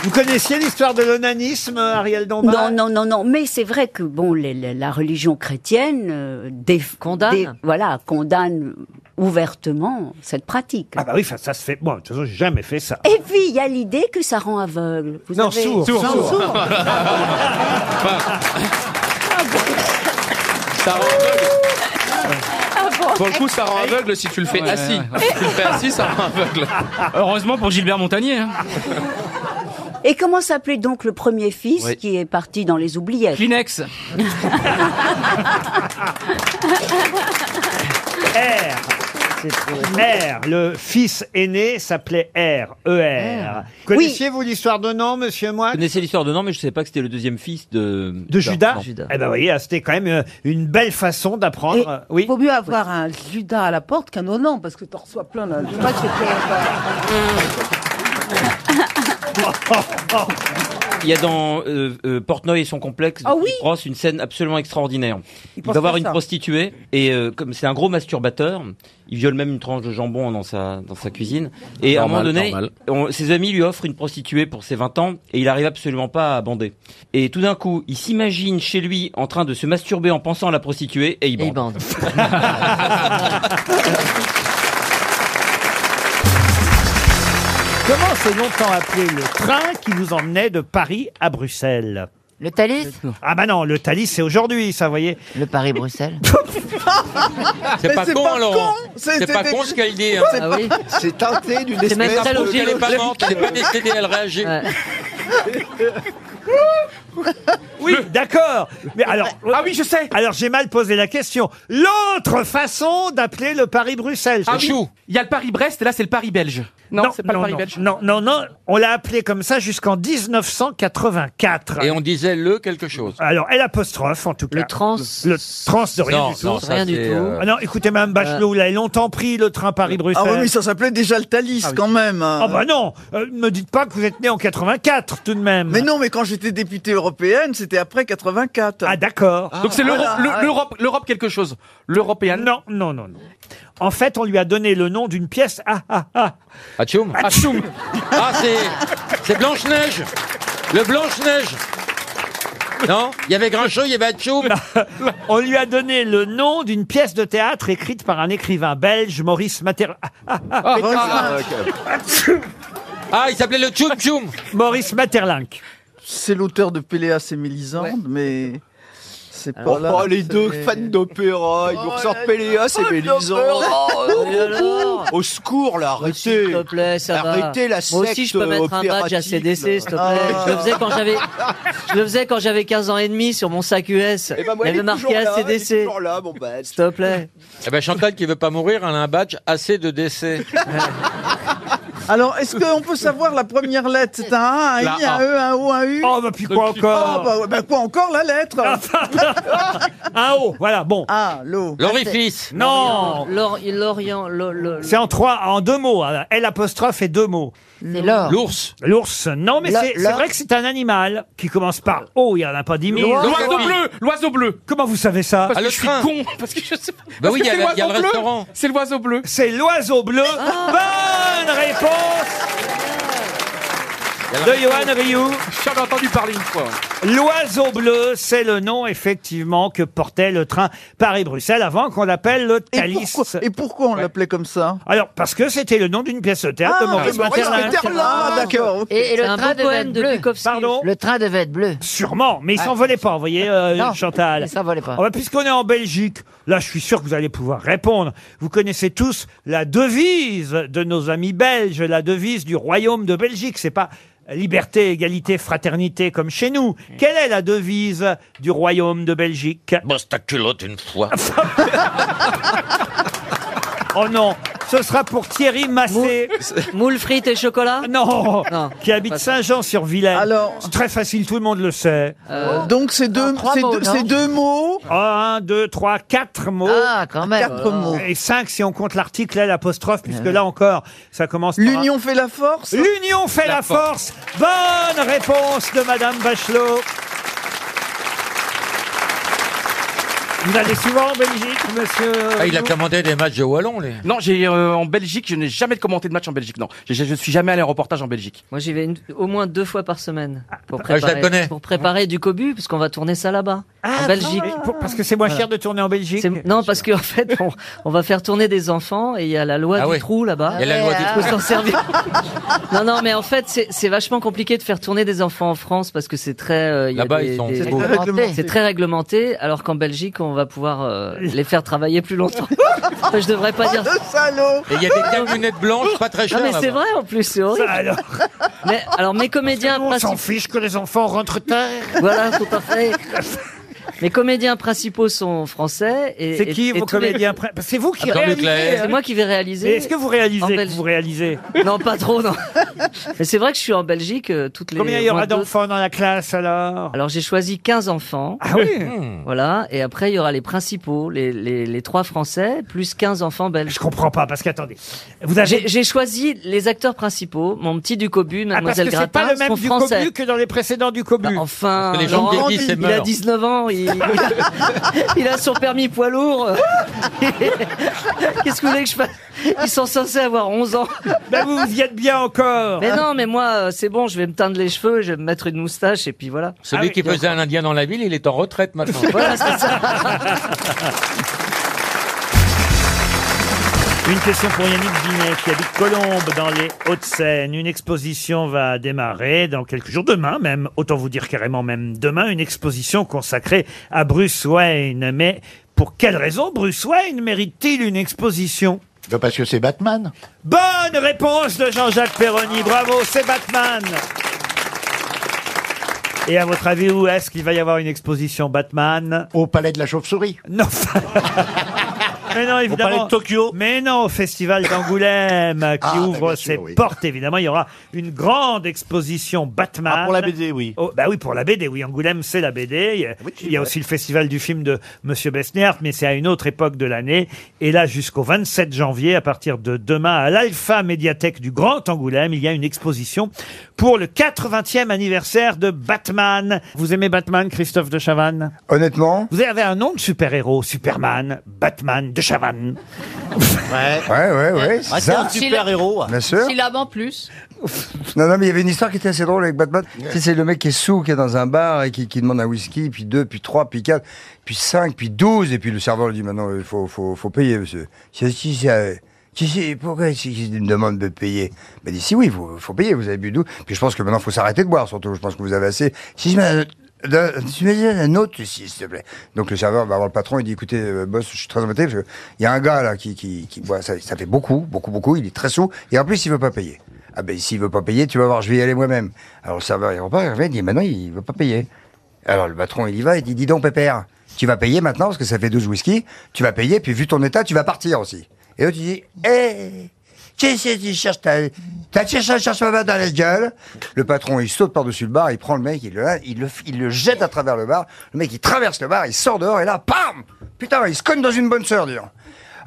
Speaker 1: Vous connaissiez l'histoire de l'onanisme, Ariel Dombal
Speaker 24: Non, non, non, non. Mais c'est vrai que bon, les- les- la religion chrétienne euh, déf-
Speaker 1: Condamne.
Speaker 24: dé- voilà, condamne ouvertement cette pratique.
Speaker 1: Ah bah oui, enfin, ça se fait. Moi, de toute façon, j'ai jamais fait ça.
Speaker 24: Et puis il y a l'idée que ça rend aveugle. Vous
Speaker 1: Non,
Speaker 24: avez-
Speaker 1: sourd, sourd,
Speaker 24: Non,
Speaker 1: sourd.
Speaker 6: Ça rend aveugle.
Speaker 24: Ah bon
Speaker 6: Pour le coup, ça rend aveugle si tu le fais
Speaker 26: Ouais,
Speaker 6: assis.
Speaker 26: ouais.
Speaker 6: Si tu le fais assis, ça rend aveugle. Heureusement pour Gilbert Montagnier. hein.
Speaker 24: Et comment s'appelait donc le premier fils
Speaker 6: Oui.
Speaker 24: qui est parti dans les oubliettes
Speaker 26: Kleenex.
Speaker 1: R, le fils aîné s'appelait R, E-R. Connaissiez-vous l'histoire de nom, monsieur Moine
Speaker 17: Je connaissais l'histoire de nom, mais je ne savais pas que c'était le deuxième fils de,
Speaker 1: De Judas,
Speaker 17: Non.
Speaker 1: Eh ben vous voyez, c'était quand même euh, une belle façon d'apprendre. euh, Oui.
Speaker 18: Vaut mieux avoir un Judas à la porte qu'un onan, parce que t'en reçois plein. Là. Moi, c'était...
Speaker 17: Il y a dans euh, euh, Portnoy et son complexe de
Speaker 18: Ah oui
Speaker 17: Philippe Ross une scène absolument extraordinaire. Il,
Speaker 18: pense
Speaker 17: va voir
Speaker 18: à
Speaker 17: une
Speaker 18: ça.
Speaker 17: prostituée et euh, comme c'est un gros masturbateur, il viole même une tranche de jambon dans sa dans sa cuisine. Et à un moment
Speaker 6: Normal,
Speaker 17: donné,
Speaker 6: normal.
Speaker 17: on- ses amis lui offrent une prostituée pour ses 20 ans et il arrive absolument pas à bander. Et tout d'un coup, il s'imagine chez lui en train de se masturber en pensant à la prostituée et il bande.
Speaker 1: Comment s'est longtemps appelé le train qui vous emmenait de Paris à Bruxelles Le Thalys Ah bah non, le Thalys c'est aujourd'hui, ça, vous voyez. Le Paris-Bruxelles Ah,
Speaker 17: C'est pas con, Laurent. C'est pas con ce qu'elle dit. hein.
Speaker 22: C'est teinté d'une
Speaker 17: C'est même
Speaker 22: espèce
Speaker 17: ça,
Speaker 22: de...
Speaker 17: Sophie, elle est pas morte, elle est pas décédée, elle réagit.
Speaker 1: Oui, d'accord. Mais alors, ah oui, je sais. Alors j'ai mal posé la question. L'autre façon d'appeler le Paris-Bruxelles.
Speaker 26: Ah
Speaker 1: c'est
Speaker 26: oui,
Speaker 1: chou.
Speaker 26: il y a le Paris-Brest et là c'est le Paris-Belge. Non, c'est pas le Paris-Belge.
Speaker 1: Non, non, non. On l'a appelé comme ça jusqu'en 1984.
Speaker 16: Et on disait le quelque chose.
Speaker 1: Alors, L apostrophe, en tout cas. Le trans. Le trans de rien
Speaker 16: Non,
Speaker 1: du tout.
Speaker 16: non, ça, Rien du c'est, tout. euh,
Speaker 1: Ah non, écoutez, Mme Bachelot, là, elle a longtemps pris le train Paris-Bruxelles.
Speaker 15: Ah oui, mais ça s'appelait déjà le Thalys quand même. hein.
Speaker 1: Ah bah non, euh, ne me dites pas que vous êtes né en 84 tout de même.
Speaker 15: Mais non, mais quand j'étais députée européenne, c'était après 84. Ah
Speaker 1: d'accord.
Speaker 15: Ah,
Speaker 26: Donc c'est l'Europe,
Speaker 15: voilà.
Speaker 26: le- l'Europe, l'Europe quelque chose. L'européenne.
Speaker 1: Non, non, non, non. En fait, on lui a donné le nom d'une pièce. Ah, ah, ah.
Speaker 16: Atchoum
Speaker 1: Atchoum.
Speaker 16: Ah, c'est, c'est Blanche-Neige Le Blanche-Neige Non Il y avait Grincheux, il y avait Atchoum
Speaker 1: On lui a donné le nom d'une pièce de théâtre écrite par un écrivain belge, Maurice Mater... Ah, ah, ah.
Speaker 16: Ah, ah, Ah, il s'appelait le Tchoum Tchoum
Speaker 1: Maurice Materlinck.
Speaker 15: C'est l'auteur de Péléas et Mélisande, mais c'est pas
Speaker 14: Oh,
Speaker 15: là.
Speaker 14: oh, les deux
Speaker 15: C'est- Oh,
Speaker 14: fans d'opéra, ils nous ressortent
Speaker 15: ah,
Speaker 14: Péléas et Mélisande.
Speaker 5: Ah, oh,
Speaker 1: Oh,
Speaker 14: Au secours, là, arrêtez. S'il te plaît,
Speaker 5: ça va.
Speaker 14: Arrêtez la secte
Speaker 5: Moi aussi, je peux mettre un badge
Speaker 14: opératique,
Speaker 5: ACDC, s'il te plaît.
Speaker 14: là.
Speaker 5: Je le faisais quand j'avais, je le faisais quand j'avais 15 ans et demi sur mon sac US.
Speaker 14: Eh ben, moi,
Speaker 5: il y avait
Speaker 14: il est
Speaker 5: marqué
Speaker 14: toujours là, il est
Speaker 5: ACDC.
Speaker 14: toujours là, bah, mon badge.
Speaker 5: S'il te plaît.
Speaker 16: Eh ben Chantal qui veut pas mourir, elle a un badge assez de décès.
Speaker 15: Alors, est-ce qu'on peut savoir la première lettre C'est un A, un I,
Speaker 16: La
Speaker 15: un
Speaker 16: A.
Speaker 15: E, un O, un U
Speaker 1: Oh, bah puis quoi encore
Speaker 15: Oh, bah, bah, quoi encore la lettre
Speaker 1: Un haut, oh, voilà, bon.
Speaker 15: Ah, l'eau.
Speaker 1: L'orifice. Non.
Speaker 5: L'or- L'Orient. l'o- l'o-
Speaker 1: C'est en trois, en deux mots. hein. L apostrophe et deux mots.
Speaker 5: C'est l'or.
Speaker 1: L'ours. L'ours. Non, mais
Speaker 5: La-
Speaker 1: c'est c'est
Speaker 5: la-
Speaker 1: vrai que c'est un animal qui commence par O. Il y en a pas dix mille.
Speaker 26: L'oiseau L'oiseau bleu.
Speaker 1: L'oiseau bleu. Comment vous savez ça
Speaker 26: Parce que je suis con, parce que je sais pas.
Speaker 1: Bah
Speaker 26: Parce
Speaker 1: oui,
Speaker 26: que
Speaker 1: il y a
Speaker 26: c'est
Speaker 1: la- il y a le
Speaker 26: l'oiseau bleu.
Speaker 1: restaurant.
Speaker 26: C'est l'oiseau bleu.
Speaker 1: C'est l'oiseau bleu.
Speaker 5: Ah.
Speaker 1: Bonne réponse de Johan Rioux.
Speaker 26: J'en ai entendu parler une fois.
Speaker 1: L'oiseau bleu, c'est le nom effectivement que portait le train Paris-Bruxelles avant qu'on l'appelle le Thalys.
Speaker 15: Et pourquoi on l'appelait comme ça
Speaker 1: Alors parce que c'était le nom d'une pièce de théâtre de Maurice Maeterlinck.
Speaker 15: Ah, d'accord. ok.
Speaker 5: Et, et le train devait être bleu.
Speaker 1: Pardon
Speaker 5: Le train devait être bleu.
Speaker 1: Sûrement, mais il
Speaker 5: Ah.
Speaker 1: s'envolait pas, vous voyez, euh,
Speaker 5: Non,
Speaker 1: Chantal.
Speaker 5: il s'envolait pas.
Speaker 1: Ah bah, Puisqu'on est en Belgique, là, je suis sûr que vous allez pouvoir répondre. Vous connaissez tous la devise de nos amis belges, la devise du Royaume de Belgique. C'est pas liberté, égalité, fraternité comme chez nous. Quelle est la devise du Royaume de Belgique
Speaker 16: Bosse ta culotte une fois.
Speaker 1: Oh non, ce sera pour Thierry Massé.
Speaker 5: Moules frites et chocolat
Speaker 1: Non,
Speaker 5: Non,
Speaker 1: qui habite Saint-Jean-sur-Vilaine. C'est très facile, tout le monde le sait.
Speaker 15: Donc c'est deux,
Speaker 1: trois
Speaker 15: c'est
Speaker 1: mots,
Speaker 15: deux,
Speaker 1: non
Speaker 15: c'est deux mots.
Speaker 1: Un, deux, trois, quatre mots.
Speaker 15: Ah, quand même. Quatre mots.
Speaker 1: Et cinq si on compte l'article, L apostrophe, puisque là encore, ça commence par... un-
Speaker 15: L'union fait la force.
Speaker 1: L'union fait la, force. Bonne réponse de Madame Bachelot. Vous allez souvent en Belgique, monsieur
Speaker 16: Ah, il a commandé des matchs de Wallon, les.
Speaker 9: Non, j'ai euh, en Belgique, je n'ai jamais commenté de match en Belgique. Non, je, je- je suis jamais allé en reportage en Belgique.
Speaker 5: Moi, j'y vais une- au moins deux fois par semaine pour
Speaker 9: Ah, je la
Speaker 5: préparer,
Speaker 9: connais.
Speaker 5: pour préparer du cobu, parce qu'on va tourner ça là-bas, en Belgique.
Speaker 1: parce que c'est moins cher de tourner en Belgique
Speaker 5: Non, parce qu'en fait, on, on va faire tourner des enfants et il y a la loi
Speaker 16: Ah
Speaker 5: du
Speaker 16: oui.
Speaker 5: trou là-bas.
Speaker 16: Il y a la loi du
Speaker 5: Tu
Speaker 16: trou.
Speaker 5: peux s'en servir. non, non, mais en fait, c'est c'est vachement compliqué de faire tourner des enfants en France parce que c'est très. euh, il y a
Speaker 16: Là-bas,
Speaker 5: des-
Speaker 16: ils sont
Speaker 5: des-
Speaker 16: C'est beaux. très réglementé.
Speaker 5: C'est très réglementé, alors qu'en Belgique, on va pouvoir euh, les faire travailler plus longtemps. Je devrais pas dire ça.
Speaker 6: salaud
Speaker 16: Et il y a des camionnettes blanches pas très
Speaker 5: Non,
Speaker 16: chères.
Speaker 5: mais c'est
Speaker 16: là-bas.
Speaker 5: vrai en plus, c'est horrible.
Speaker 16: Ça, alors.
Speaker 5: Mais alors, mes comédiens. On s'en
Speaker 1: fiche que les enfants rentrent tard.
Speaker 5: Voilà, tout à fait. Mes comédiens principaux sont français. et-
Speaker 1: C'est
Speaker 5: et-
Speaker 1: qui
Speaker 5: et
Speaker 1: vos
Speaker 5: tous les-
Speaker 1: comédiens prin- C'est vous qui
Speaker 5: Attends,
Speaker 1: réalisez
Speaker 5: Leclerc.
Speaker 1: hein
Speaker 5: C'est moi qui vais réaliser.
Speaker 1: Et Est-ce que vous
Speaker 5: En
Speaker 1: réalisez que
Speaker 5: Belgique.
Speaker 1: vous réalisez
Speaker 5: Non, pas trop, non. Mais c'est vrai que je suis en Belgique euh, toutes les.
Speaker 1: Combien il y aura
Speaker 5: moins deux-
Speaker 1: d'enfants dans la classe alors
Speaker 5: Alors j'ai choisi 15 enfants. Hmm.
Speaker 1: Ah oui
Speaker 5: Voilà, et après il y aura les principaux, les, les, les trois français, plus 15 enfants belges. Je
Speaker 1: comprends pas, parce qu'attendez. vous avez-
Speaker 5: J'ai choisi les acteurs principaux, mon petit Ducobu,
Speaker 1: Ah, parce
Speaker 5: Mademoiselle
Speaker 1: que c'est
Speaker 5: Gratin,
Speaker 1: pas le même
Speaker 5: sont
Speaker 1: du
Speaker 5: français. Bah,
Speaker 1: cobu que dans les précédents du cobu.
Speaker 5: enfin,
Speaker 1: Parce que les gens
Speaker 5: Laurent,
Speaker 1: qui
Speaker 5: il,
Speaker 1: disent, c'est
Speaker 5: il a
Speaker 1: mort.
Speaker 5: 19 ans, il, il a, il a son permis poids lourd. Qu'est-ce que vous voulez que je fasse Ils sont censés avoir 11 ans.
Speaker 1: Ben vous, vous y êtes bien encore.
Speaker 5: Mais non, mais moi, euh, c'est bon, je vais me teindre les cheveux, je vais me mettre une moustache et puis voilà.
Speaker 1: Ah
Speaker 16: Celui qui faisait un indien dans la ville, il est en retraite maintenant.
Speaker 5: Voilà, c'est ça.
Speaker 1: Une question pour Yannick Binet qui habite Colombes dans les Hauts-de-Seine. Une exposition va démarrer dans quelques jours, demain même, autant vous dire carrément même demain, une exposition consacrée à Bruce Wayne. Mais pour quelle raison Bruce Wayne mérite-t-il une exposition
Speaker 35: Parce que c'est Batman.
Speaker 1: Bonne réponse de Jean-Jacques Perroni, bravo, c'est Batman et à votre avis, où est-ce qu'il va y avoir une exposition Batman
Speaker 35: Au Palais de la Chauve-Souris.
Speaker 1: Non. Mais non, évidemment.
Speaker 35: Palais de
Speaker 1: Tokyo. Mais non, au Festival d'Angoulême qui
Speaker 35: Ah, bah,
Speaker 1: ouvre
Speaker 35: bien
Speaker 1: ses
Speaker 35: sûr, oui.
Speaker 1: portes, évidemment. Il y aura une grande exposition Batman.
Speaker 35: Ah, pour la BD, oui.
Speaker 1: Oh, bah oui, pour la BD, oui. Angoulême, c'est la BD. Il y a, il y a aussi le Festival du film de Monsieur Besnert, mais c'est à une autre époque de l'année. Et là, jusqu'au 27 janvier, à partir de demain, à l'Alpha Médiathèque du Grand Angoulême, il y a une exposition pour le 80e anniversaire de Batman. Vous aimez Batman, Christophe de Chavannes
Speaker 28: Honnêtement
Speaker 1: Vous avez un nom de super-héros, Superman, Batman, de Chavannes.
Speaker 28: Ouais, ouais, ouais.
Speaker 24: Ah, c'est un super-héros.
Speaker 28: Bien sûr.
Speaker 24: Syllabe en plus.
Speaker 28: Non, non, mais il y avait une histoire qui était assez drôle avec Batman. Tu sais, c'est le mec qui est sous, qui est dans un bar et qui, qui demande un whisky, puis deux, puis trois, puis quatre, puis cinq, puis douze, et puis le serveur lui dit maintenant, il faut, faut, faut payer, monsieur. Si, si, si, euh, si, si, pourquoi si, si, il me demande de payer Ben, il dit si, oui, faut, faut payer, vous avez bu douze. Puis je pense que maintenant, faut s'arrêter de boire, surtout. Je pense que vous avez assez. Si je mets d'un- Tu me donnes un autre, s'il te plaît. Donc le serveur va voir le patron, il dit écoutez, euh, boss, je suis très embêté parce qu'il y a un gars là qui, qui, qui boit, ça, ça fait beaucoup, beaucoup, beaucoup, il est très saoul, et en plus il veut pas payer. Ah ben s'il veut pas payer, tu vas voir, je vais y aller moi-même. Alors le serveur il repart, il revient, il dit maintenant il veut pas payer. Alors le patron il y va, il dit dis donc pépère, tu vas payer maintenant parce que ça fait 12 whisky, tu vas payer, puis vu ton état, tu vas partir aussi. Et l'autre il dit hé eh, Qu'est-ce que tu cherches ta- T'as cherché cherche ma main dans la gueule Le patron, il saute par-dessus le bar, il prend le mec, il le, il, le, il le jette à travers le bar. Le mec, il traverse le bar, il sort dehors, et là, pam Putain, il se cogne dans une bonne sœur, dis donc.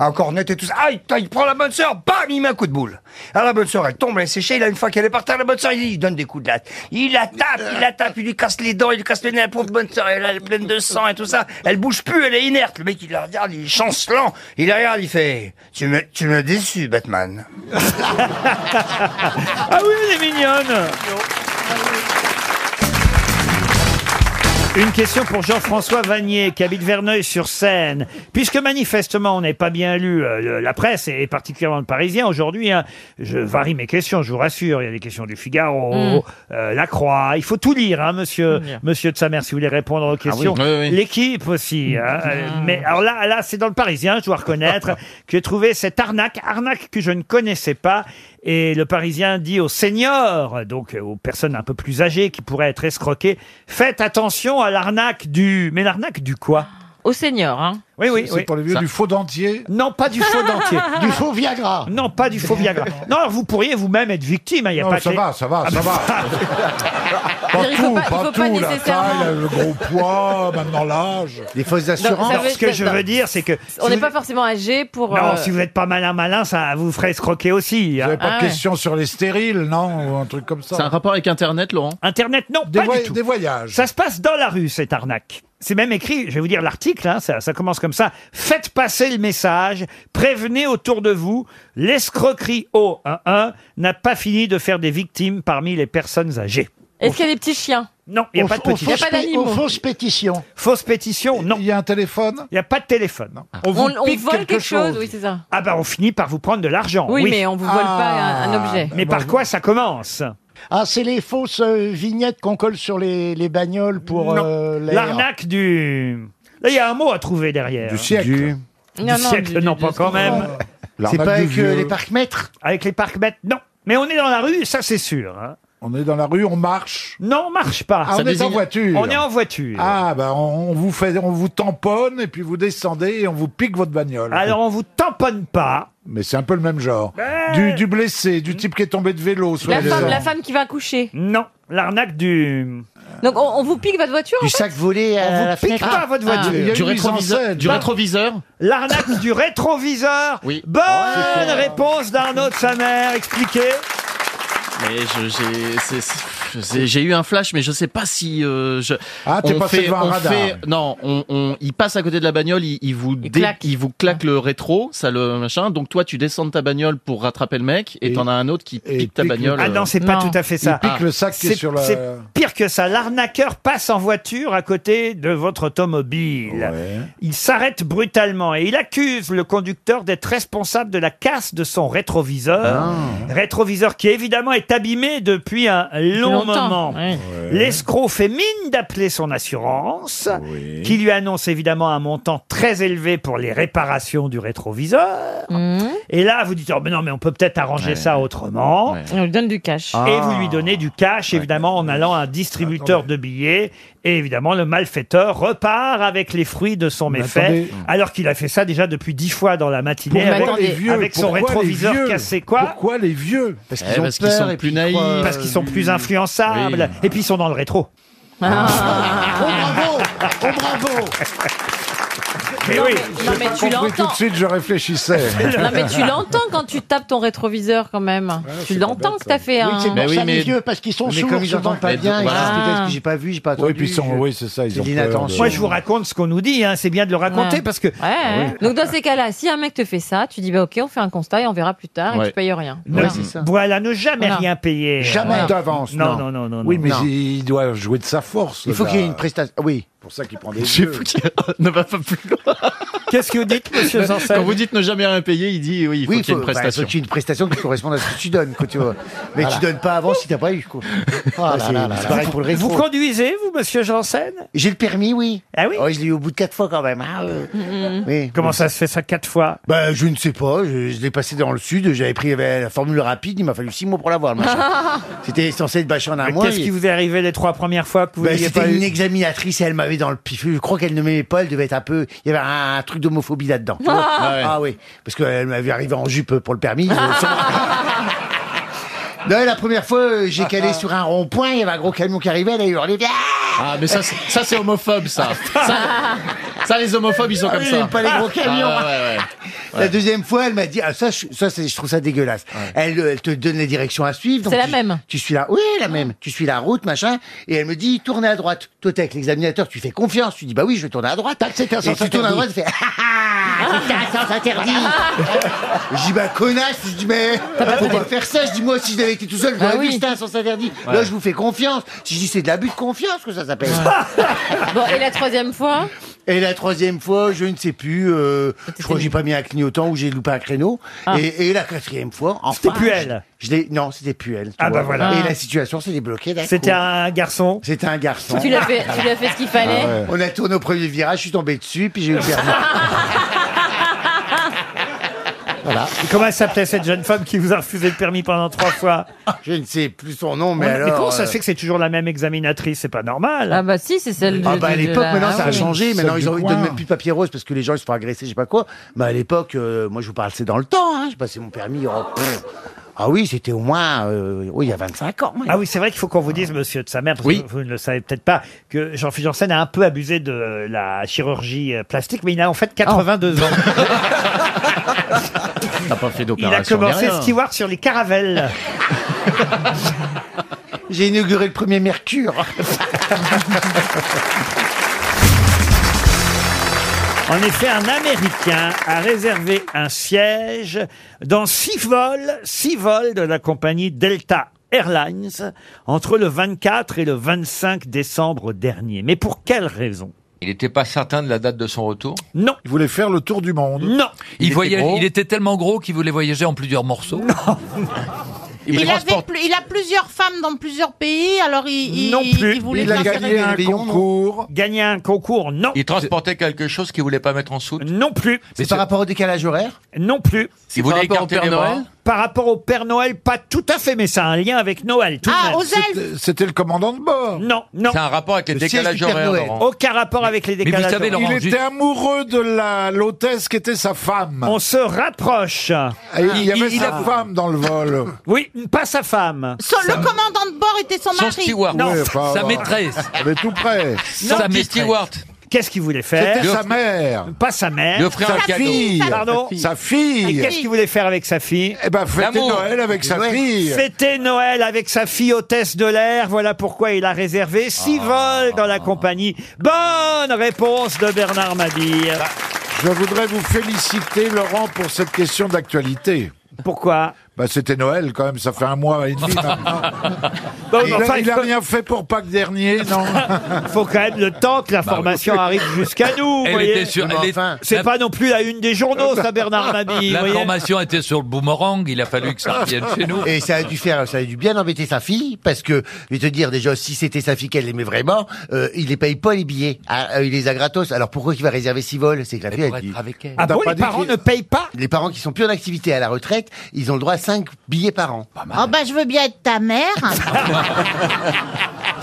Speaker 28: Encore net et tout ça. Ah, il, il prend la bonne sœur, bam, il met un coup de boule. Alors la bonne sœur, elle tombe, elle est séchée. Là, une fois qu'elle est par terre, la bonne sœur, il, il donne des coups de latte. Il la tape, il la tape, il lui casse les dents, il lui casse le nez, la pauvre bonne sœur. Elle, elle est pleine de sang et tout ça. Elle bouge plus, elle est inerte. Le mec, il la regarde, il est chancelant. Il la regarde, il fait Tu me, tu me déçus, Batman.
Speaker 1: Ah oui, elle est mignonne Une question pour Jean-François Vanier, qui habite Verneuil-sur-Seine. Puisque manifestement, on n'est pas bien lu euh, le- la presse, et particulièrement le Parisien, aujourd'hui, hein, je varie mes questions, je vous rassure. Il y a des questions du
Speaker 16: Mm.
Speaker 1: Figaro, euh, La Croix. Il faut tout lire, hein, monsieur, monsieur de sa mère, si vous voulez répondre aux questions.
Speaker 16: Ah oui, oui, Ah. oui.
Speaker 1: L'équipe aussi. hein, euh, Mais alors là, là c'est dans le Parisien, je dois reconnaître, que j'ai trouvé cette arnaque, arnaque que je ne connaissais pas. Et le Parisien dit aux seniors, donc euh, aux personnes un peu plus âgées qui pourraient être escroquées, faites attention à l'arnaque du... Mais l'arnaque du quoi
Speaker 24: Au seigneur, hein.
Speaker 1: Oui, oui.
Speaker 24: C'est pour les vieux du
Speaker 1: faux dentier Non, pas du faux dentier.
Speaker 24: Du
Speaker 1: faux Viagra Non, pas du faux Viagra. Non, alors vous pourriez vous-même être victime. hein, y a
Speaker 22: Non,
Speaker 1: pas
Speaker 22: ça
Speaker 1: que-
Speaker 22: va, ça va,
Speaker 1: Ah,
Speaker 22: ça
Speaker 1: bah,
Speaker 22: Pas
Speaker 24: Il faut
Speaker 22: tout,
Speaker 24: pas- il
Speaker 22: pas,
Speaker 24: faut
Speaker 22: tout,
Speaker 24: pas
Speaker 22: la
Speaker 24: nécessairement.
Speaker 22: taille, le gros poids, maintenant l'âge.
Speaker 1: Les fausses
Speaker 24: assurances.
Speaker 1: Non, ce que je veux dire, c'est que...
Speaker 24: On
Speaker 1: si
Speaker 24: n'est
Speaker 1: vous-
Speaker 24: pas forcément âgé pour.
Speaker 1: Non,
Speaker 24: euh, Ah
Speaker 1: si vous n'êtes pas malin, malin, ça vous ferait escroquer aussi. hein. Vous n'avez
Speaker 22: Pas de question sur les stériles, non Ou un truc comme ça.
Speaker 1: rapport avec Internet, Laurent Internet, non, pas du tout. Des voyages. Ça se passe dans la rue, cette arnaque. C'est même écrit, je vais vous dire l'article, hein, ça, ça commence comme ça. Faites passer le message, prévenez autour de vous, l'escroquerie O11 n'a pas fini de faire des victimes parmi les personnes âgées.
Speaker 4: Est-ce qu'il y a des petits chiens
Speaker 1: Non, il n'y a pas de petits
Speaker 4: Il n'y a pas d'animaux.
Speaker 1: pétition. Fausse pétition, non. Il y a un téléphone Il n'y a pas de téléphone. vous
Speaker 4: On- on
Speaker 1: pique
Speaker 4: vole quelque chose, oui, c'est ça.
Speaker 1: Ah ben, on finit par vous prendre de l'argent.
Speaker 4: Oui, mais on vous vole Ah, pas un- un objet.
Speaker 1: Mais
Speaker 4: bah,
Speaker 1: par quoi ça commence
Speaker 22: Ah, c'est les fausses euh, vignettes qu'on colle sur les, les bagnoles pour
Speaker 1: Non.
Speaker 22: euh, l'air.
Speaker 1: L'arnaque du... Là, il y a un mot à trouver derrière. Du siècle. Du,
Speaker 22: Non, non,
Speaker 1: siècle,
Speaker 22: du-
Speaker 1: non,
Speaker 22: du-
Speaker 1: pas
Speaker 22: du-
Speaker 1: quand même.
Speaker 22: L'arnaque C'est pas du avec, euh, vieux. les
Speaker 1: parcs-mètres Avec les parcs-mètres, non. Mais on est dans la rue, ça c'est sûr. On est dans la rue, on marche Non, on marche pas.
Speaker 2: Ah, on est en voiture.
Speaker 1: On est en voiture.
Speaker 2: Ah, bah, on, on vous fait, on vous tamponne et puis vous descendez et on vous pique votre bagnole.
Speaker 1: Alors, on vous tamponne pas. Ben
Speaker 2: Mais c'est un peu le même genre. Du, du blessé, du type qui est tombé de vélo.
Speaker 4: La
Speaker 2: soi-disant.
Speaker 4: femme, la femme qui va accoucher.
Speaker 1: Non, l'arnaque du...
Speaker 4: Donc on, on vous pique votre voiture en fait
Speaker 1: volé
Speaker 4: à
Speaker 1: on vous
Speaker 4: la
Speaker 1: pique
Speaker 4: fenêtre.
Speaker 1: pas votre
Speaker 4: Ah.
Speaker 1: voiture.
Speaker 4: Du-
Speaker 1: Il y a
Speaker 20: du
Speaker 1: une mise en
Speaker 20: rétroviseur-
Speaker 1: scène.
Speaker 20: du
Speaker 1: Bah,
Speaker 20: rétroviseur
Speaker 1: L'arnaque du rétroviseur.
Speaker 20: Oui.
Speaker 1: Bonne
Speaker 20: Oh, c'est
Speaker 1: réponse d'Arnaud de sa mère, expliquée.
Speaker 20: Mais je- j'ai- c'est- c'est- j'ai eu un flash, mais je sais pas si euh, je.
Speaker 2: Ah, t'es
Speaker 20: on
Speaker 2: passé devant un
Speaker 20: on
Speaker 2: radar.
Speaker 20: non, on, on- il passe à côté de la bagnole, il, il vous dé-
Speaker 4: claque.
Speaker 20: il vous claque le rétro, ça le machin. Donc toi, tu descends de ta bagnole pour rattraper le mec, et t'en as un autre qui pique ta bagnole. euh,
Speaker 1: Ah non, c'est pas tout à fait ça. C'est- C'est pire que ça. L'arnaqueur passe en voiture à côté de votre automobile. Il s'arrête brutalement et il accuse le conducteur d'être responsable de la casse de son rétroviseur. Rétroviseur qui évidemment est abîmé depuis un long
Speaker 4: longtemps,
Speaker 1: moment. Oh,
Speaker 4: ouais.
Speaker 1: L'escroc fait mine d'appeler son assurance, qui lui annonce évidemment un montant très élevé pour les réparations du rétroviseur.
Speaker 4: Mmh.
Speaker 1: Et là, vous dites, oh, mais non, mais on peut peut-être arranger ça autrement.
Speaker 4: On lui donne du cash.
Speaker 1: Et vous lui donnez du cash, évidemment, en allant à un distributeur de billets. Et évidemment, le malfaiteur repart avec les fruits de son
Speaker 2: Mais
Speaker 1: méfait,
Speaker 2: attendez.
Speaker 1: alors qu'il a fait ça déjà depuis dix fois dans la matinée
Speaker 2: Pourquoi
Speaker 1: avec,
Speaker 2: les vieux
Speaker 1: avec son
Speaker 2: Pourquoi les
Speaker 1: rétroviseur
Speaker 2: vieux
Speaker 1: cassé. Quoi
Speaker 2: Pourquoi les vieux Parce
Speaker 20: Eh, parce qu'ils sont
Speaker 2: et puis
Speaker 20: plus
Speaker 2: ils
Speaker 20: naïfs.
Speaker 2: croient-
Speaker 1: Parce qu'ils sont plus influençables. Et puis, ils sont dans le rétro.
Speaker 22: Ah. Oh, bravo Oh, bravo
Speaker 1: Mais
Speaker 4: Non,
Speaker 1: oui.
Speaker 4: mais- non,
Speaker 2: J'ai
Speaker 4: mais
Speaker 2: pas
Speaker 4: tu
Speaker 2: compris
Speaker 4: l'entends.
Speaker 2: Tout de suite, je réfléchissais.
Speaker 4: Non mais tu l'entends quand tu tapes ton rétroviseur quand même. tu l'entends que t'as fait un.
Speaker 22: Oui, c'est pour ça les vieux, parce qu'ils sont
Speaker 12: Mais
Speaker 22: sourds
Speaker 12: comme ils
Speaker 22: souvent.
Speaker 12: entendent pas
Speaker 4: Ah,
Speaker 12: bien, ils se disent, peut-être que j'ai pas vu, j'ai pas entendu.
Speaker 2: Oui, puis ils sont- oui, c'est ça, ils ont peur de-
Speaker 1: Moi, je vous raconte ce qu'on nous dit. hein. C'est bien de le raconter
Speaker 4: Ouais.
Speaker 1: parce que. Ah
Speaker 4: Ouais, ouais. Donc dans ces cas-là, si un mec te fait ça, tu dis bah ok, on fait un constat et on verra plus tard et
Speaker 1: Ouais.
Speaker 4: tu payes rien.
Speaker 1: Ne- Voilà, ne jamais
Speaker 4: Voilà.
Speaker 1: rien payer.
Speaker 22: Jamais
Speaker 1: Voilà.
Speaker 22: d'avance,
Speaker 1: Non, non,
Speaker 22: non.
Speaker 1: non, non.
Speaker 2: Oui,
Speaker 1: non.
Speaker 2: mais
Speaker 1: Non.
Speaker 2: il il doit jouer de sa force.
Speaker 1: Il faut qu'il y ait une
Speaker 2: prestation. Oui. Pour ça qu'il prend des
Speaker 20: J'ai
Speaker 2: vieux.
Speaker 20: fou qu'il ne va pas plus loin.
Speaker 1: Qu'est-ce que vous dites,
Speaker 12: monsieur Janssen
Speaker 20: Bah, Quand vous dites ne jamais rien payer, il dit oui, il faut qu'il y ait une
Speaker 12: bah,
Speaker 20: prestation.
Speaker 12: faut qu'il y ait une prestation qui corresponde à ce que tu donnes. quoi, tu vois. Mais
Speaker 20: Voilà.
Speaker 12: tu donnes pas avant si t'as pas eu. quoi. Ah,
Speaker 20: là
Speaker 12: c'est-
Speaker 20: là là
Speaker 12: c'est
Speaker 20: là.
Speaker 12: pareil pour le rétro.
Speaker 1: Vous conduisez, vous, monsieur Janssen
Speaker 12: J'ai le permis, oui. Oh,
Speaker 1: Ah oui
Speaker 12: Je l'ai eu au bout de quatre fois quand même. Ah, euh,
Speaker 4: Mm-hmm.
Speaker 12: oui.
Speaker 1: Comment ça se fait ça quatre fois
Speaker 12: Bah, je ne sais pas. Je, je l'ai passé dans le sud. J'avais pris euh, la formule rapide. Il m'a fallu six mois pour l'avoir. le machin. C'était censé être bâché en un
Speaker 1: Mais
Speaker 12: mois.
Speaker 1: Qu'est-ce
Speaker 12: et-
Speaker 1: qui vous est arrivé les trois premières fois que vous
Speaker 12: Ben,
Speaker 1: n'ayez pas
Speaker 12: c'était une
Speaker 1: eu
Speaker 12: examinatrice et elle m'avait dans le pif. Je crois qu'elle ne m'aimait pas, elle devait être un peu. Il y avait un, un truc d'homophobie là-dedans. tu vois.
Speaker 20: Ah ouais.
Speaker 12: oui, parce qu'elle m'avait arrivé en jupe pour le permis. Non, la première fois, euh,
Speaker 1: Ah,
Speaker 12: j'ai calé sur un rond-point, il y avait un gros camion qui arrivait, elle a hurlé. Ah
Speaker 20: Ah, mais ça, c'est- ça c'est homophobe, ça. ça. ça, les homophobes, ils sont
Speaker 12: Ah
Speaker 20: comme
Speaker 12: oui,
Speaker 20: ça.
Speaker 12: j'aime pas les gros camions.
Speaker 20: Ah, ouais, ouais, ouais.
Speaker 12: La deuxième fois, elle m'a dit, ah, ça, je, ça, c'est- je trouve ça dégueulasse. Elle, euh, elle te donne les directions à suivre. donc
Speaker 4: C'est la
Speaker 12: tu-
Speaker 4: même.
Speaker 12: Tu suis là, oui, la même. Tu suis la route, machin, et elle me dit, tournez à droite. Toi, t'es avec l'examinateur, tu fais confiance. Tu dis, bah oui, je vais tourner à droite.
Speaker 22: c'est un
Speaker 12: Et
Speaker 22: sens
Speaker 12: tu tournes à
Speaker 22: interdit.
Speaker 12: droite, tu fais, ah, ah, ah, c'est un sens interdit.
Speaker 22: Ah,
Speaker 12: je dis, bah connasse, je dis, mais faut pas faire ça. Je dis, moi, si j'avais été tout seul, j'aurais
Speaker 4: Ah
Speaker 12: dit,
Speaker 4: oui.
Speaker 12: c'était un sens interdit.
Speaker 20: Ouais.
Speaker 12: Là, je vous fais confiance. Je dis, c'est de l'abus de confiance que ça s'appelle.
Speaker 4: Bon et la troisième fois,
Speaker 12: Et la troisième fois, je ne sais plus. euh, je crois que j'ai pas mis un clignotant ou j'ai loupé un créneau.
Speaker 4: Ah.
Speaker 12: Et, et la quatrième fois, enfin,
Speaker 1: C'était plus elle.
Speaker 12: Je, je l'ai- non, c'était plus elle. tu
Speaker 1: Ah,
Speaker 12: vois.
Speaker 1: bah voilà.
Speaker 12: Et
Speaker 1: Ah.
Speaker 12: la situation s'est débloquée. d'un
Speaker 1: C'était
Speaker 12: coup.
Speaker 1: un garçon
Speaker 12: C'était un garçon. Ah
Speaker 4: tu lui as fait, tu lui as fait ce qu'il fallait.
Speaker 12: On a tourné au premier virage, je suis tombé dessus, puis j'ai eu le
Speaker 22: ah,
Speaker 12: permis.
Speaker 22: ah.
Speaker 12: voilà.
Speaker 1: Et Comment s'appelait cette jeune femme qui vous a refusé le permis pendant trois fois
Speaker 12: Je ne sais plus son nom, mais
Speaker 1: Mais
Speaker 12: alors.
Speaker 1: comment ça
Speaker 12: euh,
Speaker 1: se fait que c'est toujours la même examinatrice C'est pas normal.
Speaker 4: Ah bah si, c'est celle.
Speaker 12: Ah
Speaker 4: de-
Speaker 12: bah à
Speaker 4: de- de
Speaker 12: l'époque
Speaker 4: la-
Speaker 12: maintenant ça
Speaker 4: ah
Speaker 12: a
Speaker 4: oui.
Speaker 12: changé maintenant
Speaker 1: Celle
Speaker 12: ils,
Speaker 1: du
Speaker 12: ont, ils
Speaker 1: coin.
Speaker 12: donnent même plus de papier rose parce que les gens ils se font agresser je sais pas quoi bah à l'époque euh, moi je vous parle c'est dans le temps hein, j'ai passé mon permis oh, pff. ah oui c'était au moins euh, oui il y a 25 ans moi.
Speaker 1: Ah oui, c'est vrai qu'il faut qu'on vous dise, monsieur de sa mère, parce que vous ne le savez peut-être pas, que Jean-Philippe Janssen a un peu abusé de euh, la chirurgie euh, plastique, mais il a en fait 82
Speaker 4: Oh.
Speaker 1: ans.
Speaker 20: T'as pas fait
Speaker 1: Il a
Speaker 20: d'opération. ni
Speaker 1: commencé
Speaker 20: rien.
Speaker 1: steward sur les caravelles.
Speaker 12: j'ai inauguré le premier Mercure
Speaker 1: En effet, un Américain a réservé un siège dans six vols, six vols de la compagnie Delta Airlines entre le 24 et le 25 décembre dernier. Mais pour quelle raison
Speaker 36: Il n'était pas certain de la date de son retour
Speaker 1: Non.
Speaker 2: Il voulait faire le tour du monde.
Speaker 1: Non.
Speaker 36: Il, voyage- il était tellement gros qu'il voulait voyager en plusieurs morceaux. Il, voulait transporter- transporter- il,
Speaker 18: il a plusieurs femmes dans plusieurs pays, alors il,
Speaker 1: non
Speaker 18: il-
Speaker 1: plus.
Speaker 18: il voulait faire ses rêves.
Speaker 1: concours. Gagner un concours, non.
Speaker 36: transportait quelque chose qu'il voulait pas mettre en soute.
Speaker 1: Non plus.
Speaker 36: Mais par
Speaker 1: rapport au décalage horaire Non plus.
Speaker 36: Il voulait écarter les bras
Speaker 1: Par rapport au Père Noël, pas tout à fait, mais ça a un lien avec Noël. Tout de
Speaker 18: Ah,
Speaker 1: même.
Speaker 2: C'était le commandant de bord.
Speaker 1: Non, non.
Speaker 36: C'est un rapport avec les
Speaker 1: Le siège
Speaker 36: décalages
Speaker 1: du Père
Speaker 36: horaires,
Speaker 1: Noël.
Speaker 36: Laurent.
Speaker 1: Aucun rapport avec les décalages horaires.
Speaker 2: il était amoureux de la l'hôtesse qui était sa femme.
Speaker 1: On se rapproche.
Speaker 2: Et il y avait
Speaker 1: Il- il
Speaker 2: sa
Speaker 1: a-
Speaker 2: femme dans le vol.
Speaker 1: Oui, pas sa femme.
Speaker 18: Son- le commandant de bord était son, mari.
Speaker 1: Non.
Speaker 2: Ouais, enfin,
Speaker 36: Sa
Speaker 2: voilà.
Speaker 36: maîtresse.
Speaker 2: Elle est tout près.
Speaker 1: Sa Son petit maîtresse. steward. Qu'est-ce qu'il voulait faire
Speaker 2: C'était sa mère.
Speaker 1: Pas sa mère.
Speaker 2: Lui offrir Sa un cadeau. fille.
Speaker 1: Pardon
Speaker 2: Sa fille.
Speaker 1: Et qu'est-ce qu'il voulait faire avec sa fille
Speaker 2: Eh ben, fêter L'amour. Noël avec sa
Speaker 1: Ouais.
Speaker 2: fille.
Speaker 1: Fêter Noël avec sa fille hôtesse de l'air. Voilà pourquoi il a réservé six
Speaker 36: Ah.
Speaker 1: vols dans la compagnie. Bonne réponse de Bernard Mabille.
Speaker 36: Bah,
Speaker 2: Je voudrais vous féliciter, Laurent, pour cette question d'actualité.
Speaker 1: Pourquoi
Speaker 2: bah, C'était Noël quand même, ça fait un mois et demi maintenant.
Speaker 1: Bon,
Speaker 2: il
Speaker 1: mais
Speaker 2: n'a
Speaker 1: enfin, il faut-
Speaker 2: rien fait pour Pâques dernier, non
Speaker 1: Faut quand même le temps que la formation arrive jusqu'à nous. vous
Speaker 36: Bah, Elle
Speaker 1: voyez.
Speaker 36: était sûre- elle est-
Speaker 1: C'est pas non plus la une des journaux, ça, Bernard Mabille. vous voyez.
Speaker 36: L'information était sur le boomerang, il a fallu que ça revienne chez nous.
Speaker 12: Et ça a dû faire, ça a dû bien embêter sa fille, parce que, je vais te dire, déjà, si c'était sa fille qu'elle aimait vraiment, euh, il les paye pas les billets. Ah, euh, il les a gratos. Alors pourquoi il va réserver six vols? C'est que la fille a dû-
Speaker 1: Ah bon, les parents ne payent pas?
Speaker 12: Les parents qui sont plus en activité à la retraite, ils ont le droit à cinq billets par an.
Speaker 18: Oh bah je veux bien être ta mère.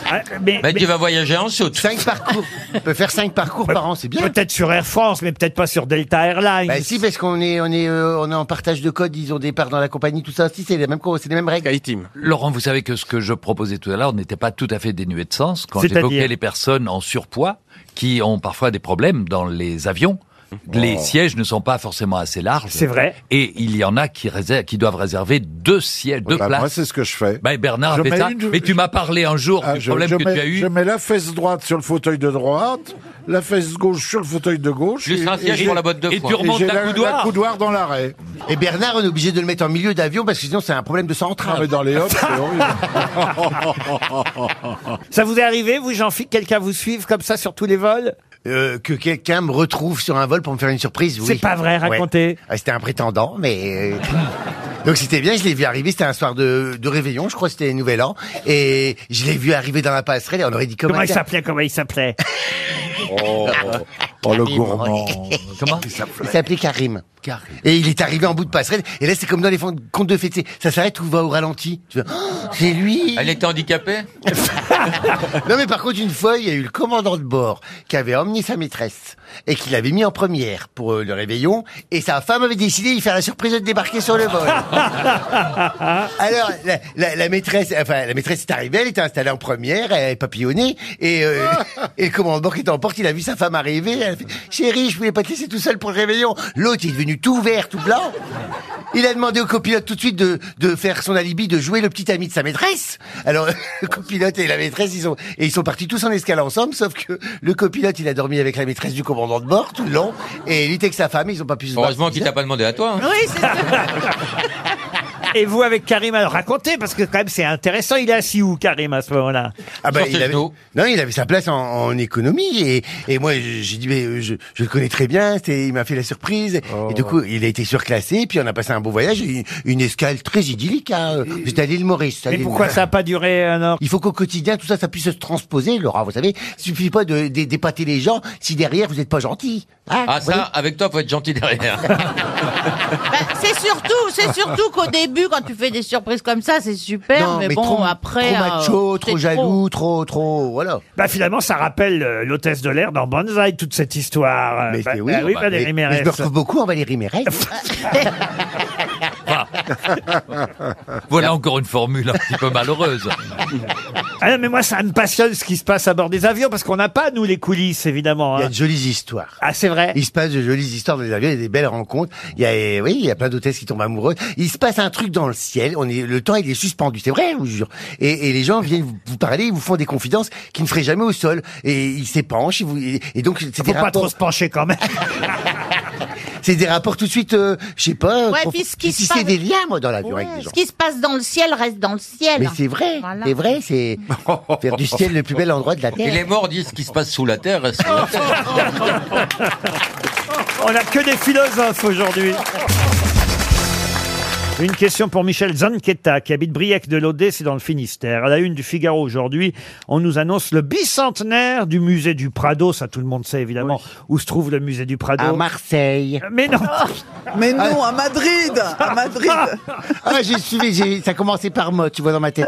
Speaker 1: Ah, mais,
Speaker 36: Bah, tu vas voyager en soute.
Speaker 12: Cinq parcours. On peut faire cinq parcours par an, c'est bien.
Speaker 1: Peut-être sur Air France, mais peut-être pas sur Delta Airlines.
Speaker 12: Bah si, parce qu'on est, on est, euh, on est en partage de codes, ils ont des parts dans la compagnie, tout ça. Si, c'est les mêmes, co- c'est les mêmes règles.
Speaker 36: Laurent, vous savez que ce que je proposais tout à l'heure n'était pas tout à fait dénué de sens quand
Speaker 1: C'est-à-dire
Speaker 36: j'évoquais les personnes en surpoids qui ont parfois des problèmes dans les avions. Les
Speaker 1: Oh.
Speaker 36: sièges ne sont pas forcément assez larges.
Speaker 1: C'est vrai.
Speaker 36: Et il y en a qui, réservent, qui doivent réserver deux sièges, deux
Speaker 2: Bah,
Speaker 36: places.
Speaker 2: moi, c'est ce que je fais.
Speaker 36: Bah, Bernard a
Speaker 2: Je
Speaker 36: fait
Speaker 2: mets
Speaker 36: ça.
Speaker 2: une-
Speaker 36: Mais tu m'as parlé un jour
Speaker 2: Ah,
Speaker 36: du
Speaker 2: je,
Speaker 36: problème
Speaker 2: je
Speaker 36: que
Speaker 2: mets,
Speaker 36: tu as eu.
Speaker 2: je mets la fesse droite sur le fauteuil de droite, la fesse gauche sur le fauteuil de gauche.
Speaker 36: Juste
Speaker 2: et-
Speaker 36: un siège
Speaker 2: et
Speaker 36: pour
Speaker 2: j'ai-
Speaker 36: la botte de
Speaker 2: et
Speaker 36: foin.
Speaker 2: j'ai
Speaker 36: Et remontes la coudoir.
Speaker 1: Ah.
Speaker 2: la coudoir dans l'arrêt.
Speaker 12: Et Bernard, on est obligé de le mettre en milieu d'avion parce que sinon c'est un problème de centrale.
Speaker 2: Ah, mais dans les hops, c'est
Speaker 1: Ça vous est arrivé, vous, jean philippe quelqu'un vous suive comme ça sur tous les vols
Speaker 12: Euh, que quelqu'un me retrouve sur un vol pour me faire une surprise, oui.
Speaker 1: C'est pas vrai,
Speaker 12: Ouais.
Speaker 1: racontez.
Speaker 12: Ah, C'était un prétendant, mais... euh, Donc c'était bien, je l'ai vu arriver, c'était un soir de, de réveillon, je crois que c'était Nouvel An, et je l'ai vu arriver dans la passerelle et on aurait dit comment...
Speaker 1: Comment il
Speaker 12: ça-
Speaker 1: s'appelait Comment il s'appelait
Speaker 2: Oh, oh, le gourmand.
Speaker 36: Comment
Speaker 12: Il s'appelait Karim. Et il est arrivé en bout de passerelle, et là c'est comme dans les fon- contes de fêtes, c'est- ça s'arrête ou va au ralenti. Tu fais, Oh, c'est lui
Speaker 36: Elle était handicapée
Speaker 12: Non mais par contre une fois il y a eu le commandant de bord qui avait emmené sa maîtresse et qui l'avait mis en première pour euh, le réveillon et sa femme avait décidé de lui faire la surprise de débarquer sur le vol. Alors la, la- la maîtresse, enfin la maîtresse est arrivée, elle était installée en première, elle avait papillonné et, euh, et le commandant de bord qui était en porte, il a vu sa femme arriver, elle a fait chérie je voulais pas te laisser tout seul pour le réveillon. L'autre il est devenu tout vert, tout blanc. Il a demandé au copilote tout de suite de, de faire son alibi, de jouer le petit ami de sa maîtresse. Alors, le copilote et la maîtresse, ils sont, et ils sont partis tous en escale ensemble, sauf que le copilote, il a dormi avec la maîtresse du commandant de bord tout le long, et il était avec sa femme, ils ont pas pu se voir.
Speaker 36: Heureusement qu'il t'a pas demandé à toi. hein.
Speaker 18: Oui, c'est
Speaker 1: Et vous, avec Karim, alors racontez, parce que quand même, c'est intéressant. Il est assis où, Karim, à ce moment-là
Speaker 12: Ah bah, il avait, non, il avait sa place en, en économie et, et moi je- j'ai dit mais euh, je, je le connais très bien, c'était- il m'a fait la surprise et
Speaker 1: Oh.
Speaker 12: du coup il a été surclassé puis on a passé un beau voyage, une, une escale très idyllique. Hein. J'étais à l'île Maurice. à
Speaker 1: Mais
Speaker 12: l'île-
Speaker 1: pourquoi ça n'a pas duré un an
Speaker 12: Il faut qu'au quotidien, tout ça, ça puisse se transposer, Laura, vous savez. Il suffit pas de, de- d'épater les gens si derrière, vous n'êtes pas gentil. Hein,
Speaker 36: Ah
Speaker 12: vous voyez
Speaker 36: ça, avec toi, faut être gentil derrière.
Speaker 18: Bah, c'est surtout, c'est surtout qu'au début, quand tu fais des surprises comme ça, c'est super,
Speaker 12: Non,
Speaker 18: mais,
Speaker 12: mais
Speaker 18: bon,
Speaker 12: trop-
Speaker 18: après. euh,
Speaker 12: trop macho, trop jaloux, trop, trop, voilà.
Speaker 1: Bah finalement, ça rappelle euh, l'hôtesse de l'air dans Banzai, toute cette histoire. Euh,
Speaker 12: Mais
Speaker 1: bah-
Speaker 12: c'est- oui,
Speaker 1: bah oui,
Speaker 12: bah,
Speaker 1: Valérie
Speaker 12: mais-
Speaker 1: Mérès.
Speaker 12: mais je me retrouve beaucoup en Valérie Mérès.
Speaker 36: Ah,
Speaker 10: Voilà encore une formule un petit peu malheureuse.
Speaker 1: Ah non, mais moi, ça me passionne ce qui se passe à bord des avions, parce qu'on n'a pas, nous, les coulisses, évidemment. hein.
Speaker 12: Il y a de jolies histoires.
Speaker 1: Ah, c'est vrai
Speaker 12: Il se passe de jolies histoires dans les avions, il y a des belles rencontres. Il y a, euh, oui, il y a plein d'hôtesses qui tombent amoureuses. Il se passe un truc dans le ciel. On est, le temps, il est suspendu. C'est vrai, je vous jure. Et, et les gens viennent vous, vous parler, ils vous font des confidences qu'ils ne feraient jamais au sol. Et ils s'épanchent. ils vous- Et, et donc, c'est des
Speaker 1: Faut pas
Speaker 12: rapports-
Speaker 1: trop se pencher quand même.
Speaker 12: c'est des rapports tout de suite, euh, je sais pas.
Speaker 18: Ouais,
Speaker 12: qu'on-
Speaker 18: puis ce qui
Speaker 12: si
Speaker 18: se passe-
Speaker 12: c'est des liens, moi, dans l'avion avec des gens.
Speaker 18: Ce qui se passe dans le ciel reste dans le ciel.
Speaker 12: Mais c'est vrai,
Speaker 18: Voilà.
Speaker 12: c'est vrai, c'est faire du ciel le plus bel endroit de la terre.
Speaker 9: Et les morts disent ce qui se passe sous la terre reste sous la terre.
Speaker 1: On n'a que des philosophes aujourd'hui. Une question pour Michel Zanquetta, qui habite Briec de l'Odé, c'est dans le Finistère. À la une du Figaro aujourd'hui, on nous annonce le bicentenaire du musée du Prado. Ça, tout le monde sait évidemment où se trouve le musée du Prado. Euh,
Speaker 12: À Marseille.
Speaker 1: Mais non
Speaker 15: Mais non,
Speaker 14: Ah.
Speaker 15: à Madrid À Madrid
Speaker 12: Ah, j'ai suivi, j'ai- ça commençait par moi, tu vois, dans ma tête.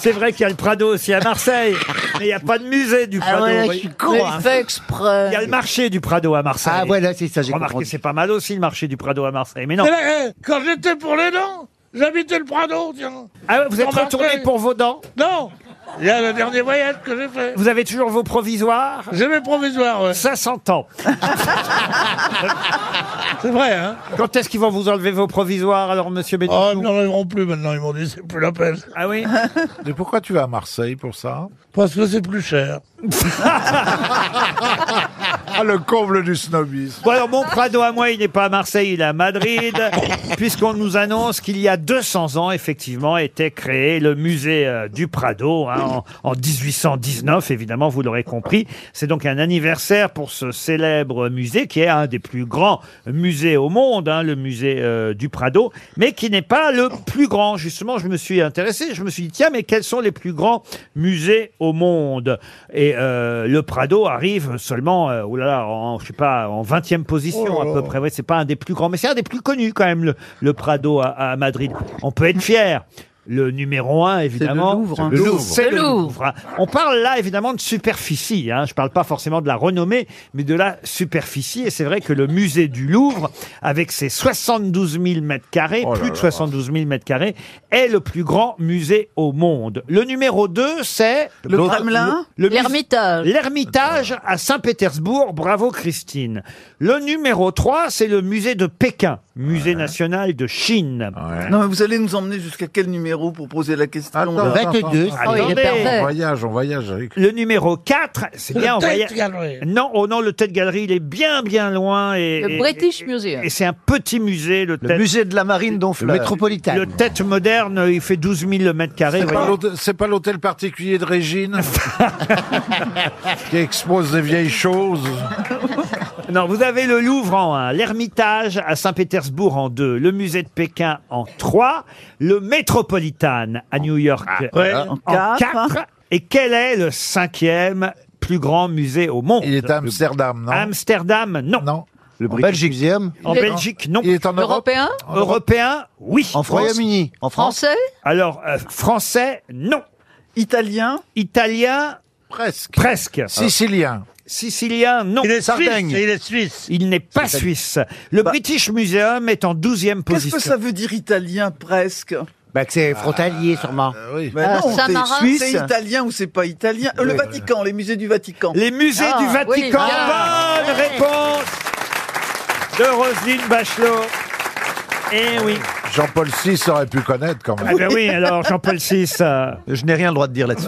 Speaker 1: C'est vrai qu'il y a le Prado aussi à Marseille, mais il n'y a pas de musée du
Speaker 12: Ah
Speaker 1: Prado.
Speaker 12: ouais,
Speaker 1: Oui.
Speaker 12: je suis con, Mais hein. il fait
Speaker 1: Il y a le marché du Prado à Marseille.
Speaker 12: Ah, voilà, c'est ça, j'ai
Speaker 1: Remarquez,
Speaker 12: compris.
Speaker 1: c'est pas mal aussi le marché du Prado à Marseille. Mais non.
Speaker 14: Eh, eh, Quand j'étais pour les dents, j'habitais le Prado, tiens.
Speaker 1: Ah, vous êtes
Speaker 14: Dans Marseille.
Speaker 1: retourné pour vos dents
Speaker 14: Non Il y a le dernier voyage que j'ai fait.
Speaker 1: Vous avez toujours vos provisoires
Speaker 14: J'ai mes provisoires, ouais.
Speaker 1: 500 ans.
Speaker 14: C'est vrai, hein
Speaker 1: Quand est-ce qu'ils vont vous enlever vos provisoires, alors, monsieur Bédou
Speaker 14: Oh, ils ne l'enlèveront plus maintenant, ils m'ont dit, c'est plus la peine.
Speaker 1: Ah oui
Speaker 23: Mais pourquoi tu vas à Marseille pour ça
Speaker 14: Parce que c'est plus cher.
Speaker 23: Ah, le comble du snobisme.
Speaker 1: Bon alors mon Prado à moi, il n'est pas à Marseille, il est à Madrid, puisqu'on nous annonce qu'il y a 200 ans, effectivement, était créé le musée euh, du Prado, hein, en, en 1819, évidemment, vous l'aurez compris. C'est donc un anniversaire pour ce célèbre musée, qui est un des plus grands musées au monde, hein, le musée euh, du Prado, mais qui n'est pas le plus grand. Justement, je me suis intéressé, je me suis dit, tiens, mais quels sont les plus grands musées au monde Et euh, le Prado arrive seulement, euh, oulala, en, je sais pas, en 20e position
Speaker 14: Oh là
Speaker 1: à
Speaker 14: là.
Speaker 1: peu près. Ouais, c'est pas un des plus grands, mais c'est un des plus connus quand même, le, le Prado à, à Madrid. On peut être fier. Le numéro un, évidemment.
Speaker 22: Louvre, hein.
Speaker 1: Le
Speaker 22: Le
Speaker 1: Louvre.
Speaker 22: Louvre.
Speaker 1: C'est le
Speaker 22: Le Louvre.
Speaker 1: Louvre, hein. On parle là évidemment de superficie. Hein. Je parle pas forcément de la renommée, mais de la superficie. Et c'est vrai que le musée du Louvre, avec ses 72 000 mètres carrés, plus de 72 000 mètres carrés, est le plus grand musée au monde. Le numéro 2, c'est
Speaker 15: Le Kremlin
Speaker 1: le- le mus- L'Ermitage à Saint-Pétersbourg. Bravo Christine. Le numéro 3, c'est le musée de Pékin, musée national de Chine.
Speaker 15: Non, mais vous allez nous emmener jusqu'à quel numéro pour poser la question là
Speaker 1: Attendez.
Speaker 23: On voyage, on voyage avec
Speaker 1: Le numéro 4, c'est
Speaker 23: Le
Speaker 1: bien on
Speaker 23: Tate
Speaker 1: voyait-
Speaker 23: Gallery.
Speaker 1: Non, oh non, le Tate Gallery, il est bien bien loin et
Speaker 21: Le
Speaker 1: et-
Speaker 21: British
Speaker 1: et-
Speaker 21: Museum.
Speaker 1: Et c'est un petit musée, le, Tate-
Speaker 21: musée de la marine d'Honfleur.
Speaker 1: Le métropolitain. Le Tate moderne, il fait 12 000 mètres carrés.
Speaker 23: C'est pas
Speaker 1: voyez.
Speaker 23: l'hôtel- C'est pas l'hôtel particulier de Régine qui expose des vieilles choses.
Speaker 1: Non, vous avez le Louvre en 1, l'Ermitage à Saint-Pétersbourg en 2, le musée de Pékin en 3, le Metropolitan à New York
Speaker 23: ouais.
Speaker 1: en
Speaker 23: En quatre.
Speaker 1: 4. Et quel est le cinquième plus grand musée au monde
Speaker 23: Il est à Amsterdam, non
Speaker 1: Amsterdam, non.
Speaker 23: Le British Belgique. Museum
Speaker 1: En
Speaker 23: Il est-
Speaker 1: Belgique, non.
Speaker 23: Il est en Europe
Speaker 21: Européen
Speaker 1: Européen, oui.
Speaker 12: En France Royaume-Uni.
Speaker 1: En
Speaker 21: France Français
Speaker 1: Alors, euh, français, non.
Speaker 15: Italien
Speaker 1: Italien
Speaker 23: Presque.
Speaker 1: Presque.
Speaker 23: Sicilien.
Speaker 1: Sicilien, non.
Speaker 21: Il est
Speaker 1: Sardaigne.
Speaker 21: suisse, il
Speaker 1: est suisse. Il n'est pas suisse. Le British Museum est en 12e
Speaker 15: Qu'est-ce
Speaker 1: position.
Speaker 15: que ça veut dire italien presque
Speaker 12: Bah, que c'est frontalier, sûrement.
Speaker 15: Mais
Speaker 12: Ah,
Speaker 15: non,
Speaker 12: Saint-Marin.
Speaker 15: c'est
Speaker 12: Suisse.
Speaker 15: c'est italien ou c'est pas italien Euh, Le
Speaker 12: Oui.
Speaker 15: Vatican, les musées du Vatican.
Speaker 1: Les musées
Speaker 15: Ah,
Speaker 1: du
Speaker 15: oui,
Speaker 1: Vatican.
Speaker 15: bien.
Speaker 1: Bonne réponse de Roselyne Bachelot. Eh oui.
Speaker 23: Jean-Paul VI aurait pu connaître quand même.
Speaker 1: Ah ben oui, alors Jean-Paul euh. VI.
Speaker 23: Je n'ai rien le droit de dire là-dessus.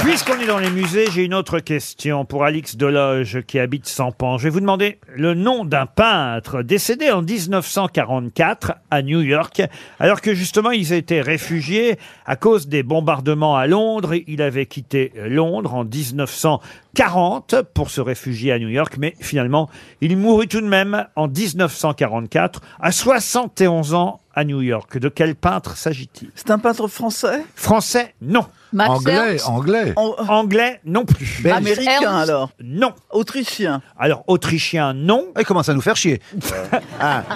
Speaker 1: Puisqu'on est dans les musées, j'ai une autre question pour Alix Deloge qui habite Sampan. Je vais vous demander le nom d'un peintre décédé en 1944 à New York, alors que justement ils étaient réfugiés à cause des bombardements à Londres. Il avait quitté Londres en 1940 pour se réfugier à New York, mais finalement il mourut tout de même en 1944 à 71 ans à New York. De quel peintre s'agit-il
Speaker 15: C'est un peintre français
Speaker 1: Français, non.
Speaker 15: Max Anglais, Ernst anglais.
Speaker 1: En- Anglais, non plus.
Speaker 15: Belge. Américain, Ernst. alors
Speaker 1: Non.
Speaker 15: Autrichien
Speaker 1: Alors, autrichien, non. Il commence à nous faire chier.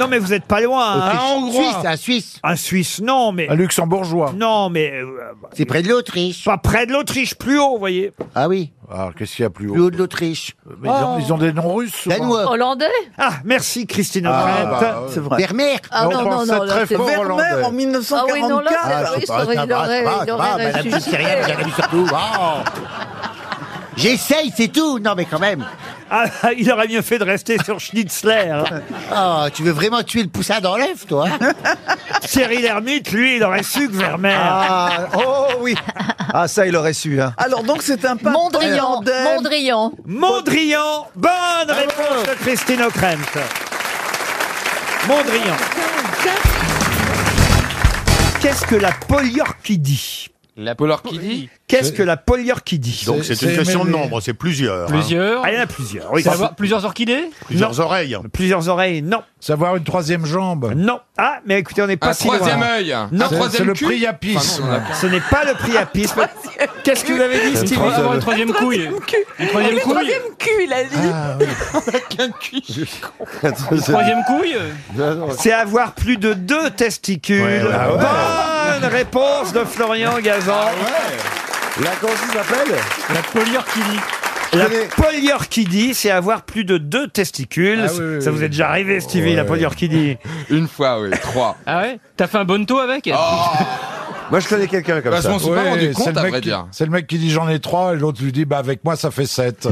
Speaker 1: Non, mais vous n'êtes pas loin. hein.
Speaker 2: Ah,
Speaker 22: Autriche. Suisse, un Suisse.
Speaker 1: Un Suisse, non, mais.
Speaker 22: Un luxembourgeois.
Speaker 1: Non, mais. euh,
Speaker 22: C'est près de l'Autriche.
Speaker 1: Pas près de l'Autriche, plus haut, vous voyez.
Speaker 22: Ah oui.
Speaker 2: Alors, qu'est-ce qu'il y a plus haut Euh,
Speaker 22: Plus haut de l'Autriche.
Speaker 2: Mais ils, ont, ils ont des noms russes souvent.
Speaker 12: Hollandais
Speaker 1: Ah, merci Christine
Speaker 2: Ah,
Speaker 1: O'Krent.
Speaker 2: bah, ouais. C'est vrai. Vermeer.
Speaker 12: Ah,
Speaker 2: Mais on
Speaker 12: non, non,
Speaker 2: pensait
Speaker 12: non, là,
Speaker 2: très
Speaker 12: c'est
Speaker 2: fort
Speaker 12: Vermeer
Speaker 2: hollandais.
Speaker 12: en 1944. Ah oui, non, là,
Speaker 22: Ah,
Speaker 12: oui,
Speaker 22: je sais
Speaker 12: ça
Speaker 22: pas,
Speaker 12: aurait-
Speaker 22: ça
Speaker 12: il aurait-
Speaker 22: va,
Speaker 12: il
Speaker 22: ça va,
Speaker 12: aurait
Speaker 22: madame
Speaker 12: ressuscité.
Speaker 22: Tussérienne, vous avez vu surtout. Oh. J'essaye, c'est tout. Non, mais quand même.
Speaker 1: Ah, il aurait mieux fait de rester sur Schnitzler. hein. Ah.
Speaker 22: Oh, tu veux vraiment tuer le poussin dans l'œuf, toi
Speaker 1: Thierry Lhermitte, lui, il aurait su que Vermeer.
Speaker 14: Ah, oh oui. Ah, ça, il aurait su. Hein.
Speaker 15: Alors donc c'est un peintre
Speaker 37: Mondrian,
Speaker 15: hollandais.
Speaker 37: Mondrian.
Speaker 1: Mondrian, bonne réponse de Christine O'Krent. Mondrian. Qu'est-ce que la poliorchidie
Speaker 9: La polorchidie
Speaker 1: Qu'est-ce que la poliorchidie
Speaker 38: Donc c'est une question de nombre, c'est plusieurs. hein.
Speaker 1: Ah, il y en a plusieurs.
Speaker 38: Ça va-
Speaker 1: plusieurs orchidées
Speaker 38: Plusieurs oreilles.
Speaker 1: Plusieurs oreilles, non.
Speaker 2: Savoir une troisième jambe
Speaker 1: Non. Ah, mais écoutez, on n'est pas
Speaker 2: Un
Speaker 1: si loin.
Speaker 2: troisième œil.
Speaker 1: Non,
Speaker 2: Un C'est- troisième c'est le cul priapisme.
Speaker 1: priapisme.
Speaker 2: Enfin, non, on en a plein.
Speaker 1: Ce n'est pas le priapisme. Qu'est-ce que vous avez dit, Stevie
Speaker 6: troisième couille. Une troisième
Speaker 1: Une
Speaker 6: couille.
Speaker 1: troisième
Speaker 6: cul, il a dit. Une troisième couille.
Speaker 1: C'est avoir plus de deux testicules.
Speaker 14: Ah
Speaker 1: Bonne réponse de Florian Gazan.
Speaker 14: La comment ça s'appelle
Speaker 1: La poliorchidie. La poliorchidie, c'est avoir plus de deux testicules.
Speaker 38: Ah oui, oui,
Speaker 1: Ça
Speaker 38: oui.
Speaker 1: vous est déjà arrivé, Stevie, la
Speaker 38: Ouais.
Speaker 1: poliorchidie
Speaker 38: Une fois, oui, trois.
Speaker 6: Ah ouais T'as fait un bon taux avec
Speaker 14: Moi, je connais quelqu'un
Speaker 6: comme Bah, ça. je m'en suis pas
Speaker 2: Ouais,
Speaker 6: rendu compte,
Speaker 2: c'est le
Speaker 6: à
Speaker 2: mec
Speaker 6: vrai
Speaker 2: qui-
Speaker 6: dire.
Speaker 2: C'est le mec qui dit j'en ai trois et l'autre lui dit bah avec moi ça fait sept.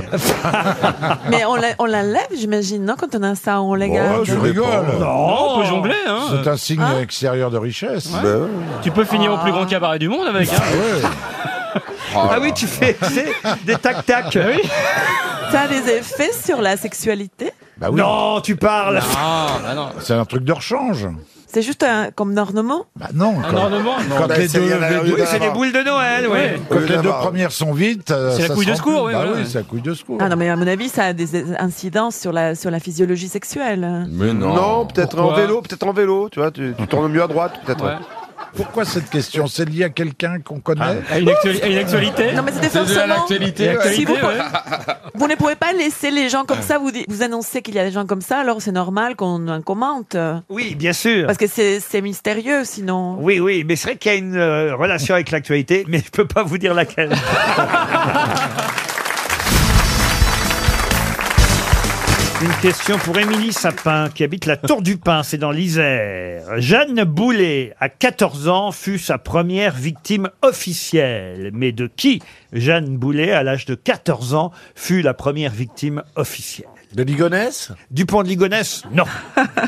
Speaker 21: Mais on la- on l'enlève, j'imagine, non Quand on a ça, on les garde.
Speaker 2: Oh, je rigole.
Speaker 6: Non, on peut jongler, hein.
Speaker 2: C'est un signe extérieur de richesse. Ben
Speaker 6: Tu peux finir au plus grand cabaret du monde
Speaker 14: Bah
Speaker 6: avec. hein.
Speaker 2: Oh
Speaker 1: Ah oui, tu fais tu sais, des tac-tac.
Speaker 21: Ça a des effets sur la sexualité
Speaker 2: Bah oui.
Speaker 1: Non, tu parles.
Speaker 6: Ah, bah
Speaker 2: C'est un truc de rechange.
Speaker 21: C'est juste un- comme un ornement
Speaker 2: Bah non.
Speaker 6: Un
Speaker 2: quand-
Speaker 6: ornement, non.
Speaker 2: Quand
Speaker 6: Bah,
Speaker 2: les
Speaker 6: c'est-
Speaker 2: deux,
Speaker 6: il y en a- il y
Speaker 2: les
Speaker 6: en a
Speaker 2: deux-
Speaker 6: Oui, c'est des boules
Speaker 1: de Noël,
Speaker 6: ouais.
Speaker 2: Quand
Speaker 6: Au lieu
Speaker 2: les deux
Speaker 6: d'avoir-
Speaker 2: premières sont vides, euh,
Speaker 6: C'est la
Speaker 2: ça
Speaker 6: couille
Speaker 2: se
Speaker 6: de
Speaker 2: remplit.
Speaker 6: secours, oui,
Speaker 2: Bah
Speaker 6: voilà.
Speaker 2: oui, c'est la couille de secours.
Speaker 21: Ah non, mais à mon avis, ça a des incidences sur la, sur la physiologie sexuelle.
Speaker 38: Mais non.
Speaker 14: peut-être en
Speaker 2: Pourquoi
Speaker 14: vélo, Oh, peut-être en vélo, tu vois, tu, tu tournes mieux à droite, peut-être.
Speaker 2: Pourquoi cette question C'est lié à quelqu'un qu'on connaît
Speaker 6: Ah, À une, actuali- à une actualité
Speaker 21: Non, mais c'était C'est lié à forcément- l'actualité, ouais. Si vous- Vous ne pouvez pas laisser les gens comme ça, vous, di- vous annoncez qu'il y a des gens comme ça, alors c'est normal qu'on en commente.
Speaker 1: Oui, bien sûr.
Speaker 21: Parce que c'est c'est mystérieux, sinon.
Speaker 1: Oui, oui, mais c'est vrai qu'il y a une euh, relation avec l'actualité, mais je peux pas vous dire laquelle. Une question pour Émilie Sapin, qui habite la Tour du Pin, c'est dans l'Isère. Jeanne Boulet, à 14 ans, fut sa première victime officielle. Mais de qui Jeanne Boulet, à l'âge de 14 ans, fut la première victime officielle
Speaker 2: De Ligonesse
Speaker 1: Du pont de Ligonesse Non.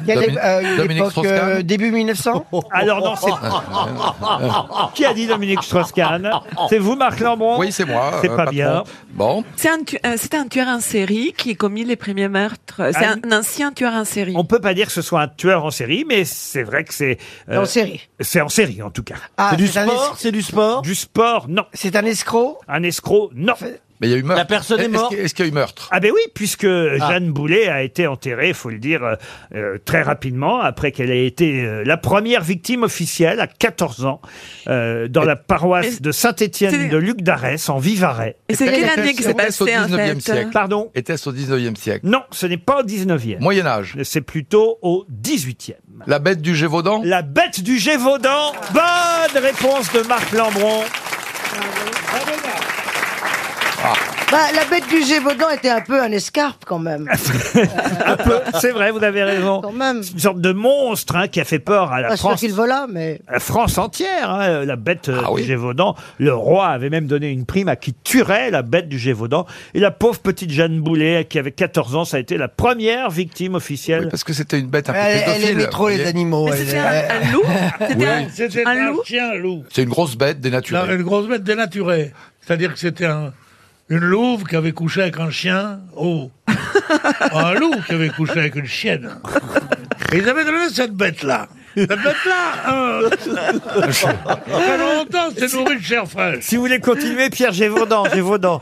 Speaker 14: Quelle Domi- é- euh, Dominique époque, Strauss-Kahn euh,
Speaker 1: début 1900 Alors non, c'est... qui a dit Dominique Strauss-Kahn C'est vous, Marc Lambron
Speaker 9: Oui, c'est moi.
Speaker 1: C'est
Speaker 9: euh,
Speaker 1: pas
Speaker 9: patron.
Speaker 1: bien.
Speaker 9: Bon.
Speaker 21: C'est un, tu- euh, c'est un tueur en série qui a commis les premiers meurtres. Euh, C'est
Speaker 1: Ah
Speaker 21: un, ancien tueur en série.
Speaker 1: On peut pas dire que ce soit un tueur en série, mais c'est vrai que c'est... euh,
Speaker 21: En série.
Speaker 1: C'est en série, en tout cas.
Speaker 14: Ah, C'est du c'est un sport es-
Speaker 1: C'est du sport Du sport, non. C'est un escroc Un escroc, non.
Speaker 9: Mais il y a eu meurtre. La
Speaker 1: personne est morte.
Speaker 9: Est-ce qu'il y a eu meurtre
Speaker 1: Ah ben oui, puisque Jeanne Boulet a été enterrée, faut le dire, euh, euh, très rapidement, après qu'elle ait été euh, la première victime officielle à 14 ans, euh, dans la paroisse de Saint-Étienne de Luc d'Arès, en Vivarais.
Speaker 21: Et c'est quelle année que c'est
Speaker 9: Était-ce au
Speaker 21: passé, en
Speaker 9: 19e
Speaker 21: fait
Speaker 9: siècle
Speaker 1: Pardon
Speaker 9: Était-ce au 19e siècle
Speaker 1: Non, ce n'est pas au 19e.
Speaker 9: Moyen Âge.
Speaker 1: C'est plutôt au 18e.
Speaker 9: La bête du Gévaudan
Speaker 1: La bête du Gévaudan Bonne réponse de Marc Lambron
Speaker 9: Ah.
Speaker 37: Bah, la bête du Gévaudan était un peu un escarpe quand même.
Speaker 1: Un peu, c'est vrai, vous avez raison.
Speaker 37: Quand même.
Speaker 1: C'est Une sorte de monstre hein, qui a fait peur
Speaker 21: Ah,
Speaker 1: à la
Speaker 37: Pas sûr
Speaker 1: France.
Speaker 37: qu'il vola, mais.
Speaker 1: La Euh, France entière, hein, la bête
Speaker 9: Ah
Speaker 1: euh, du Gévaudan. Le roi avait même donné une prime à qui tuerait la bête du Gévaudan. Et la pauvre petite Jeanne Boulet, qui avait 14 ans, ça a été la première victime officielle.
Speaker 9: parce que c'était une bête un peu
Speaker 14: Elle- elle
Speaker 9: pédophile,
Speaker 14: aimait trop les
Speaker 9: vous voyez.
Speaker 14: animaux, Mais elle- c'était un-
Speaker 21: loup
Speaker 9: C'était un-
Speaker 23: C'était
Speaker 21: un
Speaker 23: un,
Speaker 21: loup
Speaker 23: chien loup.
Speaker 9: C'est une grosse bête
Speaker 23: Non,
Speaker 9: dénaturée.
Speaker 23: une grosse bête dénaturée. C'est-à-dire que c'était un- une louve qui avait couché avec un chien. Oh Un loup qui avait couché avec une chienne. Et ils avaient donné cette bête-là. Cette bête-là euh, Pendant longtemps, c'était nourri de chair fraîche.
Speaker 1: Euh, Si vous voulez continuer, Pierre Gévaudan, Gévaudan.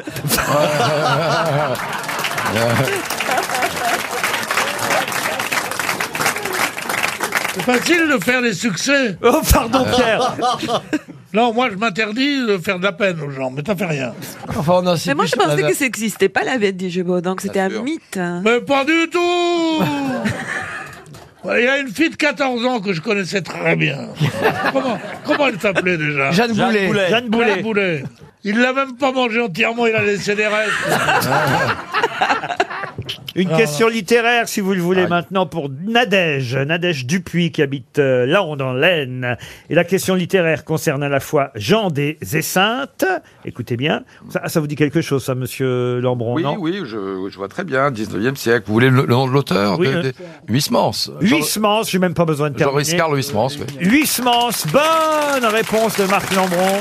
Speaker 23: C'est facile de faire des succès.
Speaker 1: Oh, pardon, Pierre.
Speaker 23: Non, moi, je m'interdis de faire de la peine aux gens, mais t'as fait rien. Enfin, non,
Speaker 21: Mais moi, je pensais que ça n'existait pas, la bête du Gévaudan, que c'était un mythe.
Speaker 23: Mais pas du tout Il y a une fille de 14 ans que je connaissais très bien. comment, comment elle s'appelait déjà
Speaker 1: Jeanne Jeanne Boulet. Boulet. Jeanne Boulet.
Speaker 23: Il l'a même pas mangé entièrement, il a laissé des restes.
Speaker 1: Une
Speaker 23: Ah.
Speaker 1: question littéraire, si vous le voulez, maintenant pour Nadège. Nadège Dupuis, qui habite euh, Laon, dans l'Aisne. Et la question littéraire concerne à la fois Jean des Essaintes. Écoutez bien. Ça, ça vous dit quelque chose, ça, monsieur Lambron,
Speaker 9: Oui,
Speaker 1: non
Speaker 9: oui, je, je vois très bien, 19e siècle. Vous voulez le, le nom de l'auteur
Speaker 1: Oui,
Speaker 9: de-
Speaker 1: euh,
Speaker 9: de- Huysmans.
Speaker 1: Huysmans, j'ai même pas besoin de terminer.
Speaker 9: Jean-Riscar Huysmans, oui.
Speaker 1: Huysmans, bonne réponse de Marc Lambron.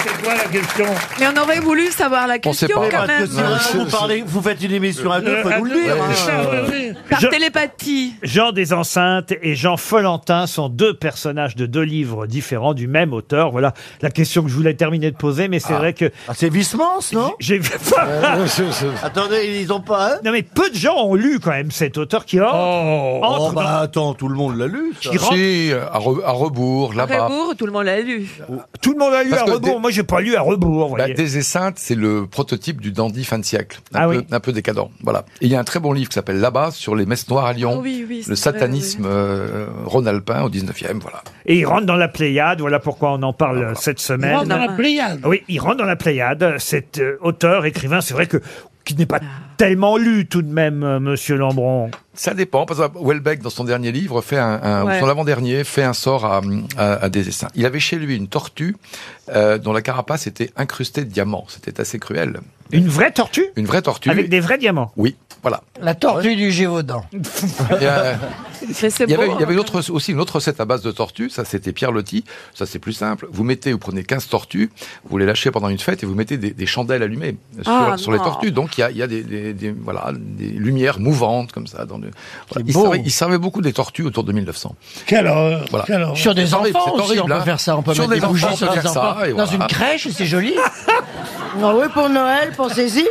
Speaker 23: C'est quoi la question
Speaker 21: Mais on aurait voulu savoir la question quand même.
Speaker 20: vous, parlez, vous faites une émission à deux, faut nous le dire. hein.
Speaker 21: Par télépathie.
Speaker 1: Jean des Enceintes et Jean Follentin sont deux personnages de deux livres différents du même auteur. Voilà la question que je voulais terminer de poser, mais
Speaker 20: Ah.
Speaker 1: c'est vrai que. c'est Vismans, non J'ai vu.
Speaker 20: Euh, Attendez, ils ont pas. hein
Speaker 1: Non mais peu de gens ont lu quand même cet auteur qui entre, entre
Speaker 20: Oh, bah,
Speaker 1: dans-
Speaker 20: attends, tout le monde l'a lu. ça.
Speaker 1: Qui rentre-
Speaker 9: Si, euh, à, re- à rebours, là-bas.
Speaker 21: Rébourg, tout le monde l'a lu.
Speaker 1: Tout le monde a lu
Speaker 9: Parce
Speaker 1: à
Speaker 9: que
Speaker 1: rebours.
Speaker 9: des-
Speaker 1: Moi, j'ai pas lu à rebours. vous
Speaker 9: Bah,
Speaker 1: voyez. Ah
Speaker 9: des Essaintes, c'est le prototype du dandy fin de siècle, un, peu, un peu décadent. Voilà. Et il y a un très bon livre qui s'appelle Là-bas sur les messes noires à Lyon,
Speaker 1: Oui, oui, c'est
Speaker 9: le
Speaker 1: vrai,
Speaker 9: satanisme euh, rhône-alpin au 19e. Voilà.
Speaker 1: Et il rentre dans la Pléiade. Voilà pourquoi on en parle
Speaker 20: Ah, bah.
Speaker 1: euh, cette semaine.
Speaker 23: rentre dans
Speaker 21: Ah.
Speaker 23: la Pléiade.
Speaker 1: Oui, il rentre dans la Pléiade. Cet euh, auteur, écrivain, c'est vrai que qui n'est pas
Speaker 21: Ah.
Speaker 1: tellement lu tout de même, euh, Monsieur Lambron.
Speaker 9: Ça dépend. Par exemple, Welbeck, dans son dernier livre, fait un, un- ou
Speaker 1: Ouais.
Speaker 9: son avant-dernier, fait un sort à, à- à des essaims. Il avait chez lui une tortue euh, dont la carapace était incrustée de diamants. C'était assez cruel.
Speaker 1: Une vraie tortue
Speaker 9: Une vraie tortue.
Speaker 1: Avec des vrais diamants
Speaker 9: Oui, voilà.
Speaker 6: La tortue du Gévaudan.
Speaker 9: Et, euh,
Speaker 21: Mais c'est
Speaker 9: il y
Speaker 21: beau.
Speaker 9: avait, il y
Speaker 21: hein.
Speaker 9: avait une autre, aussi une autre recette à base de tortues, ça c'était Pierre Loti, ça c'est plus simple. Vous mettez, vous prenez 15 tortues, vous les lâchez pendant une fête et vous mettez des, des chandelles allumées sur,
Speaker 21: Ah,
Speaker 9: sur les
Speaker 21: non.
Speaker 9: tortues. Donc il y a, il y a des, des- des- voilà, des lumières mouvantes comme ça. Dans le, voilà. il,
Speaker 6: beau.
Speaker 9: servait, il servait beaucoup des tortues autour de 1900.
Speaker 23: Quelle horreur,
Speaker 9: Voilà.
Speaker 23: quelle horreur.
Speaker 6: Ah, Sur des
Speaker 9: C'est horrible,
Speaker 6: enfants
Speaker 9: c'est
Speaker 6: aussi, on
Speaker 9: horrible,
Speaker 6: peut
Speaker 9: hein.
Speaker 6: faire ça. On peut
Speaker 9: Sur
Speaker 6: mettre des
Speaker 9: des
Speaker 6: bougies
Speaker 9: enfants, on
Speaker 6: sur
Speaker 9: peut
Speaker 6: des
Speaker 9: faire ça,
Speaker 6: enfants.
Speaker 9: et
Speaker 6: Dans
Speaker 9: voilà.
Speaker 6: une crèche, c'est joli.
Speaker 39: Ah oui, pour Noël, pensez-y.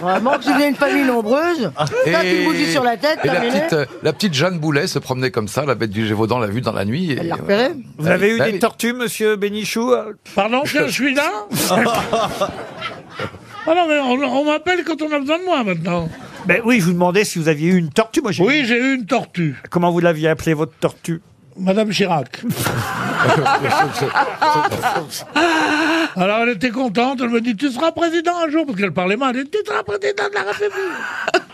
Speaker 39: Vraiment, que si vous avez une famille nombreuse, t'as une bougie sur la tête,
Speaker 9: Ah. et la
Speaker 39: terminé.
Speaker 9: petite, euh, la petite Jeanne Boulet se promenait comme ça, la bête du Gévaudan l'a vue dans la nuit. Et,
Speaker 39: Elle l'a repérée.
Speaker 1: Vous avez eu
Speaker 9: Ah
Speaker 1: des
Speaker 9: oui.
Speaker 1: tortues, Monsieur Bénichou euh,
Speaker 23: Pardon, je suis là Ah non, mais on, on m'appelle quand on a besoin de moi maintenant.
Speaker 1: Ben oui, je vous demandais si vous aviez eu une tortue. Moi,
Speaker 23: oui, j'ai eu une tortue.
Speaker 1: Comment vous l'aviez appelée, votre tortue
Speaker 23: Madame Chirac. Ah. Alors elle était contente, elle me dit Tu seras président un jour, parce qu'elle parlait mal. Elle dit Tu seras président de la République.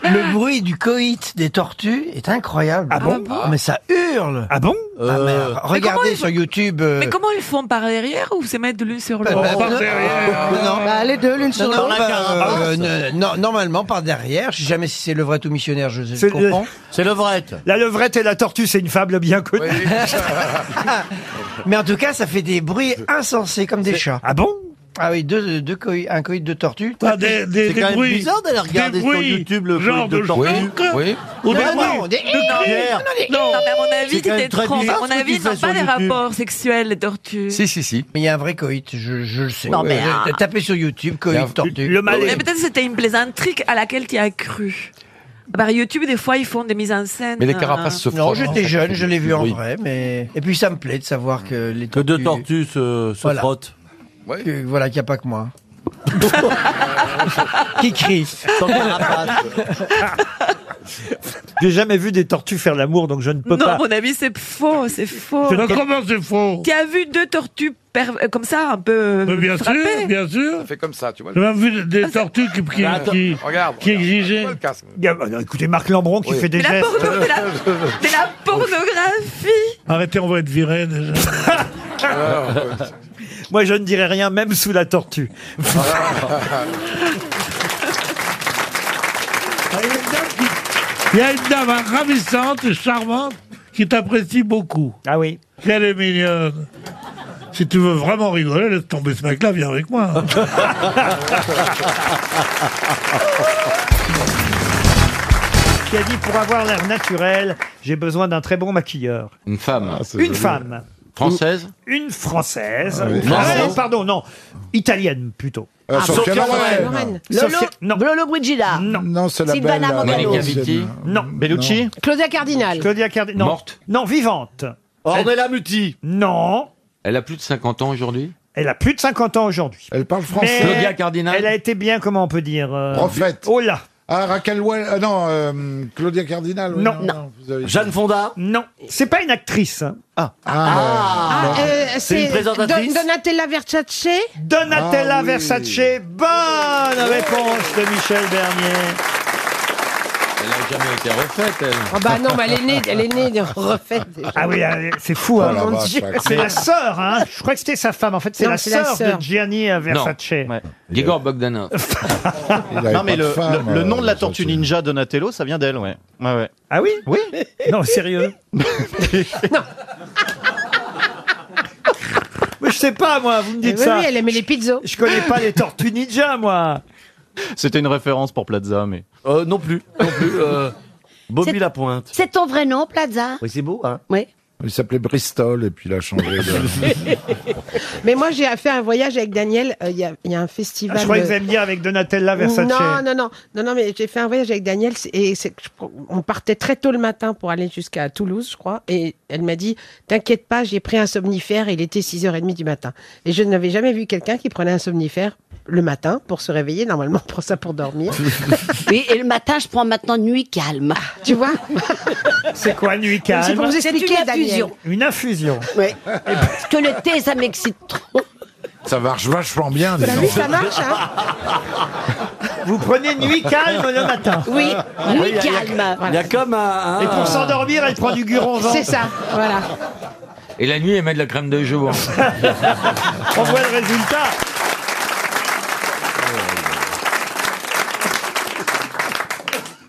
Speaker 9: euh,
Speaker 6: Le bruit du coït des tortues est incroyable. Ah
Speaker 1: bon
Speaker 6: Mais ça hurle.
Speaker 1: Ah bon
Speaker 9: Euh,
Speaker 21: comment
Speaker 6: Regardez
Speaker 21: ils
Speaker 6: sur
Speaker 21: font-
Speaker 6: YouTube. euh,
Speaker 21: Mais comment ils font par derrière ou c'est mettre l'une sur l'autre
Speaker 6: Par derrière. Euh, Non, non.
Speaker 39: Bah, les deux, l'une sur
Speaker 6: Non, non,
Speaker 39: l'autre.
Speaker 6: bah, euh, ne- non, normalement par derrière, je sais jamais si c'est levrette ou missionnaire, je, je comprends.
Speaker 1: C'est levrette. La levrette et la tortue, c'est une fable bien connue.
Speaker 6: Mais en tout cas, ça fait des bruits insensés comme des chats.
Speaker 1: Ah bon
Speaker 6: Ah oui, deux, deux coï- un coït de tortue.
Speaker 23: Ah, des, des, des bruits. des bruits, genre de choc, Ou
Speaker 6: euh, Non,
Speaker 23: des bruits
Speaker 6: non, des-
Speaker 23: de
Speaker 6: non, non,
Speaker 23: cuillère.
Speaker 21: Non, mais à mon avis,
Speaker 6: C'est quand
Speaker 21: c'était
Speaker 6: même très
Speaker 21: trop.
Speaker 6: bizarre
Speaker 21: À mon
Speaker 6: ce
Speaker 21: avis,
Speaker 6: qu'il
Speaker 21: ils
Speaker 6: fait
Speaker 21: n'ont
Speaker 6: sur
Speaker 21: pas les
Speaker 6: YouTube.
Speaker 21: rapports sexuels, les tortues.
Speaker 9: Si, si, si.
Speaker 6: Mais il y a un vrai coït, je, je le sais.
Speaker 21: Non, mais, ah.
Speaker 6: Euh, Tapez sur YouTube, coït, tortue.
Speaker 23: Ah
Speaker 21: Mais peut-être c'était une plaisanterie à laquelle tu as cru. Par YouTube, des fois, ils font des mises en scène. hein.
Speaker 6: Non, j'étais jeune, je l'ai vu en vrai, mais et puis ça me plaît de savoir que les tortues...
Speaker 20: deux tortues se, se
Speaker 6: Voilà.
Speaker 20: frottent.
Speaker 6: que- voilà qu'il n'y a pas que moi. qui crie.
Speaker 1: J'ai jamais vu des tortues faire l'amour, donc je ne peux
Speaker 21: Non, à
Speaker 1: pas.
Speaker 21: mon avis, c'est faux, c'est faux.
Speaker 1: Mais comment
Speaker 23: c'est faux
Speaker 21: Tu as vu deux tortues per- euh, comme ça, un peu euh,
Speaker 23: Mais bien
Speaker 21: frappées
Speaker 23: sûr, bien sûr.
Speaker 9: Ça fait comme Ah, ça, tu vois.
Speaker 23: J'ai même vu des des tortues qui, qui,
Speaker 9: Attends,
Speaker 23: qui,
Speaker 9: regarde,
Speaker 23: qui exigeaient.
Speaker 1: Écoutez, Marc Lambron qui fait des
Speaker 21: Mais la
Speaker 1: gestes.
Speaker 21: porno- mais la- De la pornographie
Speaker 23: Arrêtez, on va être viré déjà.
Speaker 1: Moi, je ne dirais rien, même sous la tortue.
Speaker 21: Ah.
Speaker 23: Il y a une dame ravissante et charmante qui t'apprécie beaucoup.
Speaker 1: Ah oui.
Speaker 23: Qu'elle est mignonne. Si tu veux vraiment rigoler, laisse tomber ce mec-là, viens avec moi.
Speaker 1: qui a dit pour avoir l'air naturel, j'ai besoin d'un très bon maquilleur.
Speaker 16: Une
Speaker 6: Ah,
Speaker 16: femme.
Speaker 1: Une femme.
Speaker 16: Française
Speaker 1: Une française.
Speaker 16: Ah oui.
Speaker 1: Ah,
Speaker 16: Française.
Speaker 1: non, pardon, non. Italienne plutôt.
Speaker 2: Euh,
Speaker 6: Ah,
Speaker 2: Sophia
Speaker 6: Sophia
Speaker 2: Loren.
Speaker 6: Loren. Lolo,
Speaker 2: Sophia-
Speaker 6: Lolo Brigida.
Speaker 1: Non.
Speaker 2: Non, c'est la
Speaker 6: Silvana
Speaker 2: belle. euh,
Speaker 6: Morgano.
Speaker 2: c'est-
Speaker 1: Non.
Speaker 2: Bellucci
Speaker 6: Claudia Cardinal.
Speaker 1: Claudia Cardinal. Non.
Speaker 16: Morte.
Speaker 1: Non, vivante.
Speaker 16: Ornella Muti.
Speaker 1: Non.
Speaker 16: Elle a plus de 50 ans aujourd'hui
Speaker 1: Elle a plus de 50 ans aujourd'hui.
Speaker 2: Elle parle
Speaker 16: français.
Speaker 1: Mais
Speaker 16: Claudia Cardinal.
Speaker 1: Elle a été bien, comment on peut dire euh,
Speaker 2: Prophète.
Speaker 1: Oh là
Speaker 2: Ah, Raquel Wel- ah, non, euh, Claudia Cardinal. oui,
Speaker 1: Non.
Speaker 2: vous avez-
Speaker 1: Jeanne Fonda Non. C'est pas une actrice. hein.
Speaker 2: Ah,
Speaker 1: Ah,
Speaker 2: euh,
Speaker 1: c'est une présentatrice
Speaker 2: Don-
Speaker 40: Donatella Versace
Speaker 1: Donatella
Speaker 2: Ah oui.
Speaker 1: Versace. Bonne réponse de Michel Bernier.
Speaker 16: Elle n'a jamais été refaite, elle.
Speaker 6: Oh,
Speaker 40: Ah bah non, mais elle est née, elle est née de- refaite. déjà.
Speaker 1: Ah oui, euh, c'est fou. hein.
Speaker 2: Oh la Mon vache, Dieu.
Speaker 1: C'est la sœur, hein. Je crois que c'était sa femme. En fait, c'est
Speaker 40: Non,
Speaker 1: la
Speaker 40: c'est la
Speaker 1: sœur
Speaker 40: sœur.
Speaker 1: de Gianni euh, Versace.
Speaker 16: Euh, Igor Bogdanov.
Speaker 20: Non, mais le, le- le nom de la tortue ninja Donatello, ça vient d'elle, ouais. ouais, ouais.
Speaker 1: Ah oui
Speaker 20: Oui.
Speaker 1: Non, sérieux Mais je sais pas, moi, vous me
Speaker 40: Eh
Speaker 1: dites
Speaker 40: oui,
Speaker 1: ça.
Speaker 40: oui, elle aimait les pizzas.
Speaker 1: Je connais pas les tortues ninja, moi.
Speaker 20: C'était une référence pour Plaza, mais. Euh, non plus. Non plus. euh, Bobby
Speaker 18: C'est-
Speaker 20: Lapointe.
Speaker 18: C'est ton vrai nom, Plaza
Speaker 20: Oui, c'est beau, hein
Speaker 18: Oui.
Speaker 41: Il s'appelait Bristol et puis il a changé. de-
Speaker 40: Mais moi, j'ai fait un voyage avec Daniel. euh, Il y, a- il y a un festival.
Speaker 1: Ah, je croyais que
Speaker 40: euh,
Speaker 1: vous alliez me dire avec Donatella Versace.
Speaker 40: Non, non, non, non, non, mais j'ai fait un voyage avec Daniel c'est- et c'est- je pr- on partait très tôt le matin pour aller jusqu'à Toulouse, je crois. Et elle m'a dit T'inquiète pas, j'ai pris un somnifère et il était 6h30 du matin. Et je n'avais jamais vu quelqu'un qui prenait un somnifère le matin pour se réveiller. Normalement, on prend ça pour dormir.
Speaker 18: Oui, et le matin, je prends maintenant nuit calme.
Speaker 40: tu vois
Speaker 1: C'est quoi, nuit calme
Speaker 40: C'est pour vous expliquer,
Speaker 18: une
Speaker 40: Daniel.
Speaker 18: infusion.
Speaker 1: Une infusion.
Speaker 40: Ouais.
Speaker 18: Parce que le thé, ça m'excite trop.
Speaker 41: Ça marche vachement bien. dis
Speaker 40: Bah
Speaker 41: donc.
Speaker 40: oui, ça marche, hein
Speaker 1: Vous prenez nuit calme le matin.
Speaker 40: Oui,
Speaker 1: Oui,
Speaker 40: nuit
Speaker 1: il y a- il y a-
Speaker 40: calme.
Speaker 16: Il y a comme un.
Speaker 1: Et pour s'endormir, elle prend du guronzan.
Speaker 40: C'est ça, voilà.
Speaker 16: Et la nuit, elle met de la crème de jour.
Speaker 1: On voit le résultat.